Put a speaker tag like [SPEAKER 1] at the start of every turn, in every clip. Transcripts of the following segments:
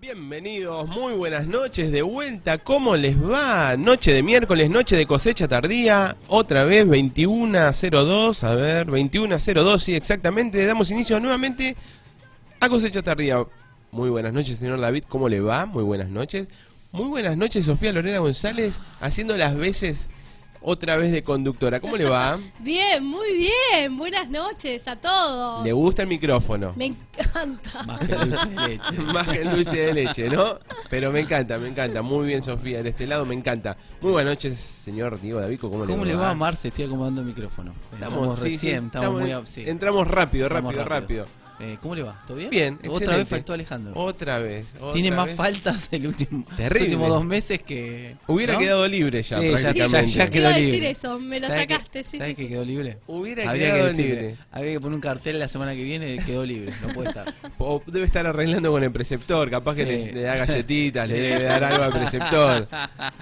[SPEAKER 1] Bienvenidos, muy buenas noches de vuelta. ¿Cómo les va? Noche de miércoles, noche de cosecha tardía. Otra vez 21.02, a ver, 21.02, sí, exactamente. Damos inicio nuevamente a cosecha tardía. Muy buenas noches, señor David. ¿Cómo le va? Muy buenas noches. Muy buenas noches, Sofía Lorena González, haciendo las veces otra vez de conductora. ¿Cómo le va?
[SPEAKER 2] Bien, muy bien. Buenas noches a todos.
[SPEAKER 1] ¿Le gusta el micrófono?
[SPEAKER 2] Me encanta.
[SPEAKER 3] Más que dulce de leche.
[SPEAKER 1] Más que el dulce de leche, ¿no? Pero me encanta, me encanta. Muy bien, Sofía, de este lado me encanta. Muy buenas noches, señor Diego Davico. ¿Cómo,
[SPEAKER 3] ¿Cómo le va a Marce? Estoy acomodando el micrófono. Estamos
[SPEAKER 1] sí, sí,
[SPEAKER 3] recién, estamos,
[SPEAKER 1] estamos-
[SPEAKER 3] muy... ab- sí.
[SPEAKER 1] Entramos rápido,
[SPEAKER 3] Estamos
[SPEAKER 1] rápido, rápido.
[SPEAKER 3] rápidos. Eh, ¿Cómo le va? ¿Todo bien?
[SPEAKER 1] Bien,
[SPEAKER 3] Otra
[SPEAKER 1] excelente.
[SPEAKER 3] vez faltó Alejandro.
[SPEAKER 1] Otra vez. otra
[SPEAKER 3] Tiene más
[SPEAKER 1] vez.
[SPEAKER 3] faltas el último, los
[SPEAKER 1] Terrible.
[SPEAKER 3] últimos dos meses que...
[SPEAKER 1] Hubiera
[SPEAKER 3] ¿no?
[SPEAKER 1] quedado libre ya,
[SPEAKER 3] Sí, ya-
[SPEAKER 1] prácticamente.
[SPEAKER 3] ya- ya
[SPEAKER 2] Te
[SPEAKER 3] quedó
[SPEAKER 2] iba a decir
[SPEAKER 3] libre.
[SPEAKER 2] eso, me lo
[SPEAKER 3] ¿Sabe que-
[SPEAKER 2] sacaste. Sí,
[SPEAKER 3] ¿sabe
[SPEAKER 2] sí,
[SPEAKER 3] que
[SPEAKER 2] sí.
[SPEAKER 3] quedó libre?
[SPEAKER 1] Hubiera
[SPEAKER 3] Habría que,
[SPEAKER 1] quedado
[SPEAKER 3] decirle-
[SPEAKER 1] libre.
[SPEAKER 3] habría que poner un cartel la semana que viene de quedó libre, no puede estar.
[SPEAKER 1] O debe estar arreglando con el preceptor, capaz que
[SPEAKER 3] Sí.
[SPEAKER 1] le, le da galletitas, le
[SPEAKER 3] Sí.
[SPEAKER 1] debe dar algo al preceptor.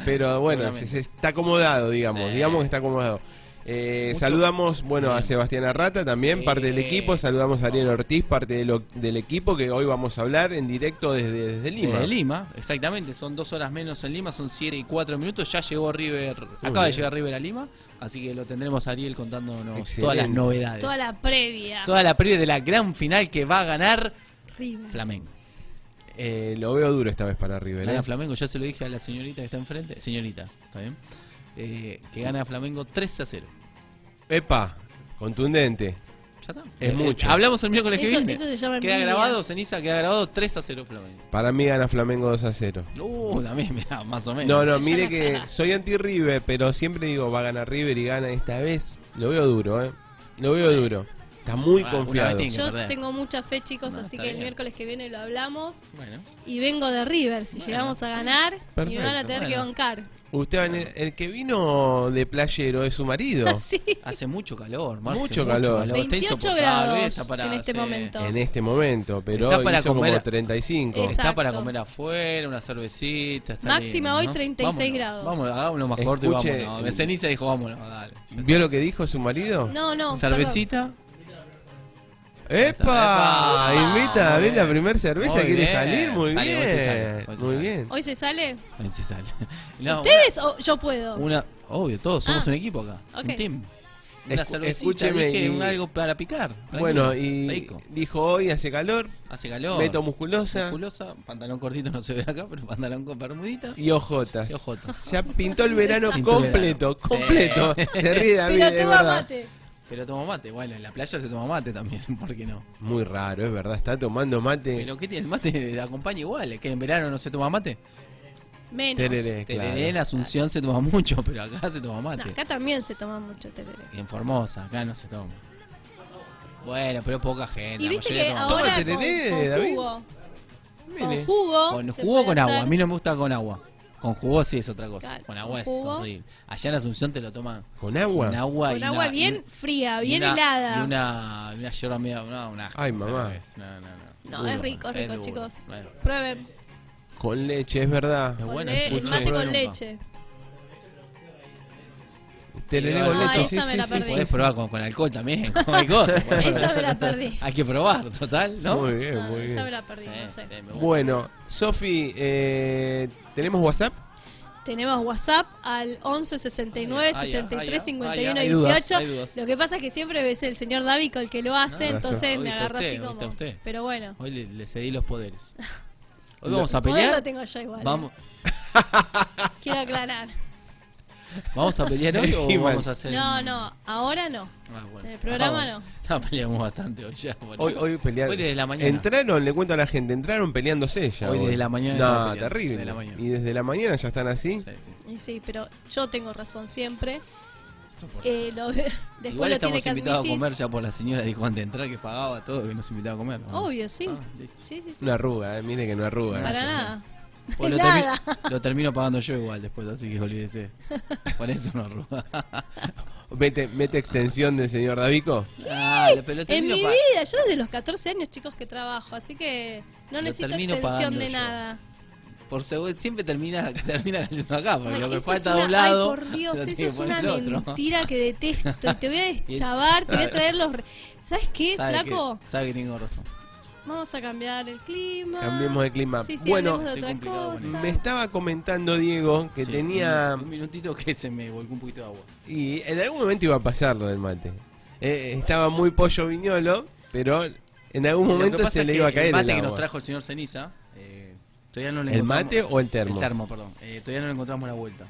[SPEAKER 1] Pero bueno, se,
[SPEAKER 3] Seguramente.
[SPEAKER 1] se está acomodado, digamos,
[SPEAKER 3] Sí.
[SPEAKER 1] digamos que está acomodado. Eh,
[SPEAKER 3] Mucho-
[SPEAKER 1] saludamos, bueno, a
[SPEAKER 3] Bien.
[SPEAKER 1] Sebastián Arrata también,
[SPEAKER 3] Sí.
[SPEAKER 1] parte del equipo. Saludamos a Ariel Ortiz, parte de lo- del equipo que hoy vamos a hablar en directo desde, desde Lima.
[SPEAKER 3] Desde Lima, exactamente, son dos horas menos en Lima, son 7 y 4 minutos, ya llegó River, acaba de
[SPEAKER 1] bien.
[SPEAKER 3] llegar River a Lima, así que lo tendremos a Ariel contándonos todas
[SPEAKER 1] Excelente.
[SPEAKER 3] las novedades.
[SPEAKER 2] Toda la previa.
[SPEAKER 3] Toda la previa de la gran final que va a ganar
[SPEAKER 2] River.
[SPEAKER 3] Flamengo.
[SPEAKER 1] Eh, lo veo duro esta vez para River.
[SPEAKER 3] Gana
[SPEAKER 1] ¿eh?
[SPEAKER 3] Flamengo, ya se lo dije a la señorita que está enfrente. Señorita, ¿está bien? Eh, que gana Flamengo 3 a 0.
[SPEAKER 1] Epa, contundente.
[SPEAKER 3] Ya está.
[SPEAKER 1] Es
[SPEAKER 3] Eh,
[SPEAKER 1] mucho.
[SPEAKER 3] Hablamos el miércoles que
[SPEAKER 2] Eso-
[SPEAKER 3] viene.
[SPEAKER 2] eso se llama
[SPEAKER 3] queda
[SPEAKER 2] envidia.
[SPEAKER 3] grabado, ceniza, queda grabado 3 a 0 Flamengo.
[SPEAKER 1] Para mí gana Flamengo 2 a 0.
[SPEAKER 3] Uh, la misma, más o menos.
[SPEAKER 1] No, no,
[SPEAKER 2] sí,
[SPEAKER 1] mire
[SPEAKER 2] ya
[SPEAKER 1] que
[SPEAKER 2] está.
[SPEAKER 1] soy anti-River, pero siempre digo, va a ganar River y gana esta vez. Lo veo duro, ¿eh? Lo veo duro. Está muy
[SPEAKER 3] Ah, una
[SPEAKER 1] confiado.
[SPEAKER 3] vez
[SPEAKER 2] Yo
[SPEAKER 3] Verdad.
[SPEAKER 2] tengo mucha fe, chicos,
[SPEAKER 3] No,
[SPEAKER 2] así
[SPEAKER 3] está
[SPEAKER 2] que el
[SPEAKER 3] bien.
[SPEAKER 2] miércoles que viene lo hablamos.
[SPEAKER 3] Bueno,
[SPEAKER 2] Y vengo de River. Si
[SPEAKER 3] Bueno,
[SPEAKER 2] llegamos a ganar, y me van a
[SPEAKER 1] Perfecto,
[SPEAKER 2] tener que
[SPEAKER 3] bueno.
[SPEAKER 2] bancar.
[SPEAKER 1] Usted, va en el, el que vino de playero es su marido.
[SPEAKER 2] Sí.
[SPEAKER 3] hace mucho calor, Marce,
[SPEAKER 1] Mucho calor.
[SPEAKER 3] Está
[SPEAKER 2] 28
[SPEAKER 3] insoportable,
[SPEAKER 2] grados
[SPEAKER 3] está para-
[SPEAKER 2] en este
[SPEAKER 3] sí.
[SPEAKER 2] momento.
[SPEAKER 1] En este momento, pero
[SPEAKER 3] Está para
[SPEAKER 1] hizo como
[SPEAKER 3] comer-
[SPEAKER 1] 35.
[SPEAKER 2] Exacto.
[SPEAKER 3] Está para comer afuera, una cervecita. Está
[SPEAKER 2] Máxima
[SPEAKER 3] lindo,
[SPEAKER 2] hoy
[SPEAKER 3] ¿no?
[SPEAKER 2] 36
[SPEAKER 3] Vámonos,
[SPEAKER 2] grados.
[SPEAKER 3] Vámonos, hagámoslo más corto
[SPEAKER 1] Escuche-
[SPEAKER 3] y vámonos. De ceniza dijo, vámonos, dale. Ya está.
[SPEAKER 1] ¿Vio lo que dijo su marido?
[SPEAKER 2] No, no.
[SPEAKER 3] Cervecita.
[SPEAKER 1] ¡Epa!
[SPEAKER 3] Epa.
[SPEAKER 1] Invita a
[SPEAKER 3] Muy
[SPEAKER 1] ver la
[SPEAKER 3] bien.
[SPEAKER 1] primer cerveza,
[SPEAKER 3] Muy
[SPEAKER 1] quiere
[SPEAKER 3] bien.
[SPEAKER 1] salir, muy
[SPEAKER 3] Sale, hoy
[SPEAKER 1] bien.
[SPEAKER 3] se sale, hoy se
[SPEAKER 1] muy
[SPEAKER 3] sale.
[SPEAKER 1] bien.
[SPEAKER 2] perdón. ¿Hoy se sale?
[SPEAKER 3] Ahí se sale. No,
[SPEAKER 2] ¿Ustedes o yo puedo?
[SPEAKER 3] Una, obvio, todos somos
[SPEAKER 2] Ah,
[SPEAKER 3] un equipo acá.
[SPEAKER 2] ok.
[SPEAKER 3] Un team. Una
[SPEAKER 1] Escu-
[SPEAKER 3] cervecita,
[SPEAKER 1] escúcheme
[SPEAKER 3] dije,
[SPEAKER 1] y-
[SPEAKER 3] un algo para picar. tranquilo,
[SPEAKER 1] Bueno, y
[SPEAKER 3] rico.
[SPEAKER 1] dijo hoy hace calor,
[SPEAKER 3] Hace calor.
[SPEAKER 1] meta musculosa
[SPEAKER 3] musculosa, pantalón cortito no se ve acá, pero pantalón con bermudita y
[SPEAKER 1] y ojotas.
[SPEAKER 3] ojotas.
[SPEAKER 1] Ya pintó el verano
[SPEAKER 3] Pintó el verano.
[SPEAKER 1] completo, completo. Se ríe David,
[SPEAKER 2] Pero
[SPEAKER 1] es
[SPEAKER 2] toma
[SPEAKER 1] verdad.
[SPEAKER 2] mate.
[SPEAKER 3] Pero tomo mate, bueno, en la playa se toma mate también, ¿por qué no?
[SPEAKER 1] Muy raro, es verdad, está tomando mate.
[SPEAKER 3] Pero ¿qué tiene el mate? Acompaña igual, que en verano no se toma mate.
[SPEAKER 2] Menos.
[SPEAKER 1] Tereré, claro.
[SPEAKER 3] Tereré en Asunción se toma mucho, pero acá se toma
[SPEAKER 2] No,
[SPEAKER 3] mate.
[SPEAKER 2] acá también se toma mucho tereré.
[SPEAKER 3] Y En Formosa, acá no se toma. Bueno, pero poca gente.
[SPEAKER 2] Y
[SPEAKER 3] la
[SPEAKER 2] viste
[SPEAKER 3] mayoría
[SPEAKER 2] que
[SPEAKER 3] toma mate.
[SPEAKER 2] ahora
[SPEAKER 1] Toma
[SPEAKER 2] con,
[SPEAKER 1] tereré,
[SPEAKER 2] con
[SPEAKER 1] David.
[SPEAKER 2] jugo,
[SPEAKER 1] Mire.
[SPEAKER 2] con jugo,
[SPEAKER 3] Con
[SPEAKER 2] se
[SPEAKER 3] jugo
[SPEAKER 2] puede
[SPEAKER 3] con agua.
[SPEAKER 2] hacer.
[SPEAKER 3] A mí no me gusta con agua. Con jugo sí es otra cosa.
[SPEAKER 2] Claro,
[SPEAKER 3] con agua es
[SPEAKER 2] con jugo.
[SPEAKER 3] horrible. Allá en Asunción te lo toman
[SPEAKER 1] ¿Con agua?
[SPEAKER 3] con agua
[SPEAKER 2] con
[SPEAKER 3] y
[SPEAKER 2] agua
[SPEAKER 3] una-
[SPEAKER 2] bien
[SPEAKER 3] y-
[SPEAKER 2] fría,
[SPEAKER 3] y
[SPEAKER 2] bien
[SPEAKER 3] una-
[SPEAKER 2] helada.
[SPEAKER 3] Y una, y una yerba media. No, una asco,
[SPEAKER 1] Ay,
[SPEAKER 3] no sé
[SPEAKER 1] mamá.
[SPEAKER 3] lo que es. No, no, no.
[SPEAKER 2] No, es rico,
[SPEAKER 3] Es
[SPEAKER 2] rico,
[SPEAKER 3] duro.
[SPEAKER 2] chicos.
[SPEAKER 3] Bueno.
[SPEAKER 2] Prueben.
[SPEAKER 1] Con leche, es verdad.
[SPEAKER 3] Es
[SPEAKER 2] Con
[SPEAKER 3] bueno,
[SPEAKER 2] le-
[SPEAKER 3] es
[SPEAKER 2] el
[SPEAKER 3] mucho.
[SPEAKER 2] mate
[SPEAKER 3] Prueba
[SPEAKER 2] con
[SPEAKER 3] nunca.
[SPEAKER 2] leche.
[SPEAKER 1] Tereré
[SPEAKER 3] Ah,
[SPEAKER 1] con leche,
[SPEAKER 2] esa
[SPEAKER 1] sí,
[SPEAKER 2] me
[SPEAKER 1] sí,
[SPEAKER 2] la
[SPEAKER 1] sí,
[SPEAKER 2] perdí.
[SPEAKER 1] sí.
[SPEAKER 3] Podés probar con, con alcohol también, con cualquier cosa. podés
[SPEAKER 2] Esa
[SPEAKER 3] probar.
[SPEAKER 2] me la perdí.
[SPEAKER 3] Hay que probar, total, ¿no?
[SPEAKER 1] Muy bien,
[SPEAKER 2] No,
[SPEAKER 1] muy
[SPEAKER 2] esa me
[SPEAKER 1] bien.
[SPEAKER 2] la perdí, no
[SPEAKER 3] Eh, Sí,
[SPEAKER 2] sé.
[SPEAKER 3] sí, me gusta.
[SPEAKER 1] Bueno, Sofi, eh, ¿tenemos WhatsApp?
[SPEAKER 2] Tenemos WhatsApp al 11 69
[SPEAKER 3] Ah, ya, ah, ya,
[SPEAKER 2] 63
[SPEAKER 3] ah, ya.
[SPEAKER 2] 51
[SPEAKER 3] Hay dudas,
[SPEAKER 2] 18.
[SPEAKER 3] hay dudas.
[SPEAKER 2] Lo que pasa es que siempre es el señor Davico el que lo hace,
[SPEAKER 1] Ah,
[SPEAKER 2] entonces
[SPEAKER 3] razón.
[SPEAKER 2] me
[SPEAKER 3] Hoy está
[SPEAKER 2] agarra así
[SPEAKER 3] usted, hoy está
[SPEAKER 2] como.
[SPEAKER 3] usted.
[SPEAKER 2] Pero bueno,
[SPEAKER 3] Hoy le, le cedí los poderes. Hoy
[SPEAKER 1] Lo-
[SPEAKER 3] vamos a
[SPEAKER 2] poder lo
[SPEAKER 3] pelear.
[SPEAKER 2] tengo yo igual. ¿eh?
[SPEAKER 3] Vamos,
[SPEAKER 2] Quiero aclarar.
[SPEAKER 3] ¿Vamos a pelear hoy o
[SPEAKER 1] He-Man.
[SPEAKER 3] vamos a hacer.?
[SPEAKER 2] No, no, ahora no.
[SPEAKER 3] Ah, bueno.
[SPEAKER 2] En el programa
[SPEAKER 3] Ah, bueno. No, peleamos bastante hoy ya. bueno.
[SPEAKER 1] Hoy, hoy pelearon.
[SPEAKER 3] Hoy desde la mañana.
[SPEAKER 1] Entraron, le cuento a la gente, entraron peleándose ya.
[SPEAKER 3] Hoy desde la mañana
[SPEAKER 1] No,
[SPEAKER 3] están peleando,
[SPEAKER 1] terrible.
[SPEAKER 3] desde la mañana.
[SPEAKER 1] Y desde la mañana ya están así.
[SPEAKER 3] Sí, sí.
[SPEAKER 2] Y sí, pero yo tengo razón siempre.
[SPEAKER 3] Soporte.
[SPEAKER 2] Eh, lo- después
[SPEAKER 3] Igual
[SPEAKER 2] lo tiene
[SPEAKER 3] estamos
[SPEAKER 2] que
[SPEAKER 3] invitados a
[SPEAKER 2] admitir.
[SPEAKER 3] comer, ya por la señora dijo antes de entrar que pagaba todo, que nos invitaba a comer. ¿no?
[SPEAKER 2] Obvio, sí.
[SPEAKER 3] Ah, listo.
[SPEAKER 2] sí, sí, sí.
[SPEAKER 1] Una arruga, eh, mire que no arruga.
[SPEAKER 2] Para
[SPEAKER 3] ya sé.
[SPEAKER 2] nada.
[SPEAKER 3] Pues lo,
[SPEAKER 2] Nada.
[SPEAKER 3] termi- lo termino pagando yo igual después, así que olvídese. Por eso no arruga.
[SPEAKER 1] Mete, mete extensión del señor Davico.
[SPEAKER 3] Ah, lo- pero lo
[SPEAKER 2] En
[SPEAKER 3] termino
[SPEAKER 2] mi
[SPEAKER 3] pa-
[SPEAKER 2] vida, yo desde los 14 años, chicos, que trabajo, así que no
[SPEAKER 3] Lo
[SPEAKER 2] necesito
[SPEAKER 3] termino
[SPEAKER 2] extensión
[SPEAKER 3] pagando
[SPEAKER 2] de
[SPEAKER 3] yo.
[SPEAKER 2] nada.
[SPEAKER 3] Por seguro, siempre termina, termina cayendo acá, porque
[SPEAKER 2] Ay,
[SPEAKER 3] lo que
[SPEAKER 2] eso es
[SPEAKER 3] falta de un
[SPEAKER 2] una- ay,
[SPEAKER 3] lado.
[SPEAKER 2] por Dios,
[SPEAKER 3] lo tiene
[SPEAKER 2] eso
[SPEAKER 3] que
[SPEAKER 2] es
[SPEAKER 3] poner
[SPEAKER 2] una
[SPEAKER 3] el otro.
[SPEAKER 2] mentira que detesto. Y te voy a
[SPEAKER 3] Y es-
[SPEAKER 2] deschavar, te voy a
[SPEAKER 3] sabe-
[SPEAKER 2] traer los. re- ¿Sabes qué,
[SPEAKER 3] Sabe que-
[SPEAKER 2] ¿eh, flaco?
[SPEAKER 3] sabe que tengo razón.
[SPEAKER 2] Vamos a cambiar el clima.
[SPEAKER 1] Cambiemos de clima.
[SPEAKER 2] Sí, sí,
[SPEAKER 1] Bueno,
[SPEAKER 2] hablemos de
[SPEAKER 3] Estoy
[SPEAKER 2] otra
[SPEAKER 3] complicado con
[SPEAKER 2] cosa.
[SPEAKER 1] Me estaba comentando Diego que
[SPEAKER 3] Sí,
[SPEAKER 1] tenía...
[SPEAKER 3] Un, un minutito que se me volcó un poquito de agua.
[SPEAKER 1] Y en algún momento iba a pasar lo del mate. Eh, estaba muy pollo viñolo, pero en algún
[SPEAKER 3] Lo que
[SPEAKER 1] momento
[SPEAKER 3] pasa
[SPEAKER 1] se
[SPEAKER 3] es
[SPEAKER 1] le
[SPEAKER 3] que
[SPEAKER 1] iba a caer
[SPEAKER 3] el
[SPEAKER 1] el,
[SPEAKER 3] mate que nos
[SPEAKER 1] agua.
[SPEAKER 3] trajo el señor Ceniza. eh, todavía no le
[SPEAKER 1] ¿El
[SPEAKER 3] encontramos-
[SPEAKER 1] mate o el termo?
[SPEAKER 3] El termo, perdón. Eh, todavía no le encontramos la vuelta.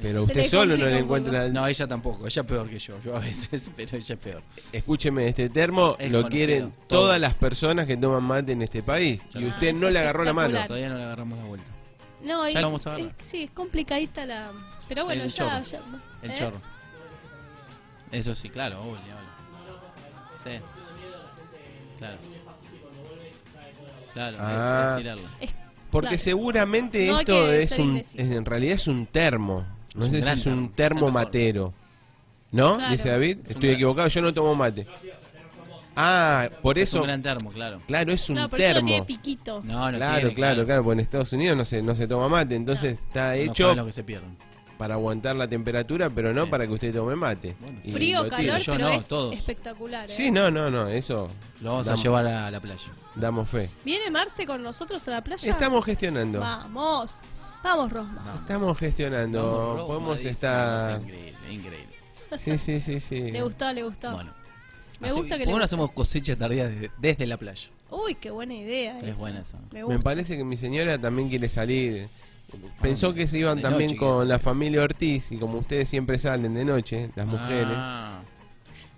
[SPEAKER 1] Pero
[SPEAKER 2] Se
[SPEAKER 1] usted
[SPEAKER 2] le
[SPEAKER 1] solo no
[SPEAKER 2] complica
[SPEAKER 1] le
[SPEAKER 2] un poco.
[SPEAKER 1] encuentra... el-
[SPEAKER 3] No, ella tampoco. Ella peor que yo. Yo a veces, pero ella es peor.
[SPEAKER 1] Escúcheme, este termo
[SPEAKER 3] Es
[SPEAKER 1] lo
[SPEAKER 3] conocido,
[SPEAKER 1] quieren
[SPEAKER 3] todo.
[SPEAKER 1] todas las personas que toman mate en este país.
[SPEAKER 3] Ya
[SPEAKER 1] y
[SPEAKER 3] lo
[SPEAKER 1] usted
[SPEAKER 2] sé.
[SPEAKER 1] no le agarró la mano.
[SPEAKER 2] Espectacular.
[SPEAKER 3] Todavía no le agarramos la vuelta.
[SPEAKER 2] No,
[SPEAKER 3] Ya
[SPEAKER 2] y-
[SPEAKER 3] lo vamos a ver.
[SPEAKER 2] es- sí, es complicadita la. Pero bueno,
[SPEAKER 3] El
[SPEAKER 2] ya,
[SPEAKER 3] chorro.
[SPEAKER 2] ya.
[SPEAKER 3] El
[SPEAKER 2] ¿eh?
[SPEAKER 3] chorro. Eso sí, claro, obvio, obvio. Sí. Claro. Claro, es-
[SPEAKER 1] Ah.
[SPEAKER 3] es tirarlo.
[SPEAKER 2] Es-
[SPEAKER 1] Porque
[SPEAKER 2] Claro.
[SPEAKER 1] seguramente
[SPEAKER 2] No hay
[SPEAKER 1] esto
[SPEAKER 2] que
[SPEAKER 1] es
[SPEAKER 2] ser
[SPEAKER 1] un,
[SPEAKER 2] indeciso.
[SPEAKER 1] es- en realidad es un termo. No
[SPEAKER 3] Es un
[SPEAKER 1] sé si
[SPEAKER 3] gran
[SPEAKER 1] es un
[SPEAKER 3] termo, es
[SPEAKER 1] termo
[SPEAKER 3] el mejor.
[SPEAKER 1] matero. ¿No?
[SPEAKER 2] Claro.
[SPEAKER 1] Dice David.
[SPEAKER 3] un
[SPEAKER 1] Estoy
[SPEAKER 3] gran-
[SPEAKER 1] equivocado, yo no tomo mate. Ah, por
[SPEAKER 3] Es
[SPEAKER 1] eso.
[SPEAKER 3] un gran termo, claro.
[SPEAKER 1] Claro, es un
[SPEAKER 2] no, pero eso no
[SPEAKER 1] termo.
[SPEAKER 2] tiene piquito.
[SPEAKER 3] No, no
[SPEAKER 1] claro,
[SPEAKER 3] tiene,
[SPEAKER 1] claro, claro, porque en Estados Unidos no se, no se toma mate, entonces está
[SPEAKER 3] No
[SPEAKER 1] hecho
[SPEAKER 3] saben lo que se pierden.
[SPEAKER 1] para aguantar la temperatura, pero no
[SPEAKER 3] Sí.
[SPEAKER 1] para que usted tome mate.
[SPEAKER 3] Bueno.
[SPEAKER 1] Y
[SPEAKER 2] Frío,
[SPEAKER 1] lo
[SPEAKER 2] calor,
[SPEAKER 1] tira.
[SPEAKER 3] Yo
[SPEAKER 2] pero
[SPEAKER 3] no,
[SPEAKER 2] es
[SPEAKER 3] todos.
[SPEAKER 2] espectacular. ¿eh?
[SPEAKER 1] Sí, no, no, no, eso
[SPEAKER 3] Lo vamos
[SPEAKER 1] Dam-
[SPEAKER 3] a llevar a la playa.
[SPEAKER 1] damos fe.
[SPEAKER 2] ¿Viene Marce con nosotros a la playa?
[SPEAKER 1] Estamos gestionando.
[SPEAKER 2] Vamos. Vamos, Rosma.
[SPEAKER 3] No.
[SPEAKER 1] Estamos gestionando.
[SPEAKER 3] Vamos, Roma,
[SPEAKER 1] Podemos
[SPEAKER 3] dice,
[SPEAKER 1] estar.
[SPEAKER 3] no, es Increíble, increíble.
[SPEAKER 1] Sí, sí, sí, sí.
[SPEAKER 2] Le gustó, le gustó.
[SPEAKER 3] Bueno.
[SPEAKER 2] Me
[SPEAKER 3] Así-
[SPEAKER 2] gusta que
[SPEAKER 3] ¿Por qué
[SPEAKER 2] le
[SPEAKER 3] no hacemos cosecha tardía desde, desde la playa?
[SPEAKER 2] Uy, qué buena idea.
[SPEAKER 3] Es
[SPEAKER 2] esa.
[SPEAKER 3] buena esa.
[SPEAKER 2] Me
[SPEAKER 1] Me
[SPEAKER 2] gusta.
[SPEAKER 1] parece que mi señora también quiere salir. Pensó que se iban
[SPEAKER 3] Ah, de
[SPEAKER 1] también
[SPEAKER 3] noche,
[SPEAKER 1] con
[SPEAKER 3] quizás.
[SPEAKER 1] la familia Ortiz y como ustedes siempre salen de noche, las mujeres.
[SPEAKER 3] Ah,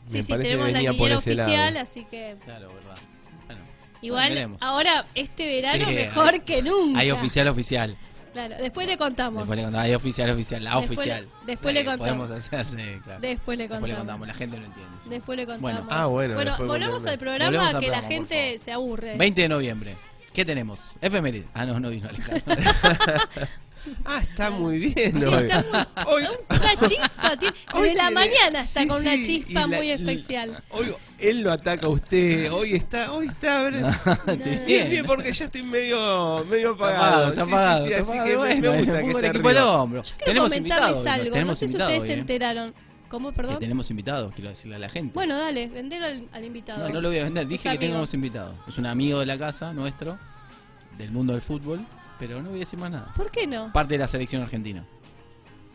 [SPEAKER 1] me
[SPEAKER 2] sí, sí,
[SPEAKER 1] parece que
[SPEAKER 2] tenemos la
[SPEAKER 1] venía por
[SPEAKER 2] quiniela
[SPEAKER 1] ese
[SPEAKER 2] oficial,
[SPEAKER 1] lado.
[SPEAKER 2] así que.
[SPEAKER 3] claro, verdad. Bueno,
[SPEAKER 2] Igual,
[SPEAKER 3] veremos.
[SPEAKER 2] ahora, este verano,
[SPEAKER 3] Sí,
[SPEAKER 2] mejor
[SPEAKER 3] hay-
[SPEAKER 2] que nunca.
[SPEAKER 3] Hay oficial, oficial.
[SPEAKER 2] Claro, después le contamos.
[SPEAKER 3] Después le contamos. Hay oficial, oficial. La
[SPEAKER 2] Después le-
[SPEAKER 3] oficial.
[SPEAKER 2] después
[SPEAKER 3] Sí,
[SPEAKER 2] le contamos.
[SPEAKER 3] Podemos hacer, sí,
[SPEAKER 2] Después
[SPEAKER 3] claro.
[SPEAKER 2] le
[SPEAKER 3] Después le
[SPEAKER 2] contamos.
[SPEAKER 3] contamos. La gente lo entiende. sí.
[SPEAKER 2] Después le contamos.
[SPEAKER 3] Bueno.
[SPEAKER 1] Ah, bueno, después
[SPEAKER 2] volvamos
[SPEAKER 1] volvemos.
[SPEAKER 2] al programa
[SPEAKER 3] Volvemos al
[SPEAKER 2] que la
[SPEAKER 3] programa, por
[SPEAKER 2] gente
[SPEAKER 3] favor.
[SPEAKER 2] se aburre.
[SPEAKER 3] 20 de noviembre. ¿Qué tenemos? Efeméride. Ah, no, no vino Alejandro.
[SPEAKER 1] Ah, está muy bien
[SPEAKER 2] Sí,
[SPEAKER 1] hoy.
[SPEAKER 2] está muy-
[SPEAKER 1] Hoy-
[SPEAKER 2] Una chispa, tiene,
[SPEAKER 1] hoy
[SPEAKER 2] desde la
[SPEAKER 1] tiene-
[SPEAKER 2] mañana está
[SPEAKER 1] sí,
[SPEAKER 2] con una
[SPEAKER 1] sí, y
[SPEAKER 2] chispa
[SPEAKER 1] la-
[SPEAKER 2] muy
[SPEAKER 1] y-
[SPEAKER 2] especial.
[SPEAKER 1] Hoy él lo ataca a usted. Hoy está, hoy está. ¿verdad?
[SPEAKER 3] Estoy
[SPEAKER 1] Bien, bien, porque ya estoy medio, medio
[SPEAKER 3] Está
[SPEAKER 1] apagado.
[SPEAKER 3] apagado, está
[SPEAKER 1] Sí,
[SPEAKER 3] apagado,
[SPEAKER 1] sí, sí,
[SPEAKER 3] está
[SPEAKER 1] así
[SPEAKER 3] apagado.
[SPEAKER 1] que me-
[SPEAKER 3] Bueno,
[SPEAKER 1] me gusta
[SPEAKER 3] pongo
[SPEAKER 1] que
[SPEAKER 3] el
[SPEAKER 1] está
[SPEAKER 3] equipo al
[SPEAKER 1] arriba.
[SPEAKER 3] hombro.
[SPEAKER 2] Yo quiero comentarles
[SPEAKER 3] invitados,
[SPEAKER 2] algo. No
[SPEAKER 3] tenemos
[SPEAKER 2] sé si
[SPEAKER 3] invitados
[SPEAKER 2] ustedes
[SPEAKER 3] hoy,
[SPEAKER 2] se
[SPEAKER 3] ¿eh?
[SPEAKER 2] enteraron. ¿Cómo,
[SPEAKER 3] Que
[SPEAKER 2] perdón?
[SPEAKER 3] tenemos invitados, quiero decirle a la gente.
[SPEAKER 2] Bueno, dale, vender al, al invitado.
[SPEAKER 3] No, no lo voy a vender. Dije
[SPEAKER 2] Es
[SPEAKER 3] que
[SPEAKER 2] amigo.
[SPEAKER 3] tenemos invitados. Es un amigo de la casa, nuestro, del mundo del fútbol, pero no voy a decir más nada.
[SPEAKER 2] ¿Por qué no?
[SPEAKER 3] Parte de la selección argentina.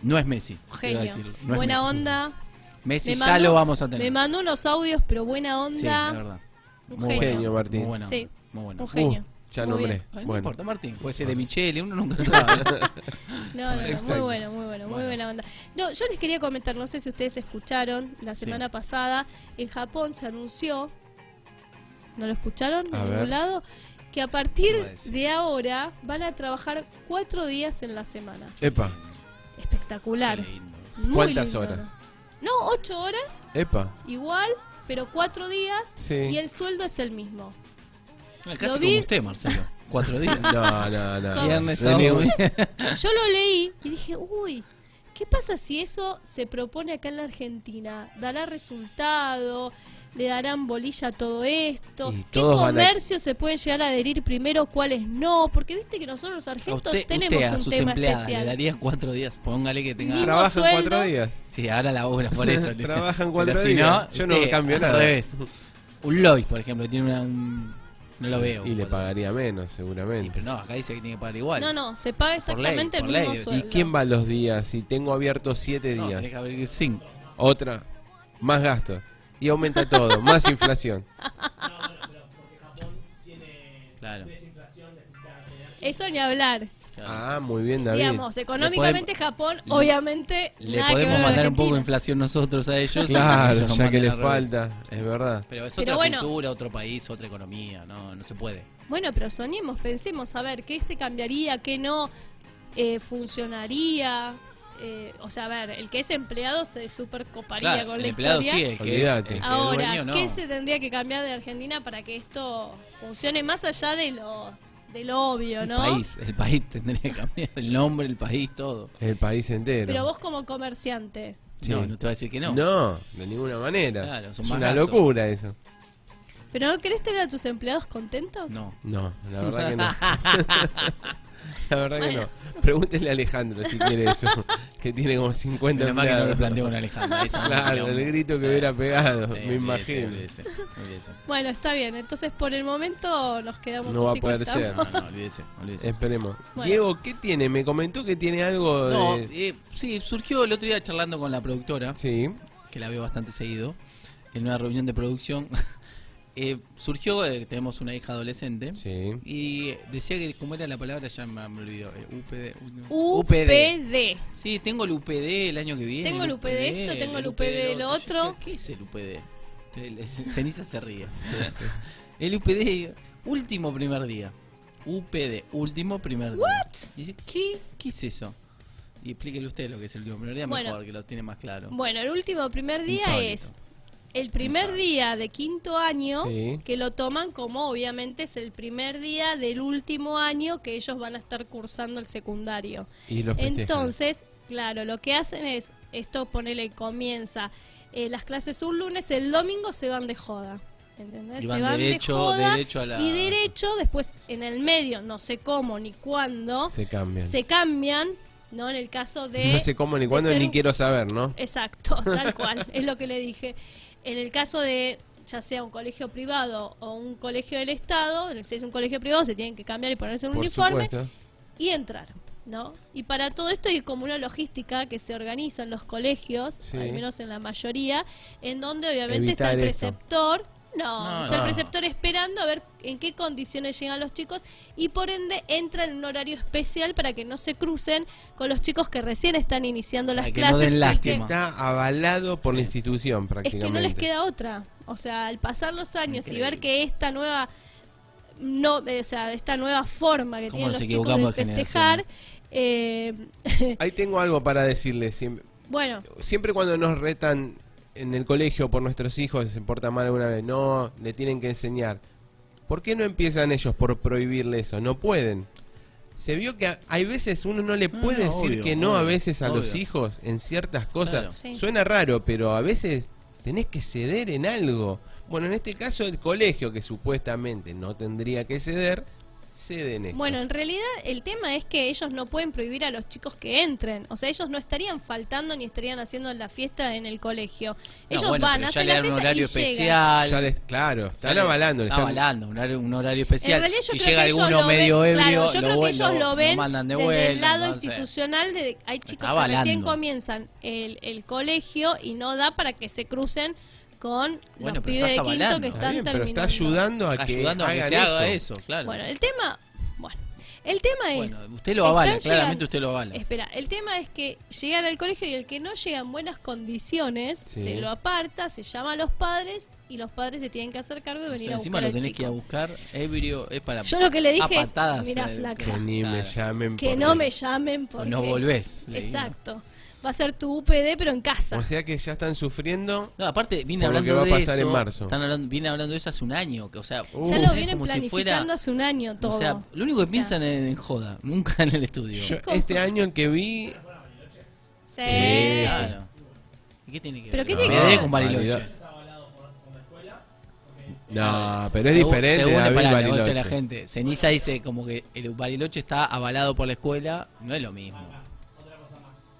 [SPEAKER 3] No es Messi, quiero
[SPEAKER 2] Genio.
[SPEAKER 3] decirlo. No es
[SPEAKER 2] buena
[SPEAKER 3] Messi.
[SPEAKER 2] onda.
[SPEAKER 3] Messi
[SPEAKER 2] Me
[SPEAKER 3] ya
[SPEAKER 2] mandó-
[SPEAKER 3] lo vamos a
[SPEAKER 2] Me
[SPEAKER 3] tener.
[SPEAKER 2] mandó unos audios, pero buena onda.
[SPEAKER 3] sí, la verdad.
[SPEAKER 2] Un
[SPEAKER 3] Muy
[SPEAKER 2] genio.
[SPEAKER 1] Genio,
[SPEAKER 3] bueno,
[SPEAKER 1] Martín.
[SPEAKER 3] Muy bueno.
[SPEAKER 2] Sí.
[SPEAKER 3] Muy bueno.
[SPEAKER 2] Un genio.
[SPEAKER 1] Uh, ya
[SPEAKER 2] Muy
[SPEAKER 1] nombré.
[SPEAKER 2] bien.
[SPEAKER 3] Ay, no
[SPEAKER 1] Bueno, Ah.
[SPEAKER 3] importa, Martín. Puede ser de Michele, uno nunca sabe.
[SPEAKER 2] No, no, no, muy
[SPEAKER 1] Exacto.
[SPEAKER 2] bueno, muy bueno, muy
[SPEAKER 3] Bueno.
[SPEAKER 2] buena onda. No, yo les quería comentar, no sé si ustedes escucharon, la
[SPEAKER 3] Sí.
[SPEAKER 2] semana pasada en Japón se anunció, ¿no lo escucharon?
[SPEAKER 1] A
[SPEAKER 2] de ningún
[SPEAKER 1] ver.
[SPEAKER 2] lado, que a
[SPEAKER 3] Te
[SPEAKER 2] partir
[SPEAKER 3] iba a decir.
[SPEAKER 2] de ahora van a trabajar cuatro días en la semana.
[SPEAKER 1] epa,
[SPEAKER 2] Espectacular.
[SPEAKER 3] Qué lindo.
[SPEAKER 2] Muy
[SPEAKER 1] ¿cuántas
[SPEAKER 2] lindo,
[SPEAKER 1] horas?
[SPEAKER 2] ¿no? No, ocho horas,
[SPEAKER 1] Epa,
[SPEAKER 2] igual, pero cuatro días y
[SPEAKER 1] sí.
[SPEAKER 2] el sueldo es el mismo.
[SPEAKER 3] Casi
[SPEAKER 2] Lo
[SPEAKER 3] como
[SPEAKER 2] vi.
[SPEAKER 3] usted, Marcelo. Cuatro días.
[SPEAKER 1] No, no, no.
[SPEAKER 3] Viernes,
[SPEAKER 1] No,
[SPEAKER 3] sábado.
[SPEAKER 1] ni-
[SPEAKER 2] Yo lo leí y dije, uy, ¿qué pasa si eso se propone acá en la Argentina? ¿Dará resultado? ¿Le darán bolilla a todo esto?
[SPEAKER 1] Y
[SPEAKER 2] ¿Qué
[SPEAKER 1] todos van a-
[SPEAKER 2] comercios se pueden llegar a adherir primero? ¿Cuáles no? Porque viste que nosotros los
[SPEAKER 3] A
[SPEAKER 2] argentos
[SPEAKER 3] usted,
[SPEAKER 2] tenemos
[SPEAKER 3] usted a
[SPEAKER 2] un
[SPEAKER 3] sus
[SPEAKER 2] tema
[SPEAKER 3] empleadas
[SPEAKER 2] especial.
[SPEAKER 3] le daría cuatro días. Póngale que tenga.
[SPEAKER 2] Mismo
[SPEAKER 1] Trabajan
[SPEAKER 2] sueldo.
[SPEAKER 1] cuatro días.
[SPEAKER 3] Sí, ahora la obra por eso.
[SPEAKER 1] Trabajan
[SPEAKER 3] Pero
[SPEAKER 1] cuatro
[SPEAKER 3] si no,
[SPEAKER 1] días. Yo no
[SPEAKER 3] usted,
[SPEAKER 1] cambio
[SPEAKER 3] al
[SPEAKER 1] nada.
[SPEAKER 3] revés. Un Lois, por ejemplo, que tiene una, un- No lo veo.
[SPEAKER 1] Y le
[SPEAKER 3] cuatro.
[SPEAKER 1] pagaría menos,
[SPEAKER 3] Sí,
[SPEAKER 1] seguramente.
[SPEAKER 3] pero no, acá dice que tiene que pagar igual.
[SPEAKER 2] No, no, se paga
[SPEAKER 3] Por ley,
[SPEAKER 2] exactamente
[SPEAKER 3] por
[SPEAKER 2] el mismo
[SPEAKER 3] ley. ¿Y
[SPEAKER 1] ¿Y
[SPEAKER 2] sueldo.
[SPEAKER 1] quién va los días? Si tengo abierto siete
[SPEAKER 3] No,
[SPEAKER 1] días.
[SPEAKER 3] tenés que abrir cinco.
[SPEAKER 1] Otra, más gastos. Y aumenta todo, más inflación.
[SPEAKER 3] Claro.
[SPEAKER 2] Eso ni hablar.
[SPEAKER 3] claro.
[SPEAKER 1] Ah, muy bien, David.
[SPEAKER 2] Digamos, económicamente Japón, obviamente,
[SPEAKER 3] le
[SPEAKER 2] nada que ver
[SPEAKER 3] podemos
[SPEAKER 2] con la
[SPEAKER 3] mandar un poco de
[SPEAKER 2] Argentina.
[SPEAKER 3] inflación nosotros a ellos. y
[SPEAKER 1] claro,
[SPEAKER 3] ellos nos
[SPEAKER 1] ya que
[SPEAKER 3] mandan
[SPEAKER 1] le
[SPEAKER 3] al revés.
[SPEAKER 1] falta, es verdad.
[SPEAKER 3] Pero es
[SPEAKER 2] Pero
[SPEAKER 3] otra
[SPEAKER 2] bueno.
[SPEAKER 3] cultura, otro país, otra economía. No, no se puede.
[SPEAKER 2] Bueno, pero soñemos, pensemos a ver qué se cambiaría, qué no eh, funcionaría. eh, o sea, a ver, el que es empleado se super coparía
[SPEAKER 3] Claro,
[SPEAKER 2] con
[SPEAKER 3] el
[SPEAKER 2] la
[SPEAKER 3] empleado sí,
[SPEAKER 2] historia.
[SPEAKER 3] el que es, el
[SPEAKER 1] Olvídate.
[SPEAKER 3] que es
[SPEAKER 2] Ahora,
[SPEAKER 3] dueño, no.
[SPEAKER 2] ¿qué se tendría que cambiar de Argentina para que esto funcione más allá de lo, de lo obvio,
[SPEAKER 3] El
[SPEAKER 2] no?
[SPEAKER 3] país, el país tendría que cambiar. El nombre, el país, todo.
[SPEAKER 1] El país entero.
[SPEAKER 2] Pero vos como comerciante,
[SPEAKER 1] Sí.
[SPEAKER 3] No, no te va a decir que no.
[SPEAKER 1] no. de ninguna manera.
[SPEAKER 3] Claro, son
[SPEAKER 1] es
[SPEAKER 3] más
[SPEAKER 1] una
[SPEAKER 3] gastos.
[SPEAKER 1] locura eso.
[SPEAKER 2] ¿pero no querés tener a tus empleados contentos?
[SPEAKER 3] No.
[SPEAKER 1] No, la verdad que no. La verdad
[SPEAKER 2] Bueno.
[SPEAKER 1] que no. Pregúntele a Alejandro si quiere eso. que tiene como 50
[SPEAKER 3] Menos mal que no lo
[SPEAKER 1] empleados.
[SPEAKER 3] planteó con Alejandra. esa no sería
[SPEAKER 1] Claro,
[SPEAKER 3] un-
[SPEAKER 1] el grito que hubiera pegado, me
[SPEAKER 3] Sí, olvídese,
[SPEAKER 1] imagino.
[SPEAKER 3] olvídese, olvídese.
[SPEAKER 2] Bueno, está bien. Entonces, por el momento nos quedamos
[SPEAKER 1] No va
[SPEAKER 2] así
[SPEAKER 1] a poder
[SPEAKER 2] como
[SPEAKER 1] ser.
[SPEAKER 2] estamos.
[SPEAKER 3] No, no, olvídese, olvídese.
[SPEAKER 1] Esperemos.
[SPEAKER 2] Bueno.
[SPEAKER 1] Diego, ¿qué tiene? Me comentó que tiene algo
[SPEAKER 3] No,
[SPEAKER 1] de...
[SPEAKER 3] eh, sí, surgió el otro día charlando con la productora,
[SPEAKER 1] Sí,
[SPEAKER 3] que la veo bastante seguido, en una reunión de producción. Eh, surgió, eh, tenemos una hija adolescente,
[SPEAKER 1] sí.
[SPEAKER 3] y decía que, como era la palabra? Ya me, me olvidó. eh, UPD,
[SPEAKER 2] UPD.
[SPEAKER 3] Sí, tengo el UPD el año que viene.
[SPEAKER 2] Tengo el UPD esto, tengo el UPD lo
[SPEAKER 3] Yo
[SPEAKER 2] otro.
[SPEAKER 3] decía, ¿Qué es el UPD? El- el- Ceniza se ríe. El UPD, último primer día. UPD, último primer día. Y dice, ¿qué? ¿Qué es eso? Y explíquele usted lo que es el último primer día
[SPEAKER 2] Bueno.
[SPEAKER 3] mejor, que lo tiene más claro.
[SPEAKER 2] Bueno, el último primer día
[SPEAKER 3] Insólito.
[SPEAKER 2] es el primer
[SPEAKER 3] Insólito.
[SPEAKER 2] día de quinto año
[SPEAKER 1] Sí.
[SPEAKER 2] que lo toman como obviamente es el primer día del último año que ellos van a estar cursando el secundario.
[SPEAKER 1] Y lo festejan.
[SPEAKER 2] Entonces, claro, lo que hacen es, esto ponele comienza, eh, las clases un lunes, el domingo se van de joda. ¿Entendés?
[SPEAKER 3] Y
[SPEAKER 2] Se
[SPEAKER 3] van derecho- derecho a la-
[SPEAKER 2] Y derecho, después en el medio, no sé cómo ni cuándo,
[SPEAKER 1] Se cambian.
[SPEAKER 2] se cambian, ¿no? En el caso de...
[SPEAKER 1] no sé cómo ni
[SPEAKER 2] de
[SPEAKER 1] cuándo
[SPEAKER 2] ser
[SPEAKER 1] ni
[SPEAKER 2] un-
[SPEAKER 1] quiero saber, ¿no?
[SPEAKER 2] Exacto, tal cual, es lo que le dije. En el caso de ya sea un colegio privado o un colegio del Estado, si es un colegio privado se tienen que cambiar y ponerse un
[SPEAKER 1] Por
[SPEAKER 2] uniforme
[SPEAKER 1] supuesto.
[SPEAKER 2] y entrar, ¿no? Y para todo esto hay como una logística que se organiza en los colegios,
[SPEAKER 1] Sí.
[SPEAKER 2] al menos en la mayoría, en donde obviamente está
[SPEAKER 1] Evitar
[SPEAKER 2] el
[SPEAKER 1] esto.
[SPEAKER 2] preceptor. No,
[SPEAKER 3] No,
[SPEAKER 2] está
[SPEAKER 3] no.
[SPEAKER 2] el preceptor esperando a ver en qué condiciones llegan los chicos y por ende entran en un horario especial para que no se crucen con los chicos que recién están iniciando
[SPEAKER 3] Para
[SPEAKER 2] las
[SPEAKER 3] que no
[SPEAKER 2] clases.
[SPEAKER 3] den
[SPEAKER 2] y
[SPEAKER 3] lástima.
[SPEAKER 2] que-
[SPEAKER 1] Está avalado por la institución
[SPEAKER 2] es
[SPEAKER 1] prácticamente.
[SPEAKER 2] que no les queda otra. O sea, al pasar los años y ver
[SPEAKER 3] Increíble.
[SPEAKER 2] que esta nueva no, eh, o sea, esta nueva forma que
[SPEAKER 3] ¿Cómo
[SPEAKER 2] tienen
[SPEAKER 3] nos
[SPEAKER 2] los chicos de
[SPEAKER 3] equivocamos de generación,
[SPEAKER 2] festejar, eh,
[SPEAKER 1] Ahí tengo algo para decirles. Siempre,
[SPEAKER 2] bueno,
[SPEAKER 1] siempre cuando nos retan en el colegio por nuestros hijos, se porta mal alguna vez, no, le tienen que enseñar. ¿Por qué no empiezan ellos por prohibirle eso? No pueden. Se vio que a- hay veces uno no le
[SPEAKER 3] No,
[SPEAKER 1] puede
[SPEAKER 3] no,
[SPEAKER 1] decir
[SPEAKER 3] obvio,
[SPEAKER 1] que no a
[SPEAKER 3] obvio,
[SPEAKER 1] veces a los
[SPEAKER 3] obvio.
[SPEAKER 1] hijos en ciertas
[SPEAKER 3] Claro.
[SPEAKER 1] cosas.
[SPEAKER 2] Sí.
[SPEAKER 1] Suena raro, pero a veces tenés que ceder en algo. Bueno, en este caso el colegio, que supuestamente no tendría que ceder, cede en esto.
[SPEAKER 2] Bueno, en realidad el tema es que ellos no pueden prohibir a los chicos que entren. O sea, ellos no estarían faltando ni estarían haciendo la fiesta en el colegio.
[SPEAKER 3] No,
[SPEAKER 2] Ellos
[SPEAKER 3] bueno,
[SPEAKER 2] van,
[SPEAKER 3] pero ya
[SPEAKER 2] hacen la
[SPEAKER 3] le dan un
[SPEAKER 2] fiesta y
[SPEAKER 3] horario
[SPEAKER 2] llegan.
[SPEAKER 3] especial.
[SPEAKER 1] Ya les- claro,
[SPEAKER 3] Ya
[SPEAKER 1] están
[SPEAKER 3] le-
[SPEAKER 1] avalando. le
[SPEAKER 3] Está
[SPEAKER 1] están-
[SPEAKER 3] avalando, un horario, un horario especial.
[SPEAKER 2] En realidad yo
[SPEAKER 3] si
[SPEAKER 2] creo
[SPEAKER 3] llega
[SPEAKER 2] que ellos
[SPEAKER 3] alguno
[SPEAKER 2] lo
[SPEAKER 3] medio
[SPEAKER 2] ven,
[SPEAKER 3] ebrio,
[SPEAKER 2] claro, yo creo que ellos lo ven
[SPEAKER 3] mandan de
[SPEAKER 2] desde
[SPEAKER 3] vuelta.
[SPEAKER 2] el lado
[SPEAKER 3] entonces-
[SPEAKER 2] institucional de hay chicos que
[SPEAKER 3] avalando.
[SPEAKER 2] recién comienzan el, el colegio y no da para que se crucen con
[SPEAKER 3] Bueno,
[SPEAKER 2] los
[SPEAKER 3] pero
[SPEAKER 2] pibes de
[SPEAKER 3] estás
[SPEAKER 2] quinto que
[SPEAKER 3] avalando.
[SPEAKER 1] Está
[SPEAKER 2] están
[SPEAKER 1] bien, pero
[SPEAKER 2] terminando.
[SPEAKER 1] está ayudando a que,
[SPEAKER 3] ayudando a que
[SPEAKER 1] hagan
[SPEAKER 3] se haga eso, claro.
[SPEAKER 2] Bueno, el tema, bueno, el tema es
[SPEAKER 3] Bueno, usted lo avala,
[SPEAKER 2] están
[SPEAKER 3] claramente
[SPEAKER 2] llegando-
[SPEAKER 3] usted lo avala.
[SPEAKER 2] Espera, el tema es que llegan al colegio y el que no llega en buenas condiciones
[SPEAKER 1] Sí.
[SPEAKER 2] se lo aparta, se llama a los padres y los padres se tienen que hacer cargo de
[SPEAKER 3] O sea,
[SPEAKER 2] venir a
[SPEAKER 3] encima
[SPEAKER 2] buscar
[SPEAKER 3] lo
[SPEAKER 2] al
[SPEAKER 3] tenés
[SPEAKER 2] chico.
[SPEAKER 3] que ir a buscar, ebrio, es para
[SPEAKER 2] Yo lo que le dije
[SPEAKER 3] a
[SPEAKER 2] es,
[SPEAKER 3] patadas,
[SPEAKER 2] "Mirá,
[SPEAKER 3] eh,
[SPEAKER 2] flaca,
[SPEAKER 1] Que ni me
[SPEAKER 3] claro.
[SPEAKER 1] llamen.
[SPEAKER 2] Que
[SPEAKER 1] por
[SPEAKER 2] no
[SPEAKER 1] mí.
[SPEAKER 2] me llamen
[SPEAKER 3] O
[SPEAKER 2] porque
[SPEAKER 3] no volvés. le digo.
[SPEAKER 2] Exacto. Va a ser tu UPD pero en casa.
[SPEAKER 1] O sea que ya están sufriendo.
[SPEAKER 3] No, aparte viene
[SPEAKER 1] Por lo
[SPEAKER 3] hablando
[SPEAKER 1] que va a
[SPEAKER 3] de
[SPEAKER 1] pasar
[SPEAKER 3] eso.
[SPEAKER 1] en marzo.
[SPEAKER 3] Están hablando, viene hablando de eso hace un año, que o sea,
[SPEAKER 1] Uh.
[SPEAKER 2] ya
[SPEAKER 3] es
[SPEAKER 2] lo vienen
[SPEAKER 3] como si
[SPEAKER 2] planificando
[SPEAKER 3] fuera-
[SPEAKER 2] hace un año todo.
[SPEAKER 3] O sea, lo único que
[SPEAKER 2] sea.
[SPEAKER 3] piensan es en joda, nunca en el estudio.
[SPEAKER 1] Yo- este año el que vi.
[SPEAKER 2] Sí.
[SPEAKER 3] Sí,
[SPEAKER 1] Eh.
[SPEAKER 3] claro. ¿Y qué tiene que
[SPEAKER 2] Pero
[SPEAKER 3] ver?
[SPEAKER 2] qué
[SPEAKER 3] Me
[SPEAKER 2] tiene
[SPEAKER 3] quedé
[SPEAKER 2] que ver?
[SPEAKER 3] con Bariloche.
[SPEAKER 1] Barilo- No, pero es
[SPEAKER 3] Según-
[SPEAKER 1] diferente
[SPEAKER 3] según
[SPEAKER 1] David
[SPEAKER 3] pará, le voy a decir
[SPEAKER 1] Bariloche.
[SPEAKER 3] a la gente. Ceniza dice como que el Bariloche está avalado por la escuela, no es lo mismo.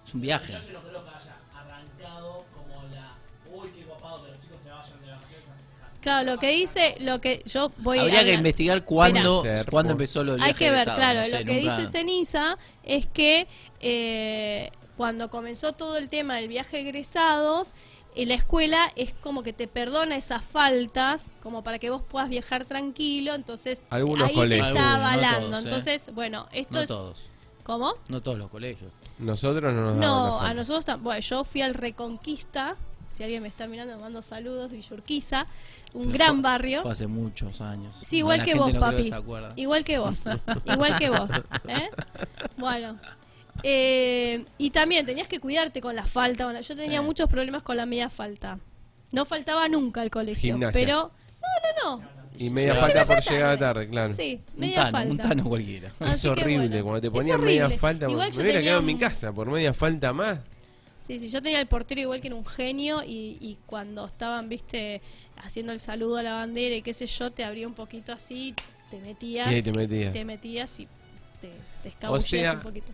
[SPEAKER 3] Es un viaje.
[SPEAKER 4] Yo no creo que haya arrancado como la. Uy, qué guapado que los chicos se vayan de vacaciones.
[SPEAKER 2] Claro, lo que dice, lo que yo voy
[SPEAKER 3] Habría
[SPEAKER 2] a
[SPEAKER 3] que investigar cuándo,
[SPEAKER 1] Mirá. Serpo.
[SPEAKER 3] cuándo empezó lo del
[SPEAKER 2] Hay
[SPEAKER 3] viaje
[SPEAKER 2] que
[SPEAKER 3] de
[SPEAKER 2] ver,
[SPEAKER 3] sábado,
[SPEAKER 2] claro,
[SPEAKER 3] no sé,
[SPEAKER 2] lo que
[SPEAKER 3] nunca-
[SPEAKER 2] dice Ceniza es que eh, cuando comenzó todo el tema del viaje egresados, eh, la escuela es como que te perdona esas faltas, como para que vos puedas viajar tranquilo, entonces eh,
[SPEAKER 1] Algunos
[SPEAKER 2] ahí te
[SPEAKER 1] colegios.
[SPEAKER 2] está
[SPEAKER 3] Algunos, no
[SPEAKER 2] avalando.
[SPEAKER 3] todos, ¿eh?
[SPEAKER 2] Entonces, bueno, esto
[SPEAKER 3] No
[SPEAKER 2] es...
[SPEAKER 3] todos,
[SPEAKER 2] ¿Cómo?
[SPEAKER 3] no todos los colegios.
[SPEAKER 1] Nosotros no nos daban la
[SPEAKER 2] No,
[SPEAKER 1] forma.
[SPEAKER 2] a nosotros tampoco. Bueno, yo fui al Reconquista. Si alguien me está mirando, me mando saludos. Villurquiza, un
[SPEAKER 3] Pero
[SPEAKER 2] gran
[SPEAKER 3] fue-
[SPEAKER 2] barrio.
[SPEAKER 3] Fue hace muchos años.
[SPEAKER 2] Sí,
[SPEAKER 3] No,
[SPEAKER 2] igual
[SPEAKER 3] la
[SPEAKER 2] que vos,
[SPEAKER 3] gente no creo
[SPEAKER 2] papi.
[SPEAKER 3] que se acuerda.
[SPEAKER 2] Igual que vos. Igual que vos. ¿eh? Bueno. Eh, y también tenías que cuidarte con la falta. Bueno, yo tenía
[SPEAKER 3] Sí.
[SPEAKER 2] muchos problemas con la media falta. No faltaba nunca al colegio.
[SPEAKER 1] Gimnasia.
[SPEAKER 2] Pero. No, no, no.
[SPEAKER 1] Y media
[SPEAKER 3] Sí,
[SPEAKER 1] falta
[SPEAKER 2] siempre
[SPEAKER 1] por
[SPEAKER 2] tarde.
[SPEAKER 1] llegar tarde, claro.
[SPEAKER 2] ¿eh? Sí,
[SPEAKER 3] Un
[SPEAKER 2] media
[SPEAKER 3] tano, un
[SPEAKER 2] falta.
[SPEAKER 3] tano cualquiera.
[SPEAKER 2] Así
[SPEAKER 1] Es
[SPEAKER 2] que
[SPEAKER 1] horrible,
[SPEAKER 2] bueno,
[SPEAKER 1] cuando te
[SPEAKER 2] es
[SPEAKER 1] ponían media
[SPEAKER 2] horrible.
[SPEAKER 1] falta,
[SPEAKER 2] Igual
[SPEAKER 1] me
[SPEAKER 2] yo
[SPEAKER 1] hubiera
[SPEAKER 2] tenía
[SPEAKER 1] quedado en mi
[SPEAKER 2] un-
[SPEAKER 1] casa por media falta más.
[SPEAKER 2] Sí, sí, yo tenía el portero igual que era un genio y, y cuando estaban, viste, haciendo el saludo a la bandera y qué sé yo, te abría un poquito así, te metías.
[SPEAKER 1] Y ahí te metías.
[SPEAKER 2] te metías y te, te escabulleas
[SPEAKER 1] sea-
[SPEAKER 2] un poquito.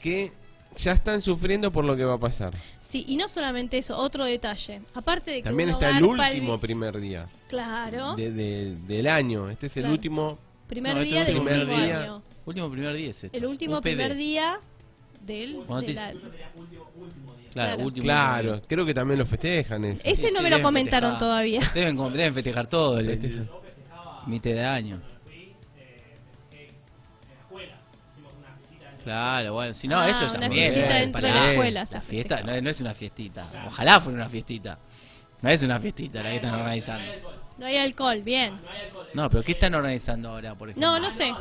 [SPEAKER 1] que ya están sufriendo por lo que va a pasar.
[SPEAKER 2] Sí, y no solamente eso, otro detalle. Aparte de que
[SPEAKER 1] También
[SPEAKER 2] uno
[SPEAKER 1] está el
[SPEAKER 2] garpa vi-
[SPEAKER 1] último primer día
[SPEAKER 2] Claro,
[SPEAKER 1] de- de- del año. Este es el
[SPEAKER 2] Claro.
[SPEAKER 1] último.
[SPEAKER 2] primer
[SPEAKER 3] No, este
[SPEAKER 2] día del
[SPEAKER 1] último
[SPEAKER 2] último
[SPEAKER 1] primer día.
[SPEAKER 2] año.
[SPEAKER 3] Último primer día es este.
[SPEAKER 2] El último
[SPEAKER 3] UPD.
[SPEAKER 2] primer día del...
[SPEAKER 3] Cuando
[SPEAKER 2] de
[SPEAKER 3] te-
[SPEAKER 2] la-
[SPEAKER 3] Claro,
[SPEAKER 2] Claro.
[SPEAKER 3] último primer
[SPEAKER 1] Claro,
[SPEAKER 3] día.
[SPEAKER 1] creo que también lo festejan eso.
[SPEAKER 2] Ese
[SPEAKER 3] Sí,
[SPEAKER 2] no
[SPEAKER 3] sí,
[SPEAKER 2] me
[SPEAKER 3] deben
[SPEAKER 2] lo comentaron
[SPEAKER 3] festejar.
[SPEAKER 2] todavía.
[SPEAKER 3] Deben, com- deben festejar todo el, el mitad de año. Claro, bueno, si no,
[SPEAKER 2] Ah,
[SPEAKER 3] ellos
[SPEAKER 2] una
[SPEAKER 3] también.
[SPEAKER 2] fiestita
[SPEAKER 3] eh,
[SPEAKER 2] dentro
[SPEAKER 1] de
[SPEAKER 3] pará.
[SPEAKER 1] la escuela,
[SPEAKER 2] se
[SPEAKER 3] La fiesta
[SPEAKER 2] festeja.
[SPEAKER 3] no, es- no es una fiestita. Ojalá fuera una fiestita. No es una fiestita la que están organizando.
[SPEAKER 2] No hay alcohol, bien.
[SPEAKER 3] No, pero ¿qué están organizando ahora, por ejemplo?
[SPEAKER 2] No, no sé.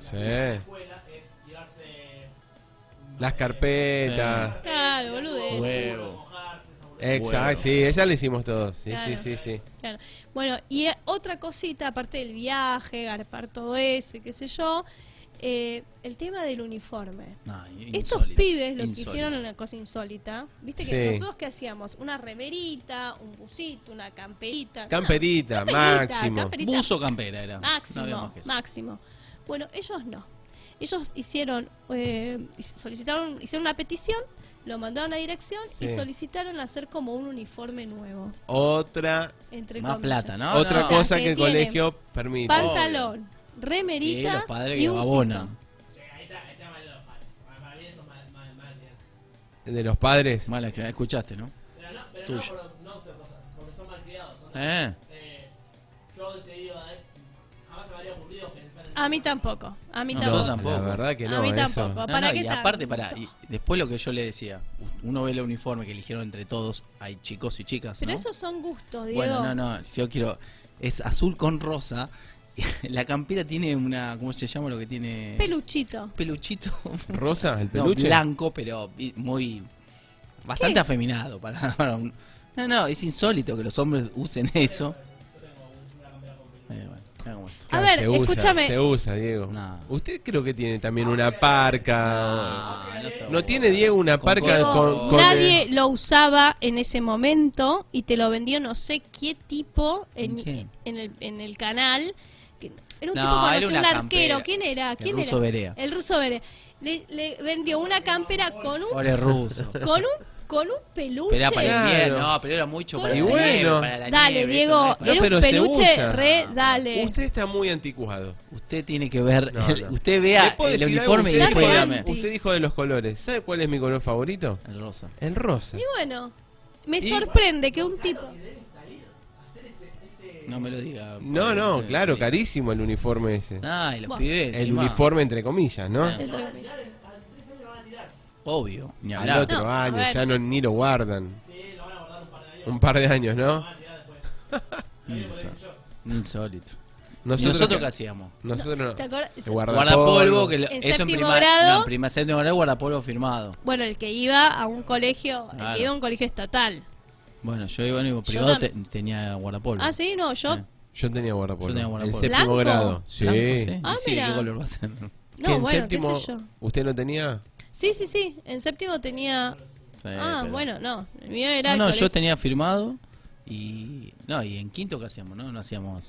[SPEAKER 1] Sí. Las carpetas.
[SPEAKER 2] Claro, boludo.
[SPEAKER 3] Huevo.
[SPEAKER 1] Exacto,
[SPEAKER 3] Bueno.
[SPEAKER 1] sí, esa la hicimos todos. Sí,
[SPEAKER 2] Claro.
[SPEAKER 1] sí, sí, sí.
[SPEAKER 2] Claro. Bueno, y eh, otra cosita, aparte del viaje, garpar todo eso y qué sé yo, eh, el tema del uniforme.
[SPEAKER 3] No,
[SPEAKER 2] Estos
[SPEAKER 3] insólito,
[SPEAKER 2] pibes lo que
[SPEAKER 3] insólito.
[SPEAKER 2] hicieron una cosa insólita. Viste que
[SPEAKER 1] Sí.
[SPEAKER 2] nosotros qué hacíamos? Una remerita, un busito, una camperita.
[SPEAKER 1] Camperita,
[SPEAKER 2] Camperita,
[SPEAKER 1] máximo.
[SPEAKER 2] camperita.
[SPEAKER 3] Buzo campera era.
[SPEAKER 2] Máximo,
[SPEAKER 3] No había más que eso.
[SPEAKER 2] máximo. Bueno, ellos no. Ellos hicieron, eh, solicitaron, hicieron una petición, lo mandaron a dirección
[SPEAKER 1] Sí.
[SPEAKER 2] y solicitaron hacer como un uniforme nuevo.
[SPEAKER 1] Otra
[SPEAKER 2] Entre
[SPEAKER 3] Más
[SPEAKER 2] comillas.
[SPEAKER 3] plata, ¿no?
[SPEAKER 1] otra
[SPEAKER 3] No.
[SPEAKER 2] O sea,
[SPEAKER 1] cosa
[SPEAKER 2] que
[SPEAKER 1] que el
[SPEAKER 2] tienen
[SPEAKER 1] colegio permite.
[SPEAKER 2] Pantalón,
[SPEAKER 3] Y los
[SPEAKER 2] remerita
[SPEAKER 3] padres
[SPEAKER 2] y
[SPEAKER 3] que
[SPEAKER 2] un
[SPEAKER 3] abonan.
[SPEAKER 1] De los padres.
[SPEAKER 3] Mala que escuchaste, ¿no?
[SPEAKER 4] Pero no, pero
[SPEAKER 3] Tuyo.
[SPEAKER 4] no, por- no, por cosas, porque son malcriados. Son
[SPEAKER 3] ¿Eh?
[SPEAKER 4] eh, yo te digo, eh, jamás se me habría ocurrido pensar en
[SPEAKER 2] A mí tampoco, a mí
[SPEAKER 3] No,
[SPEAKER 2] tampoco.
[SPEAKER 3] yo tampoco.
[SPEAKER 1] La verdad que
[SPEAKER 2] A
[SPEAKER 1] no,
[SPEAKER 2] mí
[SPEAKER 1] eso.
[SPEAKER 2] tampoco.
[SPEAKER 3] No,
[SPEAKER 2] ¿Para
[SPEAKER 3] no,
[SPEAKER 2] qué
[SPEAKER 3] y
[SPEAKER 2] tanto?
[SPEAKER 3] aparte, para, y después lo que yo le decía, uno ve el uniforme que eligieron entre todos, hay chicos y chicas.
[SPEAKER 2] Pero
[SPEAKER 3] ¿no?
[SPEAKER 2] esos son gustos, Diego.
[SPEAKER 3] Bueno, no, no, yo quiero. Es azul con rosa. La campera tiene una. ¿Cómo se llama lo que tiene?
[SPEAKER 2] Peluchito.
[SPEAKER 3] Un peluchito.
[SPEAKER 1] Rosa, el
[SPEAKER 3] no,
[SPEAKER 1] peluche.
[SPEAKER 3] blanco, pero vi- muy. Bastante
[SPEAKER 2] ¿Qué?
[SPEAKER 3] afeminado para, para un- No, no, es insólito que los hombres usen eso. Eh, bueno, mira cómo es.
[SPEAKER 2] A
[SPEAKER 1] Claro,
[SPEAKER 2] ver,
[SPEAKER 1] Ah, se usa,
[SPEAKER 2] escúchame. Ah,
[SPEAKER 1] Se usa, Diego.
[SPEAKER 3] No.
[SPEAKER 1] Usted creo que tiene también una parca.
[SPEAKER 3] se
[SPEAKER 1] ¿No
[SPEAKER 3] usa.
[SPEAKER 1] tiene, Diego, una
[SPEAKER 3] Con
[SPEAKER 1] parca
[SPEAKER 3] cosas-
[SPEAKER 1] con- con-
[SPEAKER 2] Nadie lo usaba en ese momento y te lo vendió no sé qué tipo en,
[SPEAKER 3] ¿Quién?
[SPEAKER 2] en el, en el canal. que- Era un tipo
[SPEAKER 3] No, era
[SPEAKER 2] conocido, un
[SPEAKER 3] una
[SPEAKER 2] arquero.
[SPEAKER 3] campera.
[SPEAKER 2] ¿Quién era?
[SPEAKER 3] El
[SPEAKER 2] ¿Quién
[SPEAKER 3] ruso
[SPEAKER 2] era?
[SPEAKER 3] Berea.
[SPEAKER 2] El ruso Berea. Le, le vendió una campera con un,
[SPEAKER 3] Pobre ruso.
[SPEAKER 2] con un, con un peluche.
[SPEAKER 3] Pero era para
[SPEAKER 1] Claro.
[SPEAKER 3] el invierno, no, pero era mucho para
[SPEAKER 1] Y
[SPEAKER 3] la
[SPEAKER 1] bueno.
[SPEAKER 3] nieve, para la
[SPEAKER 2] Dale,
[SPEAKER 3] nieve, eso no
[SPEAKER 2] Diego,
[SPEAKER 3] es
[SPEAKER 1] No,
[SPEAKER 3] para-
[SPEAKER 2] era
[SPEAKER 1] pero
[SPEAKER 2] un
[SPEAKER 1] se
[SPEAKER 2] peluche
[SPEAKER 1] usa.
[SPEAKER 2] re, dale.
[SPEAKER 1] Usted está muy anticuado.
[SPEAKER 3] Usted tiene que ver,
[SPEAKER 1] No,
[SPEAKER 3] el-
[SPEAKER 1] no.
[SPEAKER 3] usted
[SPEAKER 1] ¿Le
[SPEAKER 3] vea
[SPEAKER 1] puedo
[SPEAKER 3] el
[SPEAKER 1] decir algo?
[SPEAKER 3] uniforme y
[SPEAKER 1] Usted
[SPEAKER 3] después
[SPEAKER 1] dijo-
[SPEAKER 2] Claro.
[SPEAKER 3] dígame.
[SPEAKER 1] Usted dijo de los colores. ¿Sabe cuál es mi color favorito?
[SPEAKER 3] El rosa.
[SPEAKER 1] El rosa.
[SPEAKER 2] Y bueno, me sorprende que un tipo.
[SPEAKER 3] No me lo diga.
[SPEAKER 1] No,
[SPEAKER 3] porque
[SPEAKER 1] no,
[SPEAKER 3] se-
[SPEAKER 1] claro,
[SPEAKER 3] se-
[SPEAKER 1] carísimo el uniforme ese.
[SPEAKER 3] Ah, y los
[SPEAKER 2] Bueno.
[SPEAKER 3] pibes.
[SPEAKER 1] El
[SPEAKER 3] encima,
[SPEAKER 1] uniforme entre comillas, ¿no?
[SPEAKER 3] Ah.
[SPEAKER 2] entre comillas.
[SPEAKER 3] Obvio, ni
[SPEAKER 1] Al
[SPEAKER 3] hablar.
[SPEAKER 1] otro
[SPEAKER 2] No, a
[SPEAKER 1] año,
[SPEAKER 2] ver.
[SPEAKER 1] ya no, ni lo guardan. Un par de años, ¿no?
[SPEAKER 3] Insólito. Insólito. ¿Y
[SPEAKER 1] Nosotros, que-
[SPEAKER 3] nosotros qué hacíamos?
[SPEAKER 1] Nosotros no.
[SPEAKER 2] ¿Te acuerdas?
[SPEAKER 1] El guardapolvo.
[SPEAKER 3] Guardapolvo, que lo-
[SPEAKER 2] En
[SPEAKER 3] eso en
[SPEAKER 2] séptimo
[SPEAKER 3] primaria.
[SPEAKER 2] grado.
[SPEAKER 3] No, en primaria, séptimo grado, guardapolvo firmado.
[SPEAKER 2] Bueno, el que iba a un colegio, el
[SPEAKER 3] Claro.
[SPEAKER 2] que iba a un colegio estatal.
[SPEAKER 3] Bueno, yo iba en el privado,
[SPEAKER 2] tam-
[SPEAKER 3] te- tenía guardapolvo.
[SPEAKER 2] Ah, sí, no, yo.
[SPEAKER 3] Sí.
[SPEAKER 1] Yo tenía guardapolvo.
[SPEAKER 3] Yo tenía guardapolvo.
[SPEAKER 1] En séptimo
[SPEAKER 2] ¿Blanco?
[SPEAKER 1] grado. Sí.
[SPEAKER 3] Blanco,
[SPEAKER 1] ¿Que
[SPEAKER 2] Ah,
[SPEAKER 3] sí,
[SPEAKER 2] mira.
[SPEAKER 3] ¿qué color va a ser?
[SPEAKER 2] No,
[SPEAKER 1] en
[SPEAKER 2] bueno,
[SPEAKER 1] séptimo
[SPEAKER 2] qué sé yo.
[SPEAKER 1] usted no tenía?
[SPEAKER 2] Sí, sí, sí. En séptimo tenía.
[SPEAKER 3] Sí,
[SPEAKER 2] ah,
[SPEAKER 3] pero-
[SPEAKER 2] bueno, no. El mío era.
[SPEAKER 3] No,
[SPEAKER 2] el
[SPEAKER 3] no,
[SPEAKER 2] colegio-
[SPEAKER 3] yo tenía firmado y. No, y en quinto, ¿qué hacíamos? No, no hacíamos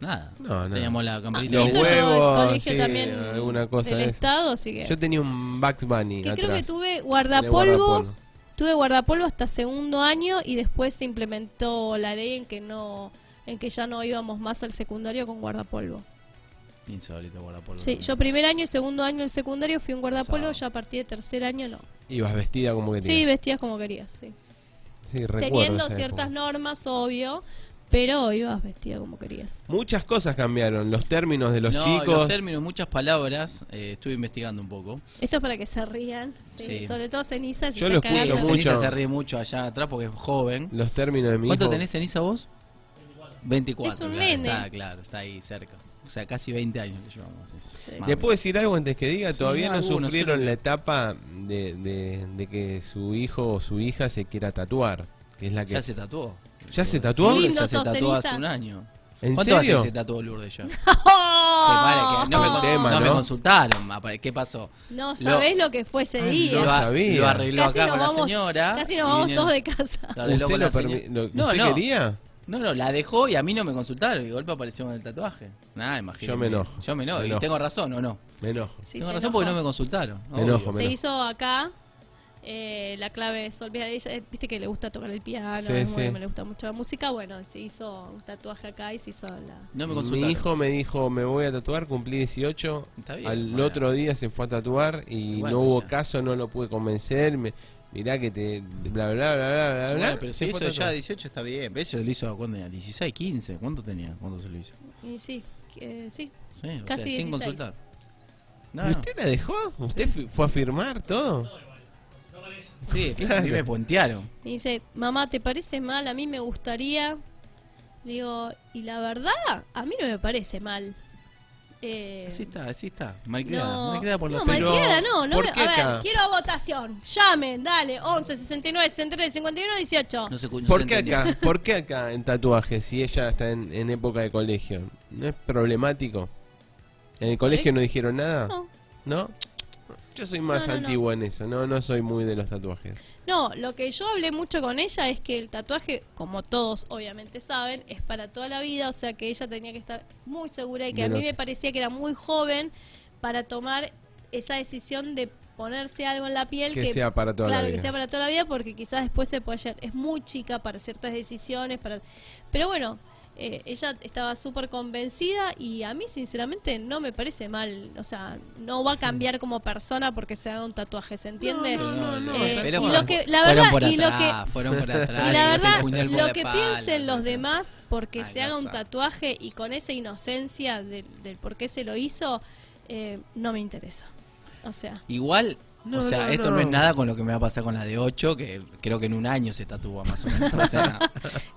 [SPEAKER 3] nada.
[SPEAKER 1] No, no.
[SPEAKER 3] Teníamos la camperita
[SPEAKER 1] los
[SPEAKER 2] En quinto
[SPEAKER 3] de-
[SPEAKER 2] yo, el
[SPEAKER 1] huevos,
[SPEAKER 2] colegio
[SPEAKER 1] sí,
[SPEAKER 2] también
[SPEAKER 1] alguna cosa
[SPEAKER 2] del
[SPEAKER 1] de esa.
[SPEAKER 2] Estado, así que.
[SPEAKER 1] Yo tenía un Bugs Bunny
[SPEAKER 2] que
[SPEAKER 1] atrás.
[SPEAKER 2] creo que tuve
[SPEAKER 1] Tenía
[SPEAKER 2] guardapolvo. Tuve guardapolvo hasta segundo año y después se implementó la ley en que no en que ya no íbamos más al secundario con guardapolvo.
[SPEAKER 3] Insólito guardapolvo.
[SPEAKER 2] Sí, yo primer año y segundo año el secundario fui un guardapolvo,
[SPEAKER 3] Sao.
[SPEAKER 2] ya a partir de tercer año no.
[SPEAKER 1] Ibas vestida como querías.
[SPEAKER 2] Sí, vestías como querías, sí.
[SPEAKER 1] Sí, recuerdo
[SPEAKER 2] Teniendo
[SPEAKER 1] esa
[SPEAKER 2] ciertas
[SPEAKER 1] época.
[SPEAKER 2] normas, obvio, pero ibas vestida como querías.
[SPEAKER 1] Muchas cosas cambiaron. Los términos de los
[SPEAKER 3] No,
[SPEAKER 1] chicos.
[SPEAKER 3] Los términos, muchas palabras, eh, estuve investigando un poco.
[SPEAKER 2] Esto es para que se rían, sí,
[SPEAKER 3] Sí.
[SPEAKER 2] sobre todo ceniza. se
[SPEAKER 1] Yo
[SPEAKER 2] está
[SPEAKER 1] lo escucho
[SPEAKER 3] Sí,
[SPEAKER 2] cagando.
[SPEAKER 1] mucho.
[SPEAKER 3] Ceniza se ríe mucho allá atrás porque es joven.
[SPEAKER 1] los términos de mi
[SPEAKER 3] ¿Cuánto
[SPEAKER 1] hijo.
[SPEAKER 3] tenés ceniza vos? 24.
[SPEAKER 2] Es un
[SPEAKER 3] claro,
[SPEAKER 2] nene.
[SPEAKER 3] Está, claro, está ahí cerca. O sea, casi 20 años le llevamos. es- más
[SPEAKER 1] ¿Le
[SPEAKER 3] o
[SPEAKER 1] puedo decir algo antes que diga?
[SPEAKER 3] Sí,
[SPEAKER 1] Todavía no
[SPEAKER 3] algunos,
[SPEAKER 1] sufrieron
[SPEAKER 3] sí.
[SPEAKER 1] la etapa de, de- de que su hijo o su hija se quiera tatuar. Que es la
[SPEAKER 3] menos.
[SPEAKER 1] que.
[SPEAKER 3] Ya se tatuó.
[SPEAKER 1] ¿Ya se tatuó?
[SPEAKER 3] Lourdes
[SPEAKER 2] Lindo
[SPEAKER 3] ya se
[SPEAKER 2] sos,
[SPEAKER 3] tatuó
[SPEAKER 2] Ceniza.
[SPEAKER 3] hace un año.
[SPEAKER 1] ¿En
[SPEAKER 3] ¿Cuánto
[SPEAKER 1] serio?
[SPEAKER 3] hace que se tatuó Lourdes ya? Sí,
[SPEAKER 2] ¡Oh!
[SPEAKER 3] para eh, que no me,
[SPEAKER 1] Es un
[SPEAKER 3] con-
[SPEAKER 1] tema,
[SPEAKER 3] no me
[SPEAKER 1] ¿no?
[SPEAKER 3] consultaron. apa- ¿Qué pasó?
[SPEAKER 2] No sabés lo que fue ese día.
[SPEAKER 1] no
[SPEAKER 3] lo, a-
[SPEAKER 1] sabía.
[SPEAKER 3] lo arregló
[SPEAKER 2] Casi
[SPEAKER 3] acá
[SPEAKER 2] nos
[SPEAKER 3] con
[SPEAKER 2] vamos-
[SPEAKER 3] la señora.
[SPEAKER 2] Casi
[SPEAKER 3] y
[SPEAKER 2] nos vamos
[SPEAKER 3] vinieron-
[SPEAKER 2] todos de casa.
[SPEAKER 3] lo arregló
[SPEAKER 1] ¿Usted,
[SPEAKER 3] con
[SPEAKER 1] lo
[SPEAKER 3] la señora.
[SPEAKER 1] permi- lo-
[SPEAKER 3] No,
[SPEAKER 1] ¿usted
[SPEAKER 3] no.
[SPEAKER 1] quería?
[SPEAKER 3] No, no, la dejó y a mí no me consultaron. Y de golpe apareció con el tatuaje. Nada, imagínate.
[SPEAKER 1] Yo me enojo.
[SPEAKER 3] Yo me enojo.
[SPEAKER 1] Me
[SPEAKER 3] y
[SPEAKER 1] enojo.
[SPEAKER 3] tengo razón o no.
[SPEAKER 1] Me enojo.
[SPEAKER 2] Sí,
[SPEAKER 3] tengo
[SPEAKER 2] se
[SPEAKER 3] razón
[SPEAKER 2] enojó.
[SPEAKER 3] porque no me consultaron.
[SPEAKER 1] Me
[SPEAKER 3] obvio.
[SPEAKER 1] enojo, me-
[SPEAKER 2] Se
[SPEAKER 1] Bueno.
[SPEAKER 2] hizo acá eh, la clave es olvidar. ella, eh, Viste que le gusta tocar el piano,
[SPEAKER 1] Sí,
[SPEAKER 2] es
[SPEAKER 1] sí.
[SPEAKER 2] muy- me le gusta mucho la música. Bueno, se hizo un tatuaje acá y se hizo la.
[SPEAKER 3] No me
[SPEAKER 1] Mi
[SPEAKER 3] consultaron.
[SPEAKER 1] hijo me dijo, me voy a tatuar, cumplí 18.
[SPEAKER 3] Está bien,
[SPEAKER 1] Al
[SPEAKER 3] bueno.
[SPEAKER 1] otro día se fue a tatuar y
[SPEAKER 3] Bueno,
[SPEAKER 1] no hubo
[SPEAKER 3] ya.
[SPEAKER 1] caso, no lo pude convencer. me- mirá que te. bla, bla, bla, bla, bla,
[SPEAKER 3] Bueno,
[SPEAKER 1] bla.
[SPEAKER 3] pero
[SPEAKER 1] se
[SPEAKER 3] si
[SPEAKER 1] fue
[SPEAKER 3] hizo
[SPEAKER 1] a
[SPEAKER 3] ya
[SPEAKER 1] tatuar.
[SPEAKER 3] 18 está bien. Pero eso lo hizo cuando tenía 16, 15. ¿Cuánto tenía? ¿Cuándo se lo hizo?
[SPEAKER 2] Y sí, que- eh, sí.
[SPEAKER 3] Sí, o
[SPEAKER 2] Casi
[SPEAKER 3] sea,
[SPEAKER 2] 16.
[SPEAKER 3] sin consultar. No,
[SPEAKER 1] ¿Y
[SPEAKER 3] no.
[SPEAKER 1] ¿Usted la dejó? ¿Usted fi- fue a firmar todo?
[SPEAKER 3] Sí,
[SPEAKER 1] Claro.
[SPEAKER 3] sí me puentearon.
[SPEAKER 2] Me dice, mamá, ¿te parece mal? A mí me gustaría. Le digo, y la verdad, a mí no me parece mal. Eh,
[SPEAKER 3] Así está, así está. Malcriada,
[SPEAKER 2] No,
[SPEAKER 3] malcriada por la
[SPEAKER 2] no,
[SPEAKER 3] serie.
[SPEAKER 1] Pero,
[SPEAKER 2] malcriada no, no
[SPEAKER 1] ¿por
[SPEAKER 2] me-
[SPEAKER 1] qué
[SPEAKER 2] a ver,
[SPEAKER 1] acá?
[SPEAKER 2] quiero votación. Llamen, dale, 11 69 69 51 18.
[SPEAKER 3] No se escu- no
[SPEAKER 1] ¿Por
[SPEAKER 3] se
[SPEAKER 1] qué
[SPEAKER 3] entendió.
[SPEAKER 1] acá? ¿Por qué acá en tatuaje si ella está en, en época de colegio? ¿No es problemático? ¿En
[SPEAKER 3] ¿Eh?
[SPEAKER 1] el colegio no dijeron nada?
[SPEAKER 2] No.
[SPEAKER 1] ¿No? Yo soy más
[SPEAKER 2] No, no, no.
[SPEAKER 1] antiguo en eso, no no soy muy de los tatuajes.
[SPEAKER 2] No, lo que yo hablé mucho con ella es que el tatuaje, como todos obviamente saben, es para toda la vida, o sea que ella tenía que estar muy segura y que
[SPEAKER 1] De
[SPEAKER 2] a
[SPEAKER 1] lo
[SPEAKER 2] mí
[SPEAKER 1] que
[SPEAKER 2] me
[SPEAKER 1] es.
[SPEAKER 2] parecía que era muy joven para tomar esa decisión de ponerse algo en la piel
[SPEAKER 1] Que sea para toda la
[SPEAKER 2] claro,
[SPEAKER 1] vida.
[SPEAKER 2] que sea para toda la vida porque quizás después se puede hallar. Es muy chica para ciertas decisiones, para pero bueno, eh, ella estaba súper convencida y a mí sinceramente no me parece mal, o sea, no va a cambiar como persona porque se haga un tatuaje, ¿se entiende?
[SPEAKER 1] No, no, no,
[SPEAKER 2] Eh,
[SPEAKER 1] está
[SPEAKER 2] y
[SPEAKER 1] bien.
[SPEAKER 3] Pero
[SPEAKER 2] lo
[SPEAKER 3] fueron-
[SPEAKER 2] que- la
[SPEAKER 3] fueron
[SPEAKER 2] verdad,
[SPEAKER 3] por
[SPEAKER 2] y lo
[SPEAKER 3] atrás,
[SPEAKER 2] que-
[SPEAKER 3] fueron por atrás,
[SPEAKER 2] Y la
[SPEAKER 3] y
[SPEAKER 2] verdad,
[SPEAKER 3] el puñal por
[SPEAKER 2] lo
[SPEAKER 3] la
[SPEAKER 2] que
[SPEAKER 3] espalda,
[SPEAKER 2] piensen los
[SPEAKER 3] no sé.
[SPEAKER 2] demás porque
[SPEAKER 3] Ay,
[SPEAKER 2] se haga un
[SPEAKER 3] gaza.
[SPEAKER 2] tatuaje y con esa inocencia del, del por qué se lo hizo, eh, no me interesa. O sea,
[SPEAKER 3] Igual,
[SPEAKER 1] No,
[SPEAKER 3] o sea,
[SPEAKER 1] no,
[SPEAKER 3] esto no.
[SPEAKER 1] no.
[SPEAKER 3] es nada con lo que me va a pasar con la de 8, que creo que en un año se tatúa más o menos. O sea,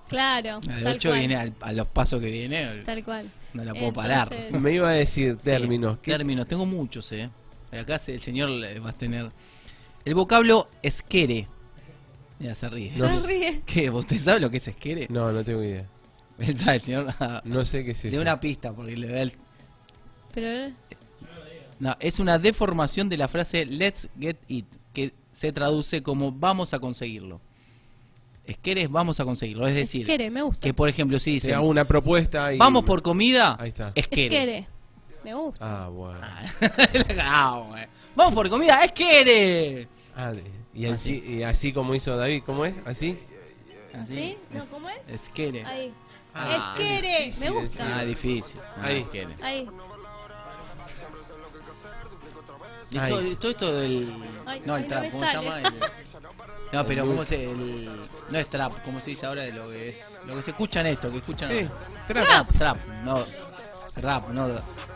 [SPEAKER 2] claro,
[SPEAKER 3] la de
[SPEAKER 2] tal
[SPEAKER 3] 8
[SPEAKER 2] cual.
[SPEAKER 3] viene al- a los pasos que viene,
[SPEAKER 2] Tal cual.
[SPEAKER 3] no la puedo parar.
[SPEAKER 2] Entonces,
[SPEAKER 1] Me iba a decir términos.
[SPEAKER 3] Sí,
[SPEAKER 1] ¿qué-
[SPEAKER 3] términos, tengo muchos, ¿eh? Acá se- el señor le va a tener. El vocablo esquere. Ya se ríe.
[SPEAKER 1] No.
[SPEAKER 2] se ríe.
[SPEAKER 3] ¿Qué? ¿Usted sabe lo que es esquere?
[SPEAKER 1] No, no tengo idea.
[SPEAKER 3] Él sabe, el señor. ah,
[SPEAKER 1] No sé qué es
[SPEAKER 3] De
[SPEAKER 1] eso.
[SPEAKER 3] una pista, porque le da el-
[SPEAKER 2] Pero
[SPEAKER 3] No, es una deformación de la frase let's get it, que se traduce como vamos a conseguirlo. Esquere es vamos a conseguirlo. Es
[SPEAKER 2] es
[SPEAKER 3] decir,
[SPEAKER 2] que me gusta.
[SPEAKER 3] que por ejemplo, si
[SPEAKER 1] Te
[SPEAKER 3] dicen
[SPEAKER 1] hago una propuesta y...
[SPEAKER 3] vamos por comida,
[SPEAKER 1] Ahí está.
[SPEAKER 3] esquere.
[SPEAKER 2] Es que me gusta.
[SPEAKER 1] Ah, bueno.
[SPEAKER 3] Ah, güey. vamos por comida, esquere.
[SPEAKER 1] Ah, y, así, y así como hizo David, ¿cómo es? ¿Así?
[SPEAKER 2] ¿Ah, ¿Sí? ¿No? ¿Cómo es?
[SPEAKER 3] Esquere.
[SPEAKER 2] Ahí.
[SPEAKER 1] Ah,
[SPEAKER 2] es que
[SPEAKER 1] es
[SPEAKER 2] me
[SPEAKER 1] difícil
[SPEAKER 2] gusta.
[SPEAKER 3] Ah, difícil. Ah,
[SPEAKER 1] Ahí.
[SPEAKER 3] esquere.
[SPEAKER 2] Ahí.
[SPEAKER 3] Y
[SPEAKER 1] Ahí.
[SPEAKER 3] todo, todo esto del.
[SPEAKER 2] Ay,
[SPEAKER 3] no,
[SPEAKER 2] ay,
[SPEAKER 3] el
[SPEAKER 2] no
[SPEAKER 3] trap,
[SPEAKER 2] me
[SPEAKER 3] ¿cómo se
[SPEAKER 2] sale.
[SPEAKER 3] llama? El- no, pero ¿cómo se.? El, no es trap, como se dice ahora de lo que es. Lo que se escucha en esto, que escuchan.
[SPEAKER 1] Sí.
[SPEAKER 2] Trap.
[SPEAKER 3] Trap, no. Rap, no.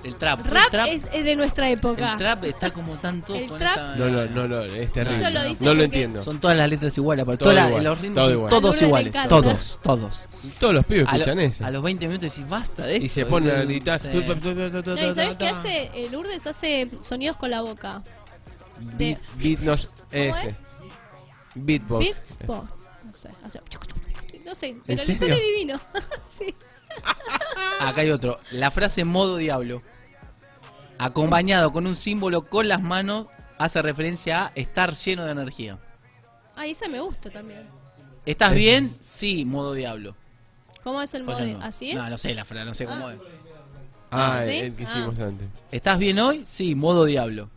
[SPEAKER 3] El trap. el
[SPEAKER 2] Rap,
[SPEAKER 3] trap,
[SPEAKER 2] es, es de nuestra época.
[SPEAKER 3] el trap está como tanto.
[SPEAKER 2] El
[SPEAKER 3] con
[SPEAKER 2] trap-
[SPEAKER 3] esta-
[SPEAKER 1] No, no, no, no, es terrible.
[SPEAKER 2] Eso lo dice
[SPEAKER 1] no lo
[SPEAKER 2] porque-
[SPEAKER 1] entiendo.
[SPEAKER 3] Son todas las letras iguales, aparte.
[SPEAKER 1] Todo
[SPEAKER 3] Todas las-
[SPEAKER 1] igual,
[SPEAKER 3] los ritmos
[SPEAKER 1] todo igual.
[SPEAKER 2] Algunos
[SPEAKER 3] son todos
[SPEAKER 2] le
[SPEAKER 3] iguales.
[SPEAKER 2] encanta.
[SPEAKER 3] Todos, todos.
[SPEAKER 1] Todos los pibes
[SPEAKER 3] A, lo-
[SPEAKER 1] escuchan eso.
[SPEAKER 3] a los 20 minutos decís basta de esto.
[SPEAKER 1] Y se ponen a gritar.
[SPEAKER 3] Sí.
[SPEAKER 2] No, ¿y sabes qué hace? Eh, Lourdes hace sonidos con la boca. De
[SPEAKER 1] Beatnos
[SPEAKER 2] es?
[SPEAKER 1] ese. Beatbox.
[SPEAKER 2] Beatbox. No sé, hace- No sé, pero le
[SPEAKER 1] serio?
[SPEAKER 2] sale divino. sí.
[SPEAKER 3] Acá hay otro. La frase modo diablo, acompañado con un símbolo con las manos, hace referencia a estar lleno de energía.
[SPEAKER 2] Ah, esa me gusta también.
[SPEAKER 3] ¿Estás bien? Sí, modo diablo.
[SPEAKER 2] ¿Cómo es el
[SPEAKER 3] Por
[SPEAKER 2] modo?
[SPEAKER 3] ejemplo.
[SPEAKER 2] ¿Así es?
[SPEAKER 3] No, no sé la frase, no sé cómo
[SPEAKER 2] Ah.
[SPEAKER 3] es.
[SPEAKER 1] Ah,
[SPEAKER 2] ¿Sí? Ah.
[SPEAKER 1] el que hicimos antes.
[SPEAKER 3] ¿Estás bien hoy? Sí, modo diablo.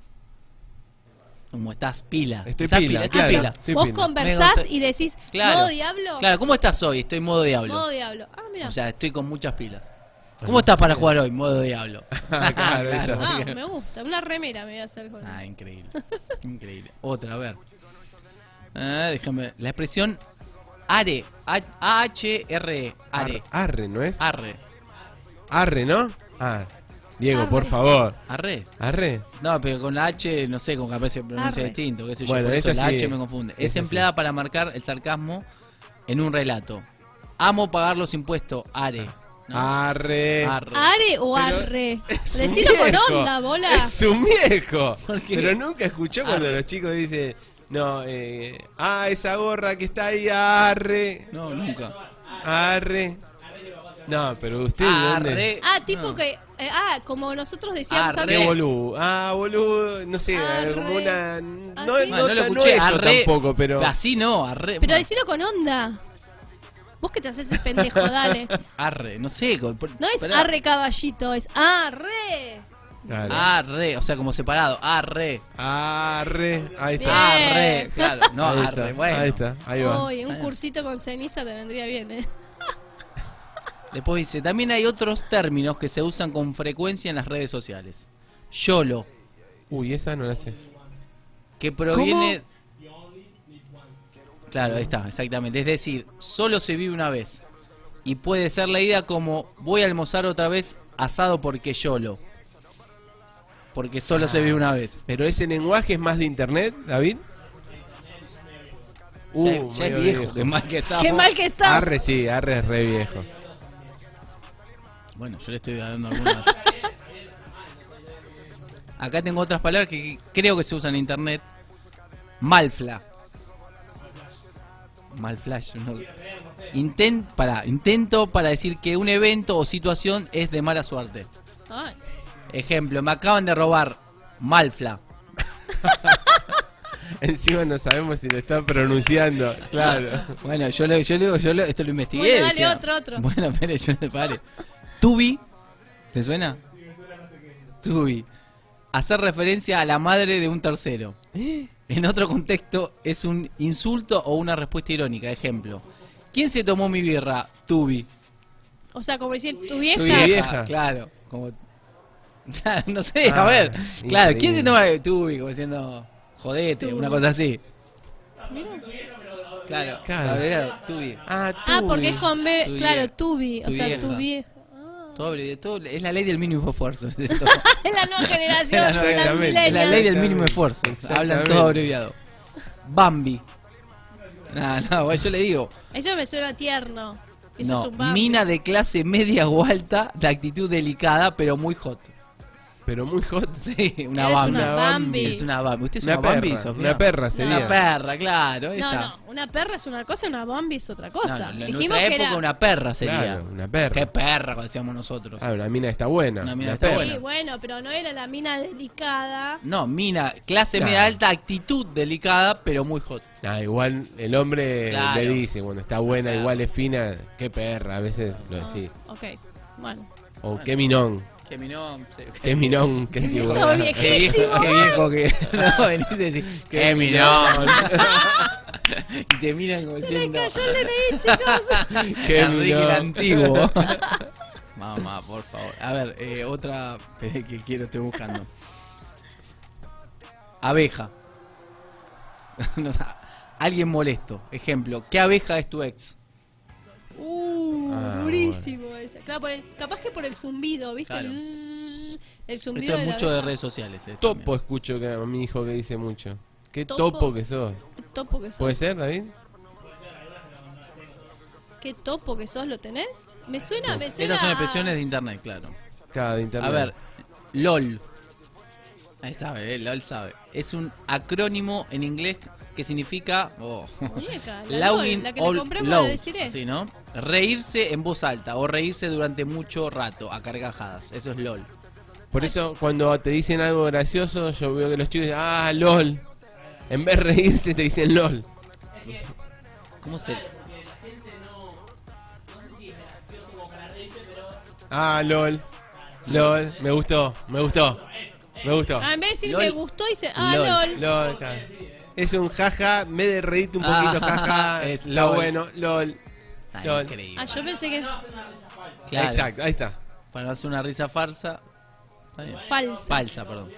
[SPEAKER 3] Como estás pila.
[SPEAKER 1] Estoy
[SPEAKER 3] Estás
[SPEAKER 1] pila,
[SPEAKER 3] estás
[SPEAKER 1] claro.
[SPEAKER 3] pila.
[SPEAKER 1] Estoy
[SPEAKER 2] Ah, Vos
[SPEAKER 1] pila.
[SPEAKER 3] Me
[SPEAKER 2] conversás
[SPEAKER 3] gusta.
[SPEAKER 2] y decís,
[SPEAKER 3] Claro.
[SPEAKER 2] modo diablo,
[SPEAKER 3] Claro, ¿cómo estás hoy? Estoy modo diablo.
[SPEAKER 2] modo diablo. Ah, mira.
[SPEAKER 3] O sea, estoy con muchas pilas. ¿Cómo estás para jugar hoy? Modo diablo.
[SPEAKER 1] Ah, claro, ahí está.
[SPEAKER 2] ah, me gusta. Una remera me voy a hacer con
[SPEAKER 3] Ah, increíble. increíble. Otra, a ver. Ah, déjame. La expresión are. A-H-R-E. Are.
[SPEAKER 1] Ar- Arre, ¿no es?
[SPEAKER 3] Arre.
[SPEAKER 1] Arre, ¿no? Ah. Diego, por
[SPEAKER 2] Arre.
[SPEAKER 1] favor.
[SPEAKER 3] Arre.
[SPEAKER 1] Arre.
[SPEAKER 3] No, pero con la H, no sé, con capaz se pronuncia
[SPEAKER 2] Arre.
[SPEAKER 3] distinto. Qué sé yo.
[SPEAKER 1] Bueno,
[SPEAKER 3] Por eso
[SPEAKER 1] esa
[SPEAKER 3] la
[SPEAKER 1] sí.
[SPEAKER 3] H me confunde. Es
[SPEAKER 1] Esa sí.
[SPEAKER 3] empleada para marcar el sarcasmo en un relato. Amo pagar los impuestos. Are. No,
[SPEAKER 1] Ah, Arre.
[SPEAKER 3] Arre.
[SPEAKER 2] ¿Are o
[SPEAKER 1] Pero
[SPEAKER 2] arre?
[SPEAKER 1] Es un
[SPEAKER 2] Decilo con
[SPEAKER 1] viejo.
[SPEAKER 2] onda, bola.
[SPEAKER 1] Es un viejo.
[SPEAKER 3] ¿Por qué?
[SPEAKER 1] Pero nunca escuchó cuando
[SPEAKER 3] Arre.
[SPEAKER 1] los chicos dicen, no, eh, ah, esa gorra que está ahí, arre,
[SPEAKER 3] No, nunca.
[SPEAKER 1] arre. No, pero usted, ¿dónde?
[SPEAKER 3] Arre.
[SPEAKER 2] Ah, tipo
[SPEAKER 3] No.
[SPEAKER 2] que... eh, ah, como nosotros decíamos
[SPEAKER 3] Arre.
[SPEAKER 1] Qué
[SPEAKER 2] antes.
[SPEAKER 1] boludo. Ah, boludo, no sé,
[SPEAKER 2] Arre.
[SPEAKER 1] alguna...
[SPEAKER 2] ¿Ah,
[SPEAKER 1] No,
[SPEAKER 2] sí?
[SPEAKER 1] no,
[SPEAKER 3] No, no lo
[SPEAKER 1] tan- no
[SPEAKER 3] escuché.
[SPEAKER 1] eso
[SPEAKER 3] arre.
[SPEAKER 1] tampoco, pero...
[SPEAKER 3] Así no, arre.
[SPEAKER 2] Pero decilo con onda. Vos Vos que te haces el pendejo, dale.
[SPEAKER 3] Arre, no sé. con- por-
[SPEAKER 2] No es
[SPEAKER 3] pará.
[SPEAKER 2] arre caballito, es arre.
[SPEAKER 1] Claro.
[SPEAKER 3] Ah. Arre, o sea, como separado. Arre.
[SPEAKER 1] Arre. Ahí
[SPEAKER 2] Bien.
[SPEAKER 1] está.
[SPEAKER 3] Arre, claro. Ah, No,
[SPEAKER 1] ahí
[SPEAKER 3] arre,
[SPEAKER 1] está.
[SPEAKER 3] bueno.
[SPEAKER 1] Ahí está. Ahí va.
[SPEAKER 2] Oye, un
[SPEAKER 3] Ahí va.
[SPEAKER 2] cursito con ceniza te vendría bien, ¿eh?
[SPEAKER 3] Después dice, también hay otros términos que se usan con frecuencia en las redes sociales. YOLO,
[SPEAKER 1] Uy, esa no la sé.
[SPEAKER 3] que proviene... Claro, ahí está, exactamente. Es decir, solo se vive una vez. Y puede ser leída como, voy a almorzar otra vez asado porque YOLO. Porque solo se vive una vez.
[SPEAKER 1] Pero ese lenguaje es más de internet, David.
[SPEAKER 3] Ya- ya,
[SPEAKER 1] Uh, medio
[SPEAKER 3] es viejo, qué mal que estamos.
[SPEAKER 2] Qué mal que está.
[SPEAKER 1] Arre, sí, arre es re viejo.
[SPEAKER 3] Bueno, yo le estoy dando algunas. Acá tengo otras palabras que creo que se usan en internet. Malfla. Malflash. No. Inten- pará, intento para decir que un evento o situación es de mala suerte.
[SPEAKER 2] Ay,
[SPEAKER 3] Ejemplo, me acaban de robar Malfla.
[SPEAKER 1] Encima no sabemos si lo está pronunciando. Claro.
[SPEAKER 3] Bueno, yo lo, yo lo- yo lo- esto lo investigué.
[SPEAKER 2] Bueno, dale,
[SPEAKER 3] decía.
[SPEAKER 2] otro, otro.
[SPEAKER 3] Bueno, pero yo no pare. Tubi, ¿te suena? Tubi. Hacer referencia a la madre de un tercero. En otro contexto es un insulto o una respuesta irónica. Ejemplo. ¿Quién se tomó mi birra? Tubi.
[SPEAKER 2] O sea, como decir, tu
[SPEAKER 3] Tu
[SPEAKER 1] vieja.
[SPEAKER 2] vieja.
[SPEAKER 3] Claro. Como... Claro, no sé, a
[SPEAKER 1] Ah,
[SPEAKER 3] ver. Claro,
[SPEAKER 1] increíble.
[SPEAKER 3] ¿quién se toma Tubi? Como diciendo, jodete,
[SPEAKER 2] Tubi.
[SPEAKER 3] una cosa así.
[SPEAKER 2] Mira.
[SPEAKER 3] Claro,
[SPEAKER 1] Claro.
[SPEAKER 3] claro. Tubi.
[SPEAKER 1] Ah,
[SPEAKER 2] Ah,
[SPEAKER 1] tú.
[SPEAKER 2] porque es con B.
[SPEAKER 3] Tu
[SPEAKER 2] claro,
[SPEAKER 3] vieja.
[SPEAKER 2] tubi. O
[SPEAKER 3] Tu
[SPEAKER 2] sea, tu
[SPEAKER 3] vieja.
[SPEAKER 2] vieja. Ah.
[SPEAKER 3] Todo, abrevi- todo- es la ley del mínimo esfuerzo. es esto.
[SPEAKER 2] Es la nueva generación.
[SPEAKER 3] Es la nueva-
[SPEAKER 2] la
[SPEAKER 1] Exactamente.
[SPEAKER 3] Es
[SPEAKER 2] millennial.
[SPEAKER 3] la ley del mínimo esfuerzo.
[SPEAKER 1] Exactamente.
[SPEAKER 3] Hablan todo abreviado. Bambi. No, no, bueno, yo le digo.
[SPEAKER 2] Eso me suena tierno. Eso es
[SPEAKER 3] No,
[SPEAKER 2] un Bambi.
[SPEAKER 3] mina de clase media o alta, de actitud delicada, pero muy hot.
[SPEAKER 1] Pero muy hot.
[SPEAKER 3] Sí, una
[SPEAKER 2] Eres
[SPEAKER 3] Bambi.
[SPEAKER 2] una Bambi.
[SPEAKER 3] Es una Bambi. ¿Usted es una,
[SPEAKER 1] Una perra.
[SPEAKER 3] Bambi, Sofía?
[SPEAKER 1] Una perra sería.
[SPEAKER 3] Una perra, claro. ahí
[SPEAKER 2] No,
[SPEAKER 3] está.
[SPEAKER 2] no, una perra es una cosa, una Bambi es otra
[SPEAKER 3] No,
[SPEAKER 2] cosa.
[SPEAKER 3] no, en
[SPEAKER 2] Dijimos
[SPEAKER 3] nuestra
[SPEAKER 2] que
[SPEAKER 3] época
[SPEAKER 2] era
[SPEAKER 3] una perra sería.
[SPEAKER 1] Claro, una perra.
[SPEAKER 3] Qué perra, como decíamos nosotros.
[SPEAKER 1] Ah, una mina está buena.
[SPEAKER 3] Una
[SPEAKER 1] Una
[SPEAKER 3] mina
[SPEAKER 1] mina
[SPEAKER 3] está
[SPEAKER 1] perra.
[SPEAKER 2] Sí,
[SPEAKER 3] buena.
[SPEAKER 2] bueno, pero no era la mina delicada.
[SPEAKER 3] No, mina, clase
[SPEAKER 1] Claro.
[SPEAKER 3] media alta, actitud delicada, pero muy hot.
[SPEAKER 1] Ah, igual el hombre
[SPEAKER 3] Claro.
[SPEAKER 1] le dice, cuando está buena,
[SPEAKER 3] Claro.
[SPEAKER 1] igual es fina, qué perra, a veces lo
[SPEAKER 2] Ah,
[SPEAKER 1] decís.
[SPEAKER 2] ok, bueno.
[SPEAKER 1] O qué minón,
[SPEAKER 3] Que mi nombre.
[SPEAKER 1] qué minón, qué
[SPEAKER 2] Eso
[SPEAKER 1] tiburón.
[SPEAKER 2] viejo.
[SPEAKER 3] Qué viejo, qué viejo que. No, venís a decir. ¡Qué mirón! y te miran como
[SPEAKER 2] Se le
[SPEAKER 3] diciendo.
[SPEAKER 2] cayó el DNI, chicos.
[SPEAKER 1] ¡Qué
[SPEAKER 3] Enrique el
[SPEAKER 1] mirón!
[SPEAKER 3] antiguo. Mamá, por favor. A ver, eh, otra eh, que quiero, estoy buscando. Abeja. No, alguien molesto. Ejemplo, ¿qué abeja es tu ex?
[SPEAKER 2] Uh,
[SPEAKER 1] Ah,
[SPEAKER 2] durísimo ese. Claro, por el- capaz que por el zumbido, ¿viste?
[SPEAKER 3] Claro.
[SPEAKER 2] El, el zumbido.
[SPEAKER 3] Esto es
[SPEAKER 2] la
[SPEAKER 3] mucho de
[SPEAKER 2] abeja.
[SPEAKER 3] redes sociales. eh,
[SPEAKER 1] Topo escucho que a mi hijo que dice mucho. Qué
[SPEAKER 2] Topo.
[SPEAKER 1] topo, que sos.
[SPEAKER 2] Topo que sos.
[SPEAKER 1] ¿Puede ser, David?
[SPEAKER 2] ¿Qué topo que sos lo tenés? Me suena, me
[SPEAKER 3] también.
[SPEAKER 2] suena.
[SPEAKER 3] Estas son
[SPEAKER 2] a-
[SPEAKER 3] expresiones de internet, claro.
[SPEAKER 1] Cada internet.
[SPEAKER 3] A ver, LOL. Ahí está, eh, LOL sabe. Es un acrónimo en inglés que significa. oh,
[SPEAKER 2] Muñeca, la,
[SPEAKER 3] Laughing
[SPEAKER 2] Lol, la que
[SPEAKER 3] all
[SPEAKER 2] le compramos eh.
[SPEAKER 3] loud.
[SPEAKER 2] la deciré.
[SPEAKER 3] Así, ¿no? Reírse en voz alta o reírse durante mucho rato a carcajadas. Eso es LOL.
[SPEAKER 1] Por eso, cuando te dicen algo gracioso, yo veo que los chicos dicen, ah, LOL. En vez de reírse, te dicen LOL.
[SPEAKER 3] ¿Cómo se.?
[SPEAKER 1] Ah, LOL. LOL. Me gustó, me gustó. Me gustó.
[SPEAKER 2] Ah, en vez de decir
[SPEAKER 3] Lol.
[SPEAKER 2] me gustó, dice, ah,
[SPEAKER 3] Lol.
[SPEAKER 2] lol.
[SPEAKER 1] LOL, claro. Es un jaja, me de reírte un poquito,
[SPEAKER 3] Ah,
[SPEAKER 1] jaja.
[SPEAKER 3] es
[SPEAKER 1] está
[SPEAKER 3] LOL.
[SPEAKER 1] bueno, LOL.
[SPEAKER 3] Ah,
[SPEAKER 1] LOL.
[SPEAKER 3] increíble.
[SPEAKER 2] Ah, yo pensé que
[SPEAKER 3] Claro,
[SPEAKER 1] Exacto, ahí está.
[SPEAKER 3] Para no hacer una risa farsa. Está bien.
[SPEAKER 2] falsa.
[SPEAKER 3] Falsa, perdón.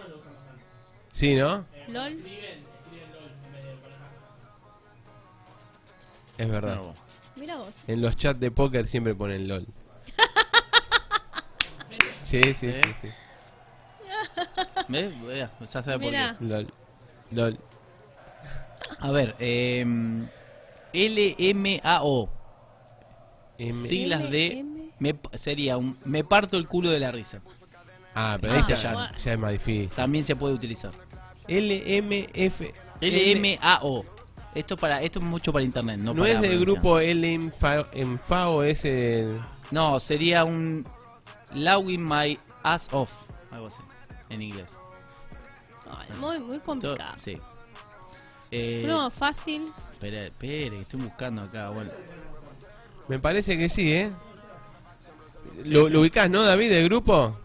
[SPEAKER 1] Sí, ¿no?
[SPEAKER 2] Lol.
[SPEAKER 1] Es verdad.
[SPEAKER 3] No.
[SPEAKER 2] Mira vos.
[SPEAKER 1] En los chats de póker siempre ponen LOL. Sí, sí, sí, sí.
[SPEAKER 3] ¿Ves? Ya, ya sabe por qué.
[SPEAKER 2] Mirá.
[SPEAKER 1] LOL. LOL.
[SPEAKER 3] A ver, eh, LMAO.
[SPEAKER 1] M-
[SPEAKER 3] Siglas de.
[SPEAKER 2] LM.
[SPEAKER 3] me pa- sería un. Me parto el culo de la risa.
[SPEAKER 1] Ah, pero ahí está,
[SPEAKER 2] Ah,
[SPEAKER 1] ya, ya es más difícil.
[SPEAKER 3] También se puede utilizar.
[SPEAKER 1] LMF.
[SPEAKER 3] LMAO. Esto para esto es mucho para internet, no,
[SPEAKER 1] No,
[SPEAKER 3] para
[SPEAKER 1] es del
[SPEAKER 3] provincia.
[SPEAKER 1] grupo LMFAO, es el.
[SPEAKER 3] No, sería un Lowing my ass off, algo así en inglés.
[SPEAKER 2] Ay, muy, muy
[SPEAKER 3] Yo-
[SPEAKER 2] complicado.
[SPEAKER 3] sí. Eh,
[SPEAKER 2] No, fácil.
[SPEAKER 3] Espera, espera, que estoy buscando acá, bueno.
[SPEAKER 1] Me parece que sí, ¿eh? ¿Lo, lo ubicás, no, David, del grupo?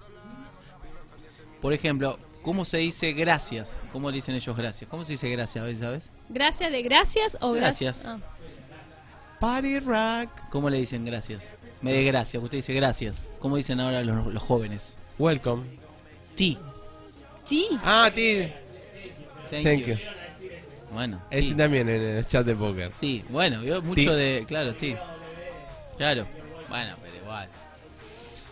[SPEAKER 3] Por ejemplo, ¿cómo se dice gracias? ¿Cómo le dicen ellos gracias? ¿Cómo se dice gracias a veces, sabes?
[SPEAKER 2] ¿Gracias de gracias o gracias?
[SPEAKER 3] Gracias.
[SPEAKER 2] Ah.
[SPEAKER 1] Party Rack.
[SPEAKER 3] ¿Cómo le dicen gracias? Me de gracias, usted dice gracias. ¿Cómo dicen ahora los, los jóvenes?
[SPEAKER 1] Welcome.
[SPEAKER 3] Ti.
[SPEAKER 2] Sí.
[SPEAKER 1] Ah, ti. Thank you.
[SPEAKER 3] Bueno,
[SPEAKER 1] Ese
[SPEAKER 3] ti.
[SPEAKER 1] también en el chat de póker.
[SPEAKER 3] Ti. Bueno, yo mucho
[SPEAKER 1] Ti.
[SPEAKER 3] de. Claro, ti. Claro. Bueno, pero igual.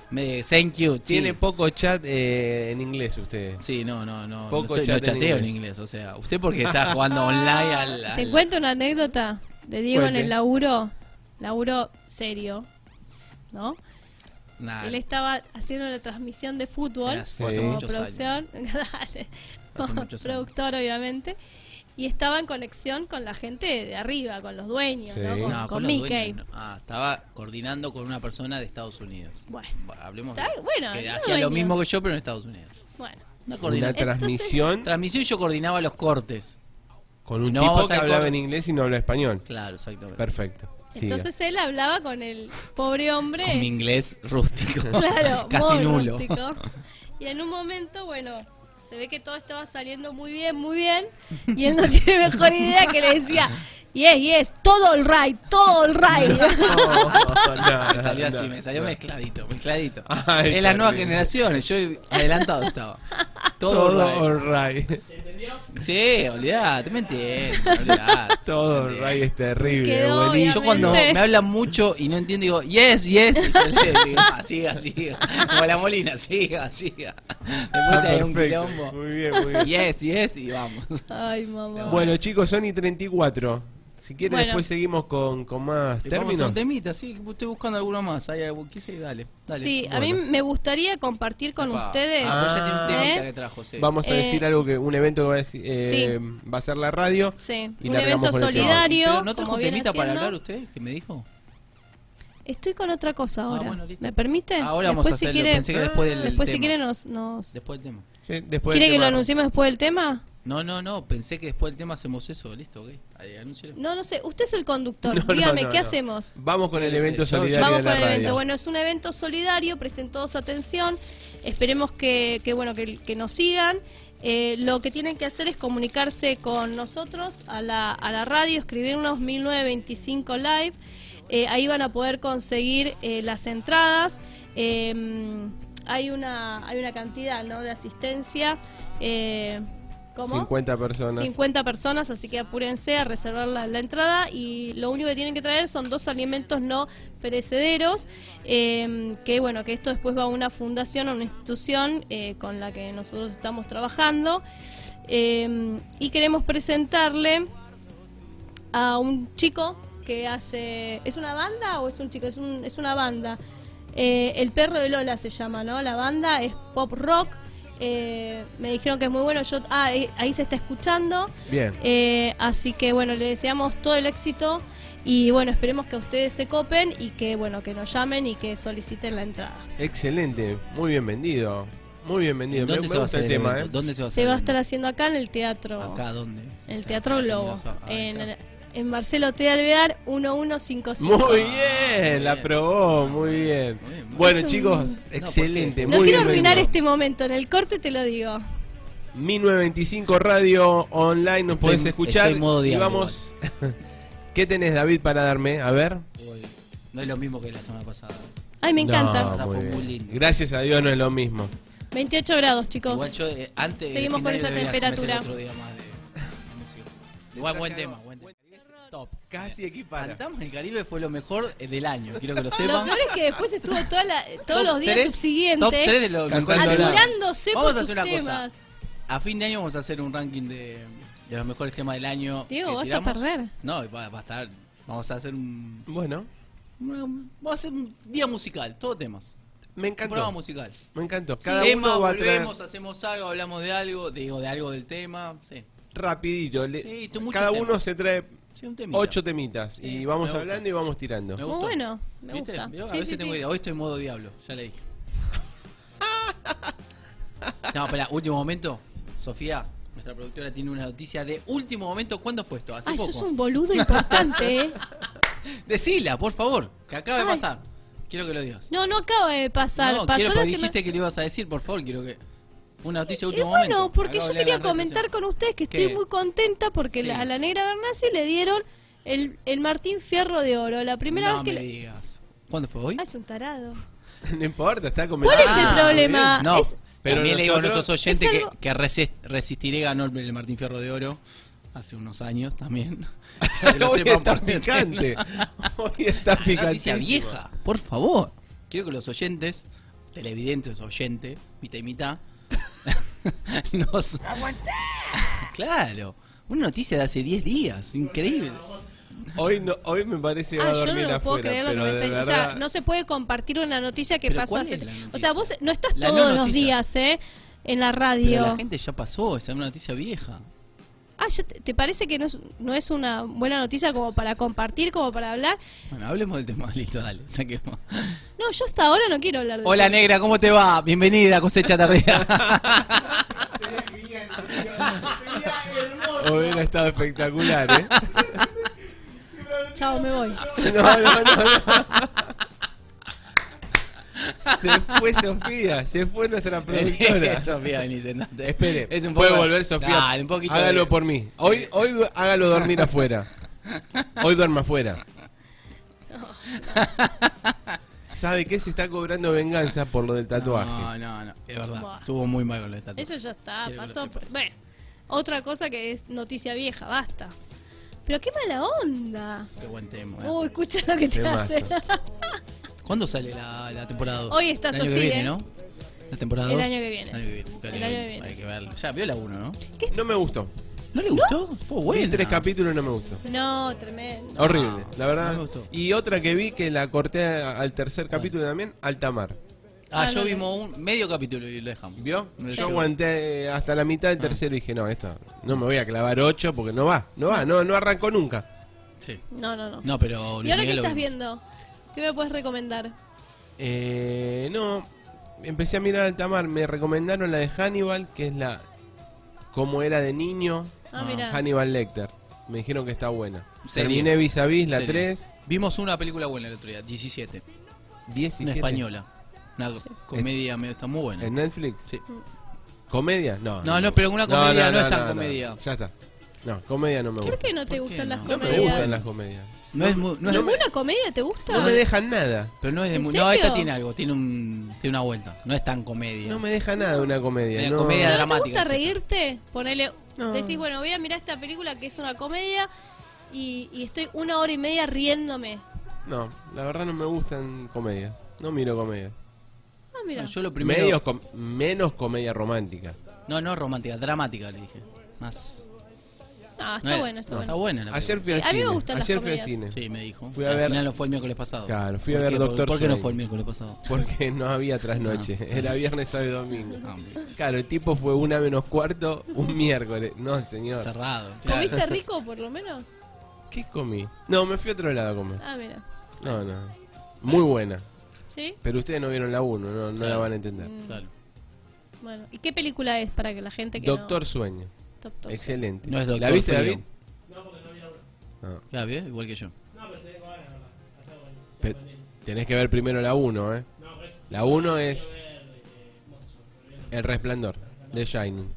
[SPEAKER 3] Me de thank you, ti.
[SPEAKER 1] Tiene poco chat eh, en inglés usted.
[SPEAKER 3] Sí, no, no, no.
[SPEAKER 1] Poco
[SPEAKER 3] no, estoy- no
[SPEAKER 1] chat en
[SPEAKER 3] chateo en
[SPEAKER 1] inglés.
[SPEAKER 3] inglés. O sea, usted porque está jugando online al.
[SPEAKER 2] Te
[SPEAKER 3] al-
[SPEAKER 2] cuento una anécdota de Diego
[SPEAKER 1] Cuente.
[SPEAKER 2] en el laburo, laburo serio, ¿no?
[SPEAKER 3] Nah,
[SPEAKER 2] Él estaba haciendo la transmisión de fútbol
[SPEAKER 3] Era- fue
[SPEAKER 1] hace
[SPEAKER 2] como
[SPEAKER 3] muchos años.
[SPEAKER 2] producción, dale,
[SPEAKER 3] Fue hace
[SPEAKER 2] como
[SPEAKER 3] muchos años.
[SPEAKER 2] productor obviamente, y estaba en conexión con la gente de arriba, con los dueños,
[SPEAKER 1] Sí.
[SPEAKER 2] ¿no?
[SPEAKER 1] No,
[SPEAKER 2] con,
[SPEAKER 3] no,
[SPEAKER 2] con
[SPEAKER 3] con los dueños,
[SPEAKER 2] Mickey.
[SPEAKER 3] no. Ah, estaba coordinando con una persona de Estados Unidos.
[SPEAKER 2] Bueno.
[SPEAKER 3] hablemos
[SPEAKER 2] Está
[SPEAKER 3] de-
[SPEAKER 2] bien, bueno,
[SPEAKER 3] que
[SPEAKER 2] no
[SPEAKER 3] hacía lo
[SPEAKER 2] dueño.
[SPEAKER 3] mismo que yo, pero en Estados Unidos.
[SPEAKER 2] Bueno,
[SPEAKER 3] Una
[SPEAKER 1] Una
[SPEAKER 3] coordina-
[SPEAKER 2] Entonces-
[SPEAKER 1] transmisión
[SPEAKER 3] Transmisión yo coordinaba los cortes.
[SPEAKER 1] con un
[SPEAKER 3] No
[SPEAKER 1] tipo
[SPEAKER 3] vamos
[SPEAKER 1] que
[SPEAKER 3] al
[SPEAKER 1] hablaba
[SPEAKER 3] cor-
[SPEAKER 1] en inglés y no habla español.
[SPEAKER 3] Claro, exactamente.
[SPEAKER 1] Perfecto. Siga.
[SPEAKER 2] entonces él hablaba con el pobre hombre.
[SPEAKER 3] Con mi inglés rústico.
[SPEAKER 2] Claro,
[SPEAKER 3] Casi
[SPEAKER 2] muy
[SPEAKER 3] nulo.
[SPEAKER 2] rústico. Y en un momento, bueno, se ve que todo estaba saliendo muy bien, muy bien. Y él no tiene mejor idea que le decía, yes, yes, todo el right, todo el right.
[SPEAKER 1] No, no,
[SPEAKER 3] Me ah. salió
[SPEAKER 1] no,
[SPEAKER 3] así, me salió
[SPEAKER 1] no.
[SPEAKER 3] mezcladito, mezcladito.
[SPEAKER 1] Ay,
[SPEAKER 3] es la nueva
[SPEAKER 1] terrible.
[SPEAKER 3] generación, yo adelantado estaba. Todo,
[SPEAKER 1] Todo
[SPEAKER 3] right.
[SPEAKER 1] alright.
[SPEAKER 3] Sí, olvidate, me entiendes, olvidate.
[SPEAKER 1] Todo alright es terrible,
[SPEAKER 2] Quedó
[SPEAKER 1] buenísimo.
[SPEAKER 2] bien.
[SPEAKER 1] Ah,
[SPEAKER 3] Yo cuando
[SPEAKER 2] Obviamente.
[SPEAKER 3] me hablan mucho y no entiendo, digo, yes, yes. Y yo le digo, ah, siga, siga. Como la molina, siga, siga. Después
[SPEAKER 1] Ah,
[SPEAKER 3] hay un
[SPEAKER 1] perfecto.
[SPEAKER 3] quilombo.
[SPEAKER 1] Muy bien, muy bien.
[SPEAKER 3] Yes, yes, y vamos.
[SPEAKER 2] Ay, mamá.
[SPEAKER 1] Bueno, chicos, Sony 34. Si quieren,
[SPEAKER 2] Bueno.
[SPEAKER 1] después seguimos con, con más
[SPEAKER 3] Vamos a
[SPEAKER 1] términos.
[SPEAKER 3] un temita, sí, estoy buscando alguno más. Hay algo, qué sé, dale, dale.
[SPEAKER 2] sí, a mí
[SPEAKER 1] bueno.
[SPEAKER 2] me gustaría compartir con
[SPEAKER 3] Epa.
[SPEAKER 2] ustedes.
[SPEAKER 3] Ah, pues ya tiene un temita
[SPEAKER 2] ¿eh?
[SPEAKER 3] que trajo, sí.
[SPEAKER 1] Vamos a
[SPEAKER 2] Eh,
[SPEAKER 1] decir algo que un evento que va a, decir, eh, va a ser la radio.
[SPEAKER 2] Sí,
[SPEAKER 1] Y
[SPEAKER 2] un
[SPEAKER 1] largamos
[SPEAKER 2] evento
[SPEAKER 1] con el tema.
[SPEAKER 2] solidario.
[SPEAKER 3] Pero ¿No trajo
[SPEAKER 2] como
[SPEAKER 3] un
[SPEAKER 2] viene
[SPEAKER 3] temita para
[SPEAKER 2] haciendo.
[SPEAKER 3] hablar usted? ¿Qué me dijo?
[SPEAKER 2] Estoy con otra cosa ahora.
[SPEAKER 3] Ah, bueno, listo.
[SPEAKER 2] ¿Me permite?
[SPEAKER 3] Ahora vamos a
[SPEAKER 2] después si
[SPEAKER 3] hacerlo,
[SPEAKER 2] quiere,
[SPEAKER 3] pensé que después del- del
[SPEAKER 2] después si
[SPEAKER 3] tema.
[SPEAKER 2] quiere nos, nos...
[SPEAKER 3] Después del tema.
[SPEAKER 1] Sí, después
[SPEAKER 2] ¿Quiere
[SPEAKER 1] del
[SPEAKER 2] que
[SPEAKER 1] tema.
[SPEAKER 2] lo anunciemos después del tema?
[SPEAKER 3] No, no, no, pensé que después del tema hacemos eso, listo, ok. Ahí, anúncielo.
[SPEAKER 2] No, no sé. Usted es el conductor.
[SPEAKER 1] No, no,
[SPEAKER 2] Dígame,
[SPEAKER 1] no,
[SPEAKER 2] ¿qué
[SPEAKER 1] no.
[SPEAKER 2] hacemos?
[SPEAKER 1] Vamos con el
[SPEAKER 3] Eh,
[SPEAKER 1] evento
[SPEAKER 3] yo-
[SPEAKER 1] solidario de
[SPEAKER 2] Vamos con
[SPEAKER 1] la
[SPEAKER 2] el
[SPEAKER 1] radio.
[SPEAKER 2] evento. Bueno, es un evento solidario, presten todos atención. Esperemos que, que, bueno, que, que nos sigan. Eh, lo que tienen que hacer es comunicarse con nosotros a la, a la radio, escribirnos 1925 Live. Eh, ahí van a poder conseguir eh, las entradas. Eh, hay, una, hay una cantidad ¿no? de asistencia. Eh, ¿Cómo?
[SPEAKER 1] 50 personas.
[SPEAKER 2] 50 personas, así que apúrense a reservar la, la entrada y lo único que tienen que traer son dos alimentos no perecederos, eh, que bueno, que esto después va a una fundación, a una institución eh, con la que nosotros estamos trabajando eh, y queremos presentarle a un chico que hace... ¿Es una banda o es un chico? Es, un- es una banda. Eh, el perro de Lola se llama, ¿no? La banda es pop rock. Eh, me dijeron que es muy bueno. Yo, ah, eh, ahí se está escuchando.
[SPEAKER 1] Bien.
[SPEAKER 2] Eh, así que bueno, le deseamos todo el éxito. Y bueno, esperemos que ustedes se copen y que bueno, que nos llamen y que soliciten la entrada.
[SPEAKER 1] Excelente. Muy bien vendido. Muy bien vendido. Me, me
[SPEAKER 3] ¿Dónde se va a
[SPEAKER 1] gusta
[SPEAKER 3] hacer
[SPEAKER 1] el tema, ¿eh?
[SPEAKER 3] evento? ¿Dónde se va a
[SPEAKER 2] Se
[SPEAKER 3] hacer
[SPEAKER 2] va a
[SPEAKER 3] el
[SPEAKER 2] estar
[SPEAKER 3] evento?
[SPEAKER 2] haciendo acá en el teatro.
[SPEAKER 3] Acá, ¿dónde?
[SPEAKER 2] En el
[SPEAKER 3] Acá,
[SPEAKER 2] Teatro
[SPEAKER 3] acá,
[SPEAKER 2] Globo.
[SPEAKER 3] Mendoza. Ah,
[SPEAKER 2] En,
[SPEAKER 3] acá.
[SPEAKER 2] en Marcelo T. Alvear
[SPEAKER 1] ¿eh?
[SPEAKER 2] 1155.
[SPEAKER 1] Muy bien, la probó, muy bien.
[SPEAKER 3] Muy bien, muy
[SPEAKER 1] Bueno,
[SPEAKER 2] bien.
[SPEAKER 1] chicos, excelente.
[SPEAKER 2] No
[SPEAKER 1] muy
[SPEAKER 2] quiero
[SPEAKER 1] bien
[SPEAKER 2] arruinar
[SPEAKER 1] vendido.
[SPEAKER 2] este momento, en el corte te lo digo.
[SPEAKER 1] 1925 Radio Online, nos
[SPEAKER 3] este- Estoy-
[SPEAKER 1] podés escuchar.
[SPEAKER 3] estoy en modo
[SPEAKER 1] y
[SPEAKER 3] diablo,
[SPEAKER 1] vamos. ¿Qué tenés, David, para darme? A ver.
[SPEAKER 3] Uy, No es lo mismo que la semana pasada.
[SPEAKER 2] Ay, me
[SPEAKER 1] No,
[SPEAKER 2] encanta.
[SPEAKER 1] muy
[SPEAKER 3] Fue muy
[SPEAKER 1] bien.
[SPEAKER 3] lindo.
[SPEAKER 1] Gracias a Dios no es lo mismo.
[SPEAKER 2] 28 grados, chicos.
[SPEAKER 3] Igual yo eh, antes. del
[SPEAKER 2] Seguimos
[SPEAKER 3] final
[SPEAKER 2] con esa
[SPEAKER 3] debería
[SPEAKER 2] temperatura.
[SPEAKER 3] meter otro día más de- de música. Igual, buen tema, buen tema. Top.
[SPEAKER 1] Casi equipara.
[SPEAKER 3] Cantamos el Caribe fue lo mejor eh, del año, quiero que lo
[SPEAKER 2] Lo
[SPEAKER 3] sepan.
[SPEAKER 2] peor es que después estuvo toda la- todos los días
[SPEAKER 3] tres- Top 3
[SPEAKER 2] subsiguientes
[SPEAKER 3] de los
[SPEAKER 1] Cantando
[SPEAKER 3] mejores del año.
[SPEAKER 1] la-
[SPEAKER 2] apurándose
[SPEAKER 3] Vamos
[SPEAKER 2] por
[SPEAKER 3] a
[SPEAKER 2] sus
[SPEAKER 3] hacer una cosa.
[SPEAKER 2] temas.
[SPEAKER 3] A fin de año vamos a hacer un ranking de, de los mejores temas del año.
[SPEAKER 2] Diego,
[SPEAKER 3] que
[SPEAKER 2] vas a
[SPEAKER 3] tiramos.
[SPEAKER 2] perder.
[SPEAKER 3] No, va, va a estar. Vamos a hacer un.
[SPEAKER 1] Bueno,
[SPEAKER 3] una- vamos a hacer un día musical, todos temas.
[SPEAKER 1] me
[SPEAKER 3] Un programa
[SPEAKER 1] encantó.
[SPEAKER 3] musical.
[SPEAKER 1] Me encantó. Cada
[SPEAKER 3] tema,
[SPEAKER 1] uno va a traer
[SPEAKER 3] volvemos, hacemos algo, hablamos de algo, digo, de algo del tema. Sí,
[SPEAKER 1] rapidito. le-
[SPEAKER 3] Sí, tú mucho
[SPEAKER 1] cada
[SPEAKER 3] tema.
[SPEAKER 1] uno se trae
[SPEAKER 3] sí un tema.
[SPEAKER 1] ocho temitas y
[SPEAKER 3] Sí,
[SPEAKER 1] vamos
[SPEAKER 3] me gusta.
[SPEAKER 1] hablando y vamos tirando.
[SPEAKER 3] Me
[SPEAKER 2] Muy
[SPEAKER 3] gustó.
[SPEAKER 2] bueno, me
[SPEAKER 3] ¿Viste?
[SPEAKER 2] gusta.
[SPEAKER 3] Yo a
[SPEAKER 2] Sí,
[SPEAKER 3] veces
[SPEAKER 2] sí,
[SPEAKER 3] tengo
[SPEAKER 2] sí.
[SPEAKER 3] idea. Hoy estoy en modo diablo, ya le dije. no, espera, último momento. Sofía, nuestra productora tiene una noticia de último momento. ¿Cuándo fue esto? Hace
[SPEAKER 2] Ay,
[SPEAKER 3] poco.
[SPEAKER 2] sos un boludo importante, ¿eh?
[SPEAKER 3] Decila, por favor, que acaba de
[SPEAKER 2] Ay.
[SPEAKER 3] pasar. Quiero que lo digas.
[SPEAKER 2] No, no acaba de pasar.
[SPEAKER 3] no,
[SPEAKER 2] pasó
[SPEAKER 3] quiero,
[SPEAKER 2] la
[SPEAKER 3] porque
[SPEAKER 2] semana-
[SPEAKER 3] dijiste que lo ibas a decir, por favor, quiero que... Una noticia de
[SPEAKER 2] Y
[SPEAKER 3] último
[SPEAKER 2] bueno,
[SPEAKER 3] momento.
[SPEAKER 2] porque yo
[SPEAKER 3] Acabo de leer la
[SPEAKER 2] quería comentar
[SPEAKER 3] realización.
[SPEAKER 2] con ustedes que
[SPEAKER 3] ¿Qué?
[SPEAKER 2] estoy muy contenta porque
[SPEAKER 3] Sí.
[SPEAKER 2] la- a la negra Bernasi le dieron el, el Martín Fierro de Oro. La primera
[SPEAKER 3] no
[SPEAKER 2] vez que...
[SPEAKER 3] me
[SPEAKER 2] le-
[SPEAKER 3] digas. ¿cuándo fue hoy?
[SPEAKER 2] Ah, es un tarado.
[SPEAKER 1] No importa, está
[SPEAKER 2] ¿Cuál
[SPEAKER 1] comentando. Ah,
[SPEAKER 2] es el problema?
[SPEAKER 3] No,
[SPEAKER 2] Ah, Es-
[SPEAKER 1] Pero
[SPEAKER 3] también le digo a
[SPEAKER 1] nosotros-
[SPEAKER 3] nuestros oyentes
[SPEAKER 2] es
[SPEAKER 3] que-
[SPEAKER 2] algo-
[SPEAKER 3] que, Resist- Resistiré ganó el Martín Fierro de Oro hace unos años también. Que lo
[SPEAKER 1] Hoy
[SPEAKER 3] sepan
[SPEAKER 1] está
[SPEAKER 3] por-
[SPEAKER 1] picante. Hoy está
[SPEAKER 3] Una
[SPEAKER 1] picante.
[SPEAKER 3] noticia vieja, por favor. Quiero que los oyentes, televidentes oyentes, mitad y mitad, nos... claro, una noticia de hace 10 días, increíble.
[SPEAKER 1] Hoy, no, hoy me parece va
[SPEAKER 2] Ah,
[SPEAKER 1] a
[SPEAKER 2] yo no
[SPEAKER 1] dormir
[SPEAKER 2] lo puedo
[SPEAKER 1] afuera.
[SPEAKER 2] creer lo que
[SPEAKER 1] pero
[SPEAKER 2] me
[SPEAKER 1] de
[SPEAKER 2] está-
[SPEAKER 1] verdad,
[SPEAKER 2] O sea, no se puede compartir una noticia que
[SPEAKER 3] ¿Pero
[SPEAKER 2] pasó
[SPEAKER 3] cuál
[SPEAKER 2] hace.
[SPEAKER 3] es la
[SPEAKER 2] O sea,
[SPEAKER 3] noticia?
[SPEAKER 2] vos no estás
[SPEAKER 3] La no
[SPEAKER 2] todos los
[SPEAKER 3] noticia.
[SPEAKER 2] días, ¿eh? En la
[SPEAKER 3] Pero
[SPEAKER 2] radio.
[SPEAKER 3] la gente ya pasó, esa es una noticia vieja.
[SPEAKER 2] Ah, ya te, te parece que no es, no es una buena noticia como para compartir, como para hablar?
[SPEAKER 3] Bueno, hablemos del tema, listo, dale, saquemos.
[SPEAKER 2] No, yo hasta ahora no quiero hablar de
[SPEAKER 3] Hola
[SPEAKER 2] eso.
[SPEAKER 3] negra, ¿cómo te va? Bienvenida a cosecha tardía.
[SPEAKER 4] Sería genial, tío. Sería hermoso.
[SPEAKER 1] Hubiera estado espectacular, ¿eh?
[SPEAKER 2] Chao, me voy.
[SPEAKER 1] No, no, no, no. Se fue Sofía, se fue nuestra productora.
[SPEAKER 3] Sofía, vení, sentate.
[SPEAKER 1] Espere,
[SPEAKER 3] Es un
[SPEAKER 1] puede
[SPEAKER 3] poco-
[SPEAKER 1] volver Sofía.
[SPEAKER 3] Dale, un poquito
[SPEAKER 1] hágalo
[SPEAKER 3] de-
[SPEAKER 1] por mí. Hoy, hoy du- hágalo dormir afuera. Hoy duerma afuera. ¿Sabe qué? Se está cobrando venganza por lo del tatuaje.
[SPEAKER 3] No, no, no, es verdad.
[SPEAKER 2] Buah.
[SPEAKER 3] Estuvo muy mal con el tatuaje.
[SPEAKER 2] Eso ya está,
[SPEAKER 3] Quiero que lo
[SPEAKER 2] pasó.
[SPEAKER 3] sepas.
[SPEAKER 2] Bueno, otra cosa que es noticia vieja, basta. Pero qué mala onda.
[SPEAKER 3] Qué buen tema. eh.
[SPEAKER 2] Oh, escucha lo que te
[SPEAKER 1] Temazo.
[SPEAKER 2] hace.
[SPEAKER 3] ¿Cuándo sale la, la temporada 2?
[SPEAKER 2] Hoy estás
[SPEAKER 3] el año
[SPEAKER 2] así,
[SPEAKER 3] que viene,
[SPEAKER 2] ¿eh?
[SPEAKER 3] ¿no? La temporada
[SPEAKER 2] El
[SPEAKER 3] 2.
[SPEAKER 2] año que viene.
[SPEAKER 3] El año que viene. Está
[SPEAKER 2] El
[SPEAKER 3] bien,
[SPEAKER 2] año que viene.
[SPEAKER 3] Hay que verlo. Ya vio la 1, ¿no?
[SPEAKER 1] No me gustó.
[SPEAKER 3] ¿No le gustó? Fue
[SPEAKER 1] Vi
[SPEAKER 3] bueno.
[SPEAKER 1] tres capítulos y no me gustó.
[SPEAKER 2] No, tremendo.
[SPEAKER 1] Horrible, la verdad.
[SPEAKER 3] no me gustó.
[SPEAKER 1] Y otra que vi que la corté a- al tercer capítulo también, Altamar.
[SPEAKER 3] Ah,
[SPEAKER 2] Ah,
[SPEAKER 3] yo
[SPEAKER 2] no,
[SPEAKER 3] vimos un medio capítulo y lo dejamos.
[SPEAKER 1] ¿Vio?
[SPEAKER 3] No
[SPEAKER 1] Yo
[SPEAKER 3] llegó. Ah.
[SPEAKER 1] aguanté eh, hasta la mitad del tercero y dije, no, esto no me voy a clavar ocho porque no va, no va, no, no arrancó nunca.
[SPEAKER 3] Sí.
[SPEAKER 2] No, no, no.
[SPEAKER 3] No, pero.
[SPEAKER 2] ¿Y
[SPEAKER 3] Luis
[SPEAKER 2] ahora qué
[SPEAKER 3] Miguel lo
[SPEAKER 2] estás
[SPEAKER 3] vimos.
[SPEAKER 2] viendo? ¿Qué me puedes recomendar?
[SPEAKER 1] Eh, no, empecé a mirar Altamar, me recomendaron la de Hannibal, que es la como era de niño,
[SPEAKER 2] Ah,
[SPEAKER 3] Ah,
[SPEAKER 2] mira.
[SPEAKER 1] Hannibal Lecter. Me dijeron que está buena.
[SPEAKER 3] Serie.
[SPEAKER 1] Terminé vis a vis, la
[SPEAKER 3] Serie.
[SPEAKER 1] 3,
[SPEAKER 3] Vimos una película buena el otro día, 17.
[SPEAKER 1] 17.
[SPEAKER 3] Una española. Una comedia, medio- está muy buena.
[SPEAKER 1] ¿En Netflix?
[SPEAKER 3] Sí.
[SPEAKER 1] ¿Comedia? No.
[SPEAKER 3] No, no, pero una comedia no es tan comedia.
[SPEAKER 1] Ya está. No, comedia no me
[SPEAKER 2] ¿Por
[SPEAKER 1] gusta.
[SPEAKER 2] qué no te
[SPEAKER 3] ¿Por qué
[SPEAKER 2] gustan las
[SPEAKER 3] no?
[SPEAKER 1] No
[SPEAKER 2] comedias?
[SPEAKER 1] me gustan las comedias.
[SPEAKER 3] No es muy. No es,
[SPEAKER 2] ¿Ninguna comedia te gusta?
[SPEAKER 1] No me dejan nada.
[SPEAKER 3] pero no es de
[SPEAKER 2] ¿En
[SPEAKER 3] muy. No, esta
[SPEAKER 2] serio?
[SPEAKER 3] tiene algo, tiene, un, tiene una vuelta. No es tan comedia.
[SPEAKER 1] No me deja nada una comedia.
[SPEAKER 3] Una
[SPEAKER 1] no.
[SPEAKER 3] comedia
[SPEAKER 2] ¿No
[SPEAKER 3] dramática,
[SPEAKER 2] ¿Te gusta
[SPEAKER 3] sí.
[SPEAKER 2] reírte? Ponele,
[SPEAKER 1] No.
[SPEAKER 2] decís, bueno, voy a mirar esta película que es una comedia y, y estoy una hora y media riéndome.
[SPEAKER 1] No, la verdad no me gustan comedias. No miro comedias.
[SPEAKER 2] Ah, mira.
[SPEAKER 3] No, yo lo primero.
[SPEAKER 1] Medios com- menos comedia romántica.
[SPEAKER 3] No, no romántica, dramática le dije. Más.
[SPEAKER 2] Ah,
[SPEAKER 3] No
[SPEAKER 2] está
[SPEAKER 3] era-
[SPEAKER 2] bueno, está
[SPEAKER 3] no,
[SPEAKER 2] bueno.
[SPEAKER 3] Está buena la
[SPEAKER 1] Ayer fui
[SPEAKER 2] Sí,
[SPEAKER 1] al
[SPEAKER 2] a mí me
[SPEAKER 1] cine.
[SPEAKER 2] gustan las
[SPEAKER 1] Ayer fui al cine.
[SPEAKER 3] película. Sí, me dijo.
[SPEAKER 1] fui a
[SPEAKER 3] Al
[SPEAKER 1] ver-
[SPEAKER 3] final no fue el miércoles pasado.
[SPEAKER 1] Claro, fui a
[SPEAKER 3] ¿Por
[SPEAKER 1] ver
[SPEAKER 3] qué?
[SPEAKER 1] Doctor
[SPEAKER 3] ¿Por qué no
[SPEAKER 1] Zoe.
[SPEAKER 3] fue el miércoles pasado?
[SPEAKER 1] Porque no había trasnoche. Era viernes, sábado y domingo.
[SPEAKER 3] Ah, hombre.
[SPEAKER 1] Claro, el tipo fue una menos cuarto un miércoles. No, señor.
[SPEAKER 3] Cerrado.
[SPEAKER 2] ¿Comiste rico por lo menos?
[SPEAKER 1] ¿Qué comí? No, me fui a otro lado a comer.
[SPEAKER 2] Ah, mira.
[SPEAKER 1] No, no. Muy buena.
[SPEAKER 2] ¿Sí?
[SPEAKER 1] Pero ustedes no vieron la 1, no, no la
[SPEAKER 3] Claro.
[SPEAKER 1] van a entender.
[SPEAKER 2] Mm,
[SPEAKER 3] Claro.
[SPEAKER 2] Bueno. ¿Y qué película es para que la gente que
[SPEAKER 1] Doctor Sueño.
[SPEAKER 2] no... Doctor.
[SPEAKER 1] Excelente.
[SPEAKER 3] No es
[SPEAKER 1] ¿La
[SPEAKER 3] Doctor
[SPEAKER 1] viste,
[SPEAKER 3] Frío.
[SPEAKER 1] David? Ah.
[SPEAKER 4] No, porque no vi la una.
[SPEAKER 1] No.
[SPEAKER 3] Ya, ¿ves? Igual que yo.
[SPEAKER 4] No, pero tengo ganas, la verdad. Está bueno. Está
[SPEAKER 1] Pe-
[SPEAKER 4] pendiente.
[SPEAKER 1] tenés que ver primero la 1, ¿eh?
[SPEAKER 4] No, pero es-
[SPEAKER 1] La 1 es...
[SPEAKER 4] quiero ver, eh, Monster, pero bien.
[SPEAKER 1] El Resplandor, de Shining.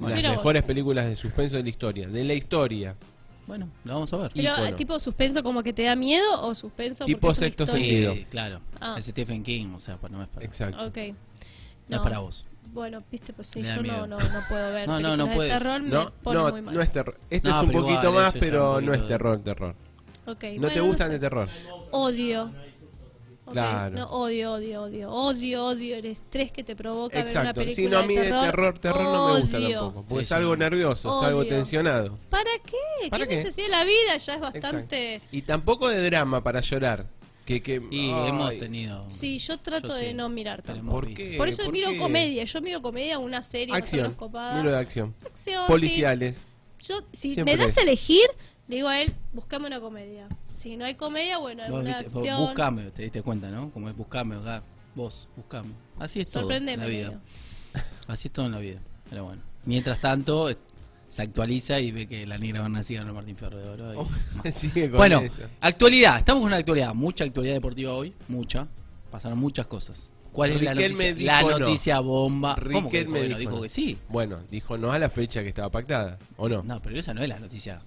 [SPEAKER 1] Las
[SPEAKER 2] Mira vos.
[SPEAKER 1] mejores películas de suspenso de la historia. De la historia.
[SPEAKER 3] Bueno, la vamos a ver.
[SPEAKER 2] Pero
[SPEAKER 1] ícono.
[SPEAKER 2] tipo suspenso como que te da miedo o suspenso
[SPEAKER 1] Tipo
[SPEAKER 2] porque es una
[SPEAKER 1] sexto
[SPEAKER 2] historia?
[SPEAKER 1] sentido.
[SPEAKER 3] claro.
[SPEAKER 2] Ah.
[SPEAKER 3] Es Stephen King, o sea, pa- no es para,
[SPEAKER 1] Exacto.
[SPEAKER 2] Ok.
[SPEAKER 3] no es para vos.
[SPEAKER 2] Bueno, viste, pues sí,
[SPEAKER 3] Me da
[SPEAKER 2] yo no,
[SPEAKER 3] miedo.
[SPEAKER 2] no, no puedo ver.
[SPEAKER 3] No, no,
[SPEAKER 2] películas
[SPEAKER 3] no
[SPEAKER 2] de
[SPEAKER 3] puedes.
[SPEAKER 2] terror me
[SPEAKER 1] No,
[SPEAKER 2] pone
[SPEAKER 1] no,
[SPEAKER 2] muy mal.
[SPEAKER 1] no es terror. Este
[SPEAKER 3] No,
[SPEAKER 1] es un
[SPEAKER 3] pero
[SPEAKER 1] poquito
[SPEAKER 3] igual,
[SPEAKER 1] más,
[SPEAKER 3] eso ya
[SPEAKER 1] pero
[SPEAKER 3] un
[SPEAKER 1] no es
[SPEAKER 3] poquito-
[SPEAKER 1] terror, terror.
[SPEAKER 2] Ok,
[SPEAKER 1] No
[SPEAKER 2] bueno,
[SPEAKER 1] te gustan
[SPEAKER 2] sé.
[SPEAKER 1] de terror.
[SPEAKER 2] Odio. Ok,
[SPEAKER 1] Claro.
[SPEAKER 2] No, odio, odio, odio. Odio, odio el estrés que te provoca ver una
[SPEAKER 1] Exacto.
[SPEAKER 2] película
[SPEAKER 1] Si no, a mí de terror, terror no me gusta
[SPEAKER 2] Odio.
[SPEAKER 1] tampoco. Porque
[SPEAKER 3] Sí, sí.
[SPEAKER 1] salgo nervioso, salgo
[SPEAKER 2] Odio.
[SPEAKER 1] tensionado.
[SPEAKER 2] ¿Para qué?
[SPEAKER 1] ¿Para
[SPEAKER 2] ¿Qué,
[SPEAKER 1] qué?
[SPEAKER 2] necesidad? La vida ya es bastante...
[SPEAKER 1] Exacto. Y tampoco de drama para llorar. Que, que,
[SPEAKER 3] Y
[SPEAKER 1] ay,
[SPEAKER 3] hemos tenido.
[SPEAKER 2] Sí, yo trato
[SPEAKER 3] Yo
[SPEAKER 2] de
[SPEAKER 3] sí.
[SPEAKER 2] no mirar
[SPEAKER 3] Tenemos-
[SPEAKER 2] tampoco.
[SPEAKER 1] ¿Por
[SPEAKER 3] visto.
[SPEAKER 1] qué?
[SPEAKER 2] Por eso
[SPEAKER 1] Eh, ¿Por
[SPEAKER 2] miro
[SPEAKER 1] qué?
[SPEAKER 2] comedia. Yo miro comedia, una serie,
[SPEAKER 1] Acción.
[SPEAKER 2] más o menos copada.
[SPEAKER 1] Miro de acción.
[SPEAKER 2] Acción,
[SPEAKER 1] Policiales.
[SPEAKER 2] sí. Yo, si
[SPEAKER 1] Siempre.
[SPEAKER 2] me das a elegir, le digo a él, buscame una comedia. Si no hay comedia, bueno,
[SPEAKER 3] Vos
[SPEAKER 2] alguna
[SPEAKER 3] viste- vos
[SPEAKER 2] acción.
[SPEAKER 3] buscame, te diste cuenta, ¿no? Como es buscame, acá, vos, buscame. Así es todo en
[SPEAKER 2] Sorprendeme.
[SPEAKER 3] la vida.
[SPEAKER 2] digo.
[SPEAKER 3] Así es todo en la vida. Pero bueno. Mientras tanto, eh, se actualiza y ve que la negra van a seguir a Martín Ferro de Oro. y-
[SPEAKER 1] Oh. Sigue con
[SPEAKER 3] Bueno,
[SPEAKER 1] eso.
[SPEAKER 3] actualidad. Estamos con una actualidad. Mucha actualidad deportiva hoy. Mucha. Pasaron muchas cosas. ¿Cuál es la
[SPEAKER 1] Riquelme
[SPEAKER 3] noticia? La
[SPEAKER 1] dijo no.
[SPEAKER 3] noticia bomba. ¿Cómo que
[SPEAKER 1] Riquelme
[SPEAKER 3] dijo que no?
[SPEAKER 1] dijo
[SPEAKER 3] Dijo
[SPEAKER 1] no.
[SPEAKER 3] que sí.
[SPEAKER 1] Bueno, dijo no a la fecha que estaba pactada, ¿o no?
[SPEAKER 3] No, pero esa no es la noticia.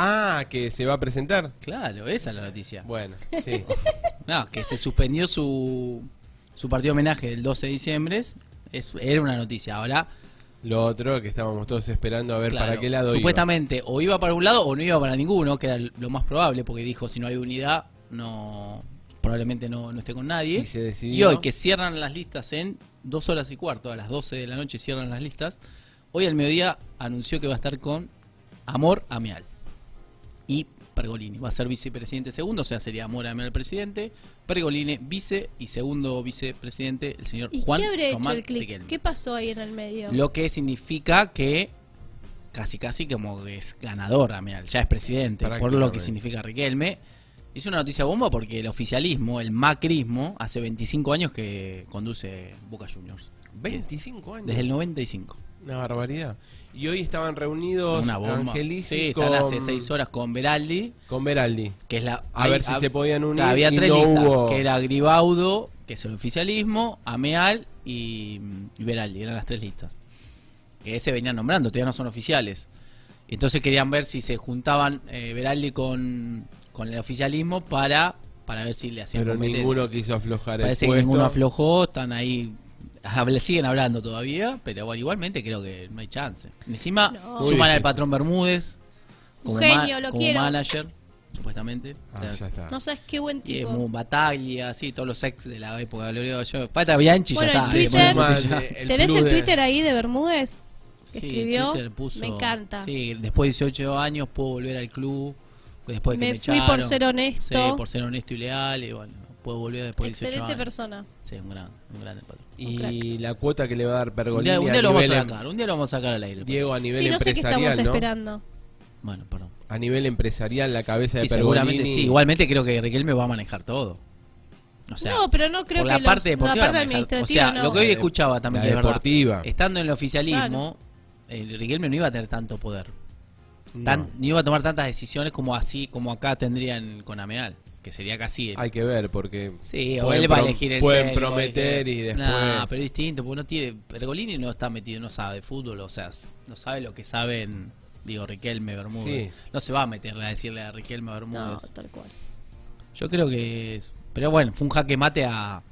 [SPEAKER 1] Ah, que se va a presentar.
[SPEAKER 3] Claro, esa es la noticia.
[SPEAKER 1] Bueno, sí.
[SPEAKER 3] No, que se suspendió su, su partido homenaje del 12 de diciembre. Es, era una noticia. Ahora,
[SPEAKER 1] Lo otro que estábamos todos esperando a ver
[SPEAKER 3] claro,
[SPEAKER 1] para qué lado iba.
[SPEAKER 3] supuestamente o iba para un lado o no iba para ninguno, que era lo más probable, porque dijo si no hay unidad, no probablemente no, no esté con nadie.
[SPEAKER 1] Y se decidió.
[SPEAKER 3] Y hoy que cierran las listas en dos horas y cuarto, a las 12 de la noche cierran las listas. Hoy al mediodía anunció que va a estar con Amor Amial y Pergolini. Va a ser vicepresidente segundo, o sea, sería Amor Amial presidente, Pergolini vice y segundo vicepresidente el señor
[SPEAKER 2] ¿Y
[SPEAKER 3] Juan
[SPEAKER 2] qué habrá hecho
[SPEAKER 3] Román
[SPEAKER 2] el clic?
[SPEAKER 3] Riquelme.
[SPEAKER 2] ¿Qué pasó ahí en el medio?
[SPEAKER 3] Lo que significa que casi casi como que es ganador Amial, ya es presidente, por lo que
[SPEAKER 1] Prácticamente.
[SPEAKER 3] significa Riquelme. Es una noticia bomba porque el oficialismo, el macrismo, hace 25 años que conduce Boca Juniors.
[SPEAKER 1] 25 años.
[SPEAKER 3] Desde el 95.
[SPEAKER 1] Una barbaridad. Y hoy estaban reunidos
[SPEAKER 3] Una bomba.
[SPEAKER 1] Angelici
[SPEAKER 3] Sí,
[SPEAKER 1] con,
[SPEAKER 3] están hace 6 horas con Beraldi,
[SPEAKER 1] con Beraldi.
[SPEAKER 3] que es la...
[SPEAKER 1] A ver si se podían unir
[SPEAKER 3] Había
[SPEAKER 1] y
[SPEAKER 3] tres
[SPEAKER 1] no
[SPEAKER 3] listas,
[SPEAKER 1] hubo-
[SPEAKER 3] que era Gribaudo, que es el oficialismo, Ameal y, y Beraldi, eran las tres listas. Que se venían nombrando, todavía no son oficiales. Entonces querían ver si se juntaban eh, Beraldi con, con el oficialismo para, para ver si le hacían
[SPEAKER 1] Pero
[SPEAKER 3] competencia.
[SPEAKER 1] ninguno quiso aflojar
[SPEAKER 3] Parece
[SPEAKER 1] el
[SPEAKER 3] que
[SPEAKER 1] puesto.
[SPEAKER 3] ninguno aflojó, están ahí, habla- siguen hablando todavía, pero bueno, igualmente creo que no hay chance. Encima
[SPEAKER 2] No.
[SPEAKER 1] Muy
[SPEAKER 3] suman al
[SPEAKER 1] difícil.
[SPEAKER 3] patrón Bermúdez como,
[SPEAKER 2] Un
[SPEAKER 3] ma-
[SPEAKER 2] genio, lo
[SPEAKER 3] como
[SPEAKER 2] quiero.
[SPEAKER 3] manager, supuestamente.
[SPEAKER 1] Ah,
[SPEAKER 3] O sea,
[SPEAKER 1] ya está.
[SPEAKER 2] No sabes qué buen
[SPEAKER 3] y es
[SPEAKER 2] tipo.
[SPEAKER 3] muy Bataglia, así, todos los ex de la época gloriosa. Falta Bianchi,
[SPEAKER 2] Bueno,
[SPEAKER 3] ya
[SPEAKER 2] el
[SPEAKER 3] está.
[SPEAKER 2] Twitter-
[SPEAKER 3] le ponemos
[SPEAKER 1] Más,
[SPEAKER 3] punto y ya.
[SPEAKER 1] eh,
[SPEAKER 2] ¿Tenés
[SPEAKER 1] club
[SPEAKER 2] el
[SPEAKER 1] de-
[SPEAKER 2] Twitter ahí de Bermúdez? que
[SPEAKER 3] Sí,
[SPEAKER 2] escribió,
[SPEAKER 3] Twitter puso-
[SPEAKER 2] me encanta.
[SPEAKER 3] Sí, después de 18 años puedo volver al club. Después de Pues que
[SPEAKER 2] Me
[SPEAKER 3] me
[SPEAKER 2] fui por
[SPEAKER 3] echaron.
[SPEAKER 2] ser honesto.
[SPEAKER 3] Sí, por ser honesto y leal. Y bueno, puedo volver después de 18
[SPEAKER 2] Excelente
[SPEAKER 3] años.
[SPEAKER 2] persona.
[SPEAKER 3] Sí, un gran, un grande patrón.
[SPEAKER 1] Y la cuota que le va a dar
[SPEAKER 3] Un
[SPEAKER 1] Pergolini
[SPEAKER 3] día, un
[SPEAKER 1] a
[SPEAKER 3] día lo vamos
[SPEAKER 1] nivel
[SPEAKER 3] a
[SPEAKER 1] em-
[SPEAKER 3] sacar, un día lo vamos a sacar al aire.
[SPEAKER 1] Diego a nivel
[SPEAKER 2] Sí, no sé qué
[SPEAKER 1] empresarial,
[SPEAKER 2] estamos
[SPEAKER 1] ¿no?
[SPEAKER 2] esperando.
[SPEAKER 3] Bueno, perdón.
[SPEAKER 1] A nivel empresarial la cabeza de
[SPEAKER 3] Y seguramente
[SPEAKER 1] Pergolini.
[SPEAKER 3] sí, igualmente creo que Riquelme va a manejar todo. O sea,
[SPEAKER 2] no, pero no creo
[SPEAKER 3] por
[SPEAKER 2] que
[SPEAKER 3] la
[SPEAKER 2] los-
[SPEAKER 3] parte
[SPEAKER 2] la
[SPEAKER 3] deportiva.
[SPEAKER 2] parte
[SPEAKER 3] va a manejar.
[SPEAKER 2] administrativa
[SPEAKER 3] o sea,
[SPEAKER 2] no.
[SPEAKER 3] lo que hoy escuchaba también,
[SPEAKER 1] La
[SPEAKER 3] que es verdad.
[SPEAKER 1] deportiva.
[SPEAKER 3] Estando en el oficialismo, el Riquelme no iba a tener tanto poder.
[SPEAKER 1] No.
[SPEAKER 3] Tan, no. iba a tomar tantas decisiones como así, como acá tendrían con Ameal, que sería casi el-
[SPEAKER 1] Hay que ver porque
[SPEAKER 3] Sí, o
[SPEAKER 1] pueden
[SPEAKER 3] él va a
[SPEAKER 1] prom-
[SPEAKER 3] elegir el
[SPEAKER 1] pueden
[SPEAKER 3] técnico,
[SPEAKER 1] prometer
[SPEAKER 3] elegir-
[SPEAKER 1] y después
[SPEAKER 3] Nah, pero es distinto, porque no tiene. Pergolini no está metido, no sabe de fútbol, o sea, s- no sabe lo que saben, digo, Riquelme Bermúdez.
[SPEAKER 1] Sí.
[SPEAKER 3] No se va a meterle a decirle a Riquelme
[SPEAKER 2] No,
[SPEAKER 3] Bermúdez.
[SPEAKER 2] tal cual.
[SPEAKER 3] Yo creo que. es- Pero bueno, fue un jaque mate a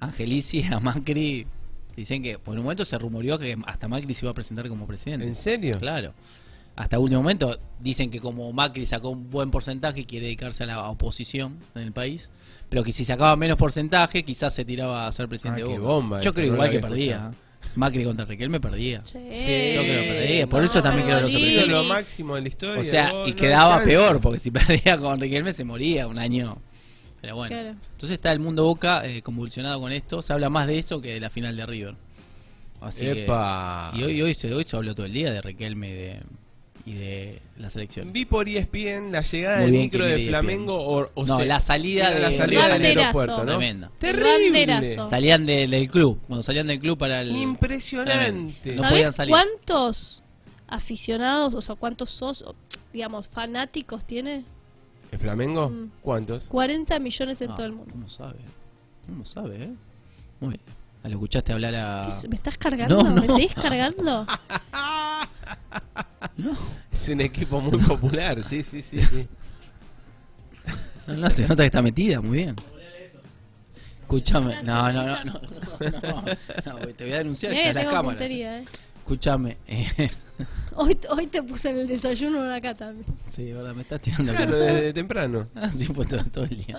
[SPEAKER 3] Angelici, a Macri. Dicen que por un momento se rumoreó que hasta Macri se iba a presentar como presidente.
[SPEAKER 1] ¿En serio?
[SPEAKER 3] Claro. Hasta último momento dicen que como Macri sacó un buen porcentaje y quiere dedicarse a la oposición en el país, pero que si sacaba menos porcentaje quizás se tiraba a ser presidente
[SPEAKER 1] Ah,
[SPEAKER 3] de
[SPEAKER 1] qué
[SPEAKER 3] Boca.
[SPEAKER 1] bomba
[SPEAKER 3] Yo
[SPEAKER 1] esa,
[SPEAKER 3] creo
[SPEAKER 1] no
[SPEAKER 3] igual
[SPEAKER 1] la
[SPEAKER 3] que
[SPEAKER 1] había
[SPEAKER 3] perdía. ¿eh?
[SPEAKER 1] escuchado.
[SPEAKER 3] Macri contra Riquelme perdía.
[SPEAKER 1] Sí.
[SPEAKER 3] Yo creo que perdía, por
[SPEAKER 2] no,
[SPEAKER 3] eso también creo que no se
[SPEAKER 2] Pergolini.
[SPEAKER 1] Eso es
[SPEAKER 3] presentó.
[SPEAKER 1] lo máximo de la historia.
[SPEAKER 3] O
[SPEAKER 1] vos,
[SPEAKER 3] sea, y
[SPEAKER 1] no hay
[SPEAKER 3] quedaba
[SPEAKER 1] chance.
[SPEAKER 3] peor, porque si perdía con Riquelme se moría un año. Pero bueno.
[SPEAKER 2] Claro.
[SPEAKER 3] Entonces está el mundo Boca eh, convulsionado con esto. Se habla más de eso que de la final de River. Así que-
[SPEAKER 1] Epa.
[SPEAKER 3] y hoy, hoy, se, hoy se habló todo el día de Riquelme y de, y de la selección.
[SPEAKER 1] Vi por E ESPN la llegada
[SPEAKER 3] Muy
[SPEAKER 1] del
[SPEAKER 3] bien
[SPEAKER 1] micro
[SPEAKER 3] que E
[SPEAKER 1] de
[SPEAKER 3] mire
[SPEAKER 1] Flamengo o, o
[SPEAKER 3] No,
[SPEAKER 1] se-
[SPEAKER 3] la salida
[SPEAKER 1] era la
[SPEAKER 3] de-
[SPEAKER 1] salida del
[SPEAKER 2] Banderazo.
[SPEAKER 1] aeropuerto, ¿no?
[SPEAKER 3] Tremenda.
[SPEAKER 1] Terrible.
[SPEAKER 2] Banderazo.
[SPEAKER 3] Salían de- del club. Cuando salían del club para el.
[SPEAKER 1] Impresionante.
[SPEAKER 3] No
[SPEAKER 2] ¿Sabés
[SPEAKER 3] podían salir.
[SPEAKER 2] cuántos aficionados, o sea, cuántos sos, o, digamos, fanáticos tiene?
[SPEAKER 1] ¿El Flamengo? ¿Cuántos?
[SPEAKER 2] 40 millones en
[SPEAKER 3] Ah,
[SPEAKER 2] todo el mundo.
[SPEAKER 3] ¿Cómo sabe? ¿Cómo sabe, eh? Muy bien. Ah, Lo escuchaste hablar a.
[SPEAKER 2] ¿Qué es- ¿Me estás cargando?
[SPEAKER 3] No, no.
[SPEAKER 2] ¿Me seguís cargando?
[SPEAKER 1] Es un equipo muy popular, sí, sí, sí. sí.
[SPEAKER 3] No, no, se nota que está metida, muy bien. Escúchame. No, no, no, no. no, no, no, te voy a denunciar
[SPEAKER 2] Mirá
[SPEAKER 3] que
[SPEAKER 2] que Eh, tengo
[SPEAKER 3] está en las cámaras.
[SPEAKER 2] puntería, eh.
[SPEAKER 3] Escúchame. eh,
[SPEAKER 2] Hoy, hoy te puse en el desayuno una acá también.
[SPEAKER 3] sí, verdad, me estás tirando.
[SPEAKER 1] Claro, eh. desde temprano.
[SPEAKER 3] Ah, sí, fue todo, todo el día.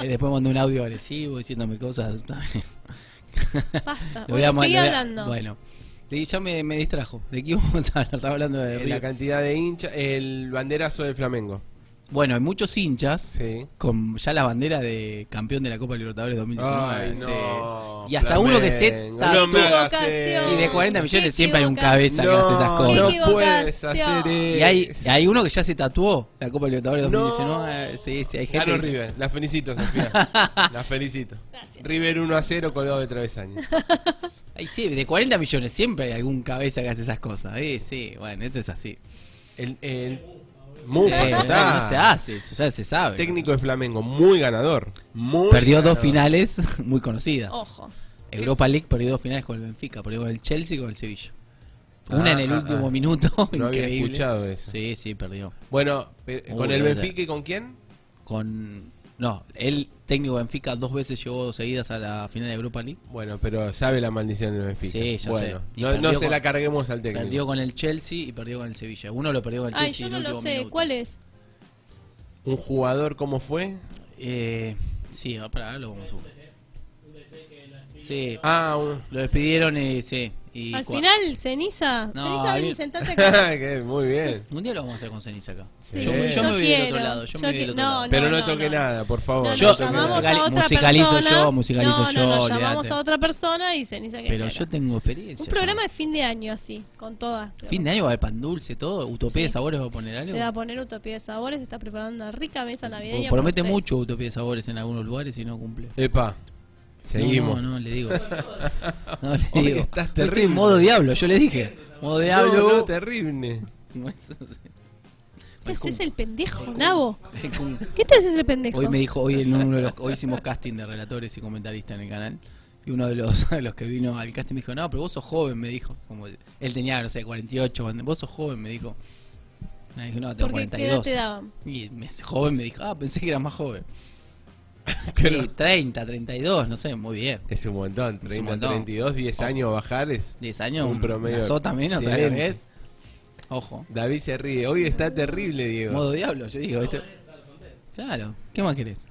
[SPEAKER 3] Eh, después mandó un audio agresivo diciéndome cosas. también.
[SPEAKER 2] Basta.
[SPEAKER 3] Lo voy a
[SPEAKER 2] Bueno,
[SPEAKER 3] ma-
[SPEAKER 2] sigue
[SPEAKER 3] lo voy a-
[SPEAKER 2] hablando.
[SPEAKER 3] Bueno, Le- ya me, me distrajo. ¿De qué vamos a hablar? Estaba hablando de
[SPEAKER 1] Eh, La
[SPEAKER 3] River.
[SPEAKER 1] cantidad de hinchas, el banderazo de Flamengo.
[SPEAKER 3] Bueno, hay muchos hinchas
[SPEAKER 1] Sí.
[SPEAKER 3] con ya la bandera de campeón de la Copa Libertadores 2019.
[SPEAKER 1] Ay,
[SPEAKER 3] sí.
[SPEAKER 1] no.
[SPEAKER 3] Y hasta uno que se
[SPEAKER 1] Flamengo,
[SPEAKER 3] tatuó-
[SPEAKER 1] no me hagas
[SPEAKER 2] Equivocación.
[SPEAKER 1] eso.
[SPEAKER 3] Y de 40 millones
[SPEAKER 2] Qué
[SPEAKER 3] siempre hay un
[SPEAKER 2] equivocado.
[SPEAKER 3] cabeza que hace esas
[SPEAKER 1] No,
[SPEAKER 3] cosas.
[SPEAKER 2] Qué
[SPEAKER 1] no puedes
[SPEAKER 2] equivocación.
[SPEAKER 1] hacer
[SPEAKER 3] Y hay,
[SPEAKER 1] eso.
[SPEAKER 3] hay uno que ya se tatuó la Copa Libertadores
[SPEAKER 1] No.
[SPEAKER 3] 2019. Sí, sí, hay gente.
[SPEAKER 1] Ganó
[SPEAKER 3] que-
[SPEAKER 1] River, la felicito, Sofía. la felicito.
[SPEAKER 2] Gracias.
[SPEAKER 1] River 1 a 0, colgado de travesaño.
[SPEAKER 3] Ay, sí, de 40 millones siempre hay algún cabeza que hace esas cosas. Eh, sí, bueno, esto es así.
[SPEAKER 1] El, el
[SPEAKER 3] Eh,
[SPEAKER 1] Mufa,
[SPEAKER 3] no,
[SPEAKER 1] está.
[SPEAKER 3] no se hace, eso ya se sabe.
[SPEAKER 1] Técnico de Flamengo, muy ganador. Muy
[SPEAKER 3] Perdió
[SPEAKER 1] ganador.
[SPEAKER 3] dos finales muy conocidas.
[SPEAKER 1] Oh.
[SPEAKER 2] Ojo.
[SPEAKER 3] Europa League perdió dos finales con el Benfica, perdió con el Chelsea y con el Sevilla. Una
[SPEAKER 1] Ah,
[SPEAKER 3] en el
[SPEAKER 1] ah,
[SPEAKER 3] último
[SPEAKER 1] ah.
[SPEAKER 3] minuto,
[SPEAKER 1] No había
[SPEAKER 3] increíble.
[SPEAKER 1] escuchado eso.
[SPEAKER 3] Sí, sí, perdió.
[SPEAKER 1] Bueno, pe-
[SPEAKER 3] Uy,
[SPEAKER 1] con el
[SPEAKER 3] la verdad.
[SPEAKER 1] Benfica y con quién?
[SPEAKER 3] Con no, el técnico Benfica dos veces llegó seguidas a la final de Europa League.
[SPEAKER 1] Bueno, pero sabe la maldición del Benfica.
[SPEAKER 3] Sí, ya
[SPEAKER 1] bueno,
[SPEAKER 3] sé. Y
[SPEAKER 1] no,
[SPEAKER 3] perdió
[SPEAKER 1] no se
[SPEAKER 3] con-
[SPEAKER 1] la carguemos al técnico.
[SPEAKER 3] Perdió con el Chelsea y perdió con el Sevilla. Uno lo perdió con el
[SPEAKER 2] Ay,
[SPEAKER 3] Chelsea
[SPEAKER 2] yo
[SPEAKER 3] en
[SPEAKER 2] no
[SPEAKER 3] el
[SPEAKER 2] lo
[SPEAKER 3] último
[SPEAKER 2] sé.
[SPEAKER 3] minuto.
[SPEAKER 2] ¿Cuál es?
[SPEAKER 1] Un jugador, ¿cómo fue?
[SPEAKER 3] Eh, sí, ah, pará, ahora lo vamos a buscar. Sí,
[SPEAKER 1] Ah, un...
[SPEAKER 3] lo despidieron y sí. Y
[SPEAKER 2] Al
[SPEAKER 3] cua-
[SPEAKER 2] final, ceniza.
[SPEAKER 3] No,
[SPEAKER 2] ceniza, vení,
[SPEAKER 3] ahí-
[SPEAKER 2] sentate acá.
[SPEAKER 1] Que muy bien.
[SPEAKER 3] Un día lo vamos a hacer con ceniza acá.
[SPEAKER 2] Sí.
[SPEAKER 3] Yo, me- yo
[SPEAKER 1] Yo
[SPEAKER 3] me voy del otro
[SPEAKER 2] quiero.
[SPEAKER 3] lado. Yo,
[SPEAKER 2] Yo
[SPEAKER 3] me voy del
[SPEAKER 2] qui-
[SPEAKER 3] otro
[SPEAKER 2] no,
[SPEAKER 3] lado.
[SPEAKER 1] Pero no,
[SPEAKER 2] no,
[SPEAKER 1] toque
[SPEAKER 2] no.
[SPEAKER 1] nada, por favor.
[SPEAKER 2] No,
[SPEAKER 3] Yo-
[SPEAKER 2] no,
[SPEAKER 1] toque
[SPEAKER 2] llamamos
[SPEAKER 1] nada.
[SPEAKER 3] Musicali-
[SPEAKER 2] a otra
[SPEAKER 3] musicalizo
[SPEAKER 2] persona.
[SPEAKER 3] yo, musicalizo
[SPEAKER 2] no, no, no,
[SPEAKER 3] yo,
[SPEAKER 2] llamamos
[SPEAKER 3] olvídate.
[SPEAKER 2] a otra persona y ceniza que
[SPEAKER 3] Pero
[SPEAKER 2] queda.
[SPEAKER 3] yo tengo experiencia.
[SPEAKER 2] Un programa de fin de año así, con todas.
[SPEAKER 3] yo. Fin de año va a haber pan dulce, todo. Utopía de
[SPEAKER 2] Sí.
[SPEAKER 3] sabores va a poner algo.
[SPEAKER 2] Se va a poner Utopía de Sabores, se está preparando una rica mesa navideña.
[SPEAKER 3] Porque promete
[SPEAKER 2] para ustedes.
[SPEAKER 3] mucho Utopía de sabores en algunos lugares y no cumple.
[SPEAKER 1] Epa, seguimos.
[SPEAKER 3] No, no, no, le digo. No, le
[SPEAKER 1] Hoy
[SPEAKER 3] digo.
[SPEAKER 1] estás
[SPEAKER 3] Hoy estoy en
[SPEAKER 1] terrible.
[SPEAKER 3] modo diablo, yo le dije. Modo diablo.
[SPEAKER 1] No, no, terrible.
[SPEAKER 3] Eso sí.
[SPEAKER 2] ¿Te haces el pendejo, Nabo?
[SPEAKER 3] El cum-
[SPEAKER 2] ¿Qué te haces el pendejo?
[SPEAKER 3] Hoy me dijo, hoy en uno de los, hoy hicimos casting de relatores y comentaristas en el canal. Y uno de los, de los que vino al casting me dijo, no, pero vos sos joven, me dijo. Como él tenía, no sé, 48, cuando- vos sos joven, me dijo. Me dijo, no, tengo
[SPEAKER 2] Porque ¿qué edad
[SPEAKER 3] 42.
[SPEAKER 2] te daban?
[SPEAKER 3] Y me, joven me dijo, ah, pensé que era más joven.
[SPEAKER 1] Pero-
[SPEAKER 3] Sí, 30, 32, no sé, muy bien.
[SPEAKER 1] Es un montón, 30,
[SPEAKER 3] montón.
[SPEAKER 1] 32, 10 años bajar es
[SPEAKER 3] 10 años,
[SPEAKER 1] un promedio.
[SPEAKER 3] una sota menos, ¿sabes lo que
[SPEAKER 1] excelente.
[SPEAKER 3] es? Ojo.
[SPEAKER 1] David se ríe, hoy está terrible, Diego.
[SPEAKER 3] Modo diablo, yo digo, ¿viste? Claro, ¿qué más querés?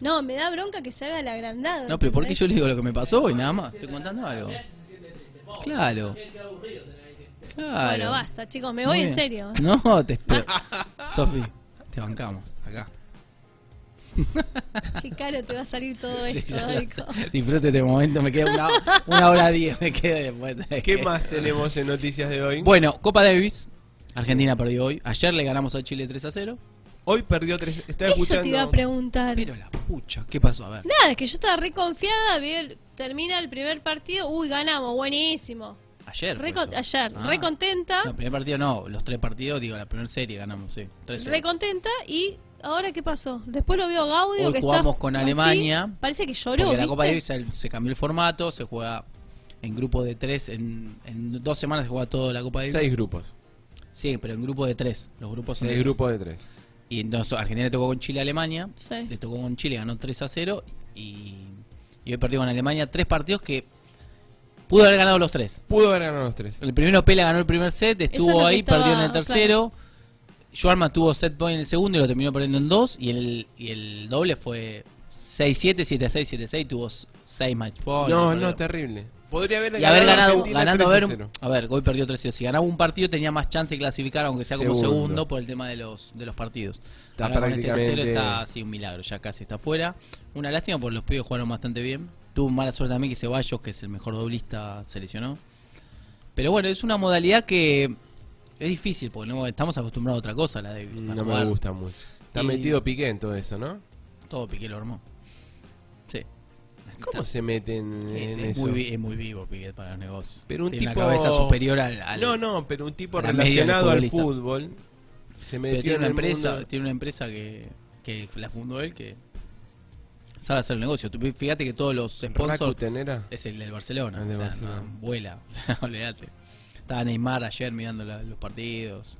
[SPEAKER 2] No, me da bronca que se haga la agrandada.
[SPEAKER 3] No, pero ¿por qué
[SPEAKER 2] ¿entendés?
[SPEAKER 3] yo le digo lo que me pasó y nada más? Estoy contando algo. Claro. Claro.
[SPEAKER 2] Bueno, basta, chicos, me voy
[SPEAKER 3] Muy
[SPEAKER 2] en
[SPEAKER 3] bien.
[SPEAKER 2] serio.
[SPEAKER 3] No, te estoy. Sofi, te bancamos acá.
[SPEAKER 2] Qué caro te va a salir todo
[SPEAKER 3] Sí,
[SPEAKER 2] esto.
[SPEAKER 3] ya lo
[SPEAKER 2] David.
[SPEAKER 3] sé. Disfrute este momento, me queda una, una hora diez, me queda después. ¿sabes
[SPEAKER 1] ¿Qué más tenemos en noticias de hoy?
[SPEAKER 3] Bueno, Copa Davis. Argentina perdió hoy. Ayer le ganamos a Chile 3 a 0.
[SPEAKER 1] Hoy perdió tres. ¿Está
[SPEAKER 2] Eso
[SPEAKER 1] escuchando?
[SPEAKER 2] te iba a preguntar.
[SPEAKER 3] Pero la pucha, ¿qué pasó? A ver.
[SPEAKER 2] Nada, es que yo estaba re confiada, vi el- termina el primer partido, uy, ganamos, buenísimo.
[SPEAKER 3] Ayer. fue
[SPEAKER 2] Re con-
[SPEAKER 3] eso.
[SPEAKER 2] ayer,
[SPEAKER 3] Ah.
[SPEAKER 2] re contenta,
[SPEAKER 3] No, primer partido no, los tres partidos, digo, la primera serie ganamos, sí. 3
[SPEAKER 2] re contenta y ahora qué pasó? Después lo vio Gaudio
[SPEAKER 3] Hoy
[SPEAKER 2] que
[SPEAKER 3] jugamos
[SPEAKER 2] está
[SPEAKER 3] con
[SPEAKER 2] así,
[SPEAKER 3] Alemania,
[SPEAKER 2] parece que lloró,
[SPEAKER 3] Porque la
[SPEAKER 2] ¿viste?
[SPEAKER 3] Copa Davis se, se cambió el formato, se juega en grupo de tres, en, en dos semanas se juega toda la Copa Davis.
[SPEAKER 1] Seis grupos.
[SPEAKER 3] Sí, pero en grupo de tres, los grupos son
[SPEAKER 1] Seis
[SPEAKER 3] de-
[SPEAKER 1] grupos de tres.
[SPEAKER 3] Y entonces Argentina le tocó con Chile a Alemania,
[SPEAKER 2] Sí.
[SPEAKER 3] le tocó con Chile, ganó 3 a 0 y, y hoy perdió con Alemania tres partidos que pudo haber ganado los tres.
[SPEAKER 1] Pudo haber ganado los tres.
[SPEAKER 3] El primero Pela ganó el primer set,
[SPEAKER 2] es lo
[SPEAKER 3] estuvo
[SPEAKER 2] que
[SPEAKER 3] ahí,
[SPEAKER 2] estaba-
[SPEAKER 3] perdió en el
[SPEAKER 2] claro.
[SPEAKER 3] tercero. Joarma tuvo set point en el segundo y lo terminó perdiendo en dos. Y el, y el doble fue 6-7, 7-6, 7-6. Tuvo 6 match points.
[SPEAKER 1] No,
[SPEAKER 3] perdió.
[SPEAKER 1] no, terrible. Podría haber
[SPEAKER 3] Y haber ganado,
[SPEAKER 1] Argentina
[SPEAKER 3] ganando, a
[SPEAKER 1] 3
[SPEAKER 3] ver,
[SPEAKER 1] cero.
[SPEAKER 3] a ver, hoy perdió 3-0. Si ganaba un partido tenía más chance de clasificar, aunque sea como
[SPEAKER 1] Segundo.
[SPEAKER 3] segundo, por el tema de los, de los partidos.
[SPEAKER 1] Está
[SPEAKER 3] Ahora con este
[SPEAKER 1] prácticamente-
[SPEAKER 3] tercero está así un milagro, ya casi está fuera. Una lástima porque los pibes jugaron bastante bien. Tuvo mala suerte también que Ceballos, que es el mejor doblista, se lesionó. Pero bueno, es una modalidad que es difícil porque no, estamos acostumbrados a otra cosa, la Davis. a
[SPEAKER 1] Mm, No me
[SPEAKER 3] jugar.
[SPEAKER 1] gusta mucho. Está
[SPEAKER 3] Y-
[SPEAKER 1] metido Piqué en todo eso, ¿no?
[SPEAKER 3] Todo Piqué lo armó. Sí.
[SPEAKER 1] ¿Cómo se meten
[SPEAKER 3] Sí,
[SPEAKER 1] en
[SPEAKER 3] sí, es,
[SPEAKER 1] eso?
[SPEAKER 3] muy, vi- es muy vivo Piqué para los negocios.
[SPEAKER 1] Pero un
[SPEAKER 3] Tiene
[SPEAKER 1] tipo-
[SPEAKER 3] una cabeza superior al, al-
[SPEAKER 1] No, no, pero un tipo
[SPEAKER 3] a la media de los
[SPEAKER 1] relacionado al
[SPEAKER 3] futbolistas.
[SPEAKER 1] fútbol se
[SPEAKER 3] Pero
[SPEAKER 1] metió
[SPEAKER 3] tiene
[SPEAKER 1] en
[SPEAKER 3] una
[SPEAKER 1] el
[SPEAKER 3] empresa,
[SPEAKER 1] mundo-
[SPEAKER 3] tiene una empresa que, que la fundó él que sabe hacer el negocio. Tú Fíjate que todos los sponsors
[SPEAKER 1] Rakuten era.
[SPEAKER 3] es el del Barcelona,
[SPEAKER 1] El de
[SPEAKER 3] o sea,
[SPEAKER 1] Barcelona.
[SPEAKER 3] no, vuela, o sea, olvídate. Estaba Neymar ayer mirando la- los partidos.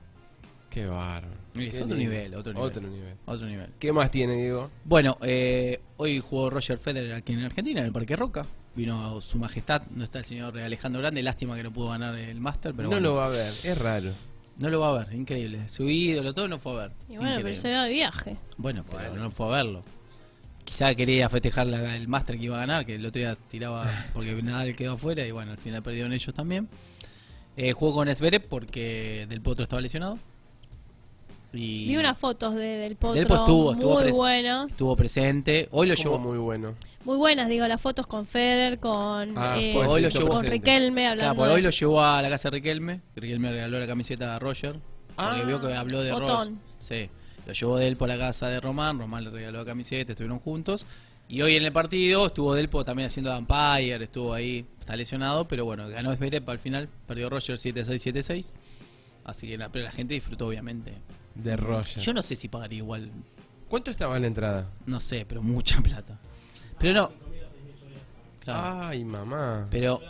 [SPEAKER 1] Qué bárbaro.
[SPEAKER 3] Es
[SPEAKER 1] Qué lindo.
[SPEAKER 3] otro nivel, otro nivel.
[SPEAKER 1] Otro nivel.
[SPEAKER 3] Otro nivel.
[SPEAKER 1] ¿Qué más tiene, Diego?
[SPEAKER 3] Bueno, eh, hoy jugó Roger Federer aquí en Argentina, en el Parque Roca. Vino su majestad, no está el señor Alejandro Grande, lástima que no pudo ganar el máster, pero
[SPEAKER 1] no
[SPEAKER 3] bueno,
[SPEAKER 1] lo va a ver, es raro.
[SPEAKER 3] no lo va a ver, increíble. Su ídolo, todo no fue a ver.
[SPEAKER 2] Y bueno,
[SPEAKER 3] Increíble.
[SPEAKER 2] pero se va de viaje.
[SPEAKER 3] Bueno, pero no fue a verlo. Quizá quería festejar la- el máster que iba a ganar, que el otro día tiraba porque Nadal quedó afuera y bueno, al final perdieron ellos también. Eh, jugó con Esberet porque Del Potro estaba lesionado. Y
[SPEAKER 2] Vi unas fotos de, del Potro,
[SPEAKER 3] Del Potro estuvo, estuvo
[SPEAKER 2] muy
[SPEAKER 3] pres-
[SPEAKER 2] buenas.
[SPEAKER 3] estuvo presente. Hoy lo
[SPEAKER 1] Como
[SPEAKER 3] llevó.
[SPEAKER 1] muy bueno.
[SPEAKER 2] Muy buenas, digo, las fotos con Federer, con,
[SPEAKER 1] Ah,
[SPEAKER 2] eh,
[SPEAKER 1] fue,
[SPEAKER 3] hoy
[SPEAKER 1] se
[SPEAKER 3] lo
[SPEAKER 1] hizo
[SPEAKER 3] llevó-
[SPEAKER 2] con
[SPEAKER 1] presente.
[SPEAKER 2] Riquelme,
[SPEAKER 3] Claro,
[SPEAKER 2] hablando
[SPEAKER 3] porque hoy
[SPEAKER 2] de-
[SPEAKER 3] lo llevó a la casa de Riquelme. Riquelme regaló la camiseta a Roger. Porque
[SPEAKER 1] Ah,
[SPEAKER 3] vio que habló de Roger.
[SPEAKER 2] fotón.
[SPEAKER 3] Sí. Lo llevó de él por la casa de Román. Román le regaló la camiseta, estuvieron juntos. Y hoy en el partido estuvo Delpo también haciendo Vampire, estuvo ahí, está lesionado, pero bueno, ganó Zverev al final, perdió Roger 7-6-7-6. Así que la, pero la gente disfrutó, obviamente.
[SPEAKER 1] De Roger.
[SPEAKER 3] Yo no sé si pagaría igual,
[SPEAKER 1] ¿Cuánto estaba en la entrada?
[SPEAKER 3] no sé, pero mucha plata. Pero no. Claro.
[SPEAKER 1] Ay, mamá.
[SPEAKER 3] Pero,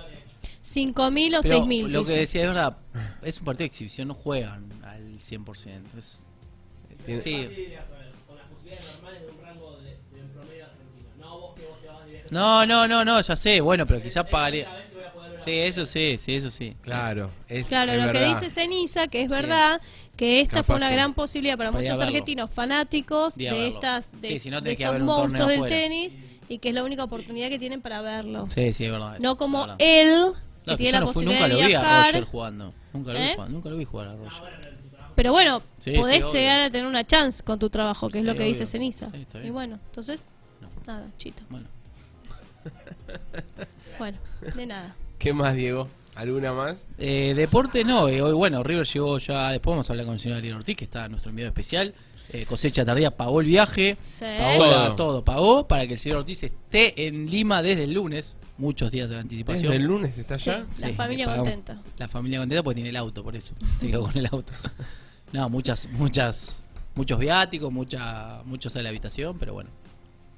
[SPEAKER 2] 5.000 o
[SPEAKER 3] pero
[SPEAKER 2] 6.000.
[SPEAKER 3] lo que
[SPEAKER 2] dice.
[SPEAKER 3] decía es verdad, es un partido de exhibición, no juegan al 100%. Es, eh,
[SPEAKER 1] Tiene-
[SPEAKER 3] sí.
[SPEAKER 4] a ver, con las posibilidades normales de un rango de, de un promedio argentino. No vos que vos te vas Eh, de viaje.
[SPEAKER 3] No, no, no, no, ya sé, bueno, pero quizás
[SPEAKER 4] Cada
[SPEAKER 3] pagaría.
[SPEAKER 4] vez que voy a poder ver
[SPEAKER 3] Sí, eso sí, sí, eso sí.
[SPEAKER 1] Claro, es,
[SPEAKER 2] Claro,
[SPEAKER 1] es
[SPEAKER 2] lo que
[SPEAKER 1] verdad.
[SPEAKER 2] dice Ceniza, que es verdad, que esta
[SPEAKER 1] Capaz
[SPEAKER 2] fue una
[SPEAKER 1] que-
[SPEAKER 2] gran posibilidad para
[SPEAKER 3] Para ir a
[SPEAKER 2] muchos
[SPEAKER 3] verlo.
[SPEAKER 2] argentinos fanáticos
[SPEAKER 3] Ir
[SPEAKER 2] de
[SPEAKER 3] a verlo.
[SPEAKER 2] estas de,
[SPEAKER 3] Sí, si no,
[SPEAKER 2] de
[SPEAKER 3] tenés que
[SPEAKER 2] estos
[SPEAKER 3] haber un torneo
[SPEAKER 2] monstruos del
[SPEAKER 3] afuera.
[SPEAKER 2] tenis y que es la única oportunidad que tienen para verlo.
[SPEAKER 3] Sí, sí, es verdad.
[SPEAKER 2] No como
[SPEAKER 3] él
[SPEAKER 2] él, que
[SPEAKER 3] No, que
[SPEAKER 2] tiene
[SPEAKER 3] yo
[SPEAKER 2] la
[SPEAKER 3] no fui-
[SPEAKER 2] posibilidad
[SPEAKER 3] nunca lo
[SPEAKER 2] de
[SPEAKER 3] vi a
[SPEAKER 2] viajar.
[SPEAKER 3] Roger jugando. Nunca lo, vi,
[SPEAKER 2] ¿Eh?
[SPEAKER 3] jugar, nunca lo vi jugar a Roger.
[SPEAKER 2] Pero bueno,
[SPEAKER 3] Sí, sí,
[SPEAKER 2] podés
[SPEAKER 3] obvio.
[SPEAKER 2] llegar a tener una chance con tu trabajo, que es
[SPEAKER 3] Sí,
[SPEAKER 2] lo que dice
[SPEAKER 3] obvio.
[SPEAKER 2] Ceniza.
[SPEAKER 3] Sí, está bien.
[SPEAKER 2] y bueno, entonces,
[SPEAKER 3] No.
[SPEAKER 2] nada, chito.
[SPEAKER 3] Bueno,
[SPEAKER 2] Bueno, de nada.
[SPEAKER 1] ¿Qué más, Diego? ¿Alguna más?
[SPEAKER 3] Eh, deporte no. eh, hoy, bueno, River llegó ya. Después vamos a hablar con el señor Ariel Ortiz, que está en nuestro enviado especial. Eh, cosecha tardía pagó el viaje,
[SPEAKER 2] Sí.
[SPEAKER 3] pagó la-
[SPEAKER 1] Todo.
[SPEAKER 3] todo. pagó para que el señor Ortiz esté en Lima desde el lunes, muchos días de anticipación.
[SPEAKER 1] ¿Desde el lunes está allá?
[SPEAKER 2] Sí, la
[SPEAKER 3] Sí,
[SPEAKER 2] familia
[SPEAKER 3] le pagamos.
[SPEAKER 2] contenta.
[SPEAKER 3] La familia contenta porque tiene el auto, por eso. Se quedó con el auto. No, muchas, muchas, muchos viáticos, mucha, muchos a la habitación, pero bueno.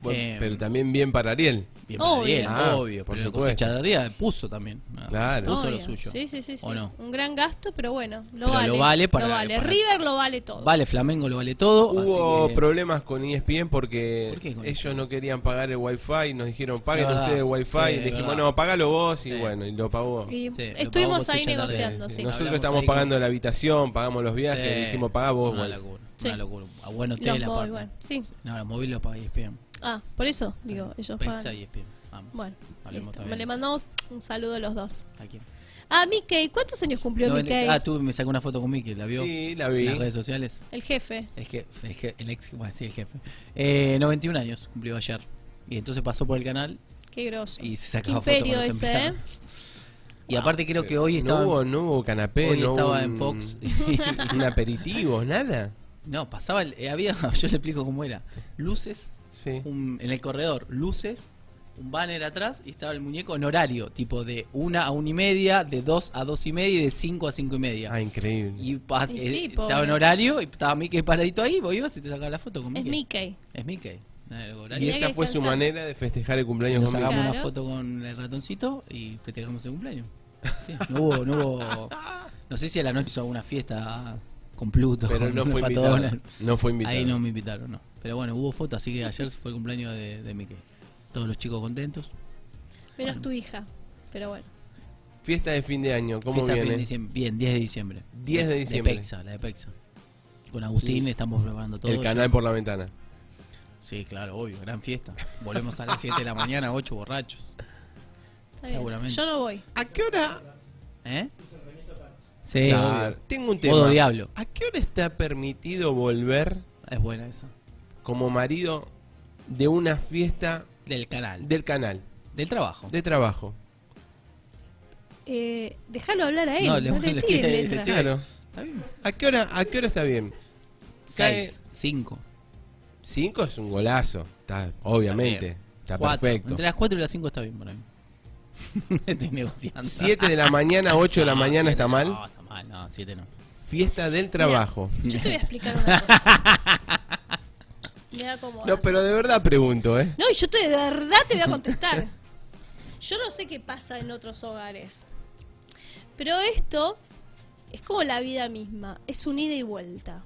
[SPEAKER 1] Bueno,
[SPEAKER 3] Eh,
[SPEAKER 1] pero también bien para Ariel.
[SPEAKER 3] Bien, para
[SPEAKER 2] Obvio.
[SPEAKER 3] bien,
[SPEAKER 1] Ah,
[SPEAKER 3] obvio.
[SPEAKER 1] por
[SPEAKER 3] Por pero la
[SPEAKER 1] supuesto.
[SPEAKER 3] cosecha tardía puso también. Ah,
[SPEAKER 1] Claro.
[SPEAKER 3] Puso lo
[SPEAKER 2] Obvio.
[SPEAKER 3] suyo.
[SPEAKER 2] Sí, sí, sí. sí.
[SPEAKER 3] ¿O no?
[SPEAKER 2] Un gran gasto, pero bueno, lo
[SPEAKER 3] Pero lo
[SPEAKER 2] vale.
[SPEAKER 3] vale para-
[SPEAKER 2] vale.
[SPEAKER 3] para-
[SPEAKER 2] River lo vale todo.
[SPEAKER 3] Vale Flamengo, lo vale todo. así
[SPEAKER 1] Hubo
[SPEAKER 3] que-
[SPEAKER 1] problemas con E ESPN porque
[SPEAKER 3] ¿Por qué con E
[SPEAKER 1] ellos no querían pagar el wifi, nos dijeron paguen
[SPEAKER 3] verdad.
[SPEAKER 1] ustedes el wifi,
[SPEAKER 3] Ah,
[SPEAKER 1] y
[SPEAKER 3] Sí,
[SPEAKER 1] le
[SPEAKER 3] es
[SPEAKER 1] dijimos
[SPEAKER 3] verdad.
[SPEAKER 1] no, pagalo vos y
[SPEAKER 3] Sí.
[SPEAKER 1] bueno, y lo pagó.
[SPEAKER 2] Y
[SPEAKER 3] Sí, lo
[SPEAKER 2] estuvimos
[SPEAKER 3] pagamos
[SPEAKER 2] ahí
[SPEAKER 3] cosecha tardía.
[SPEAKER 2] negociando,
[SPEAKER 1] Sí,
[SPEAKER 2] sí.
[SPEAKER 1] Nosotros
[SPEAKER 3] Hablamos
[SPEAKER 1] estamos
[SPEAKER 3] ahí
[SPEAKER 1] pagando la habitación, pagamos los viajes, le
[SPEAKER 3] Sí,
[SPEAKER 1] dijimos pagá
[SPEAKER 3] es
[SPEAKER 1] vos.
[SPEAKER 3] Una
[SPEAKER 1] bueno".
[SPEAKER 3] locura.
[SPEAKER 2] Sí.
[SPEAKER 3] Una locura. A buen
[SPEAKER 2] Los
[SPEAKER 3] hotel,
[SPEAKER 2] móvil,
[SPEAKER 3] aparte.
[SPEAKER 2] bueno, sí.
[SPEAKER 3] No, los móviles los paga ESPN.
[SPEAKER 2] Ah, por eso, digo, ellos
[SPEAKER 3] Pensa
[SPEAKER 2] pagan.
[SPEAKER 3] y ESPN. Vamos.
[SPEAKER 2] Bueno,
[SPEAKER 3] Hablemos
[SPEAKER 2] listo.
[SPEAKER 3] también.
[SPEAKER 2] le mandamos un saludo a los dos.
[SPEAKER 3] ¿A quién?
[SPEAKER 2] Ah, Mickey, ¿cuántos años cumplió
[SPEAKER 3] No,
[SPEAKER 2] Mickey?
[SPEAKER 3] el- ah, tú me sacó una foto con Mickey, ¿la vio?
[SPEAKER 1] Sí, la
[SPEAKER 3] En
[SPEAKER 1] vi.
[SPEAKER 3] las redes sociales.
[SPEAKER 2] El jefe.
[SPEAKER 3] El jefe, el, je- el ex, bueno, sí, el jefe. Eh, 91 años, cumplió ayer. Y entonces pasó por el canal
[SPEAKER 2] Qué grosso.
[SPEAKER 3] y se
[SPEAKER 2] Qué
[SPEAKER 3] sacaba fotos con
[SPEAKER 2] imperio
[SPEAKER 3] los
[SPEAKER 2] ese, ¿eh?
[SPEAKER 3] empleados. Y aparte creo que
[SPEAKER 1] Pero
[SPEAKER 3] hoy estaba,
[SPEAKER 1] no hubo, no hubo canapé,
[SPEAKER 3] hoy
[SPEAKER 1] no hubo
[SPEAKER 3] estaba en
[SPEAKER 1] un-
[SPEAKER 3] Fox.
[SPEAKER 1] un aperitivo, nada.
[SPEAKER 3] no, pasaba, el- eh, había, yo le explico cómo era. Luces,
[SPEAKER 1] Sí.
[SPEAKER 3] un- en el corredor, luces, un banner atrás y estaba el muñeco en horario, tipo de una a una y media, de dos a dos y media y de cinco a cinco y media.
[SPEAKER 1] Ah, increíble.
[SPEAKER 3] Y, pas-
[SPEAKER 2] Y
[SPEAKER 3] eh,
[SPEAKER 2] sí,
[SPEAKER 3] estaba
[SPEAKER 2] pobre.
[SPEAKER 3] en horario y estaba Mickey paradito ahí, vos ibas y te sacabas la foto con
[SPEAKER 2] Es
[SPEAKER 3] Mickey.
[SPEAKER 2] Mickey.
[SPEAKER 3] Es Mickey. Ah, el horario.
[SPEAKER 1] Y
[SPEAKER 2] Tenía
[SPEAKER 1] esa
[SPEAKER 2] que
[SPEAKER 1] fue su
[SPEAKER 2] descansar.
[SPEAKER 1] manera de festejar el
[SPEAKER 3] Y
[SPEAKER 1] cumpleaños
[SPEAKER 3] nos
[SPEAKER 1] conmigo.
[SPEAKER 3] sacamos una
[SPEAKER 2] Claro.
[SPEAKER 3] foto con el ratoncito y festejamos el cumpleaños. Sí, no hubo, no hubo. No sé si a la noche hizo alguna fiesta con Pluto.
[SPEAKER 1] Pero
[SPEAKER 3] con
[SPEAKER 1] no fue
[SPEAKER 3] Pato
[SPEAKER 1] invitado.
[SPEAKER 3] Donald.
[SPEAKER 1] No fue invitado.
[SPEAKER 3] Ahí no me invitaron, no. Pero bueno, hubo foto, así que ayer fue el cumpleaños de, de Mickey. Todos los chicos contentos.
[SPEAKER 2] Menos tu hija. Pero bueno.
[SPEAKER 1] Fiesta de fin de año, ¿cómo
[SPEAKER 3] Fiesta fin de
[SPEAKER 1] viene?
[SPEAKER 3] diciembre. Bien, 10 de diciembre.
[SPEAKER 1] 10 de diciembre.
[SPEAKER 3] De Pexa, la de Pexa. Con Agustín estamos preparando todo.
[SPEAKER 1] El
[SPEAKER 3] ya.
[SPEAKER 1] canal por la ventana.
[SPEAKER 3] Sí, claro, obvio, gran fiesta. Volvemos a las 7 de la mañana, 8 borrachos.
[SPEAKER 2] Está bien.
[SPEAKER 3] Seguramente.
[SPEAKER 2] Yo no voy.
[SPEAKER 1] ¿A qué hora?
[SPEAKER 3] ¿Eh? Sí,
[SPEAKER 1] Claro, tengo un tema.
[SPEAKER 3] Modo diablo.
[SPEAKER 1] ¿A qué hora está permitido volver
[SPEAKER 3] obvio. es buena esa.
[SPEAKER 1] como marido de una fiesta
[SPEAKER 3] Del canal,
[SPEAKER 1] del canal,
[SPEAKER 3] del trabajo.
[SPEAKER 1] de trabajo?
[SPEAKER 2] Eh, déjalo hablar a él.
[SPEAKER 3] No,
[SPEAKER 2] No,
[SPEAKER 3] le-
[SPEAKER 2] le tires
[SPEAKER 3] le estoy- le
[SPEAKER 2] letras.
[SPEAKER 3] estoy-
[SPEAKER 1] Claro.
[SPEAKER 3] Está bien.
[SPEAKER 1] ¿A qué hora, a qué hora está bien? Cae-
[SPEAKER 3] 6, 5,
[SPEAKER 1] Cinco es un golazo, está, obviamente. Está,
[SPEAKER 3] 4.
[SPEAKER 1] perfecto.
[SPEAKER 3] Entre las 4 y las 5 está bien para mí. Estoy negociando.
[SPEAKER 1] 7 de la mañana, 8 Ah, de la
[SPEAKER 3] No,
[SPEAKER 1] mañana
[SPEAKER 3] siete
[SPEAKER 1] está
[SPEAKER 3] No,
[SPEAKER 1] mal.
[SPEAKER 3] está mal, no, 7 no.
[SPEAKER 1] Fiesta del trabajo.
[SPEAKER 2] Yo te voy a explicar una cosa. Me da como.
[SPEAKER 1] No, pero de verdad pregunto, ¿eh?
[SPEAKER 2] No, y yo te, de verdad te voy a contestar. Yo no sé qué pasa en otros hogares. Pero esto es como la vida misma. Es un ida y vuelta.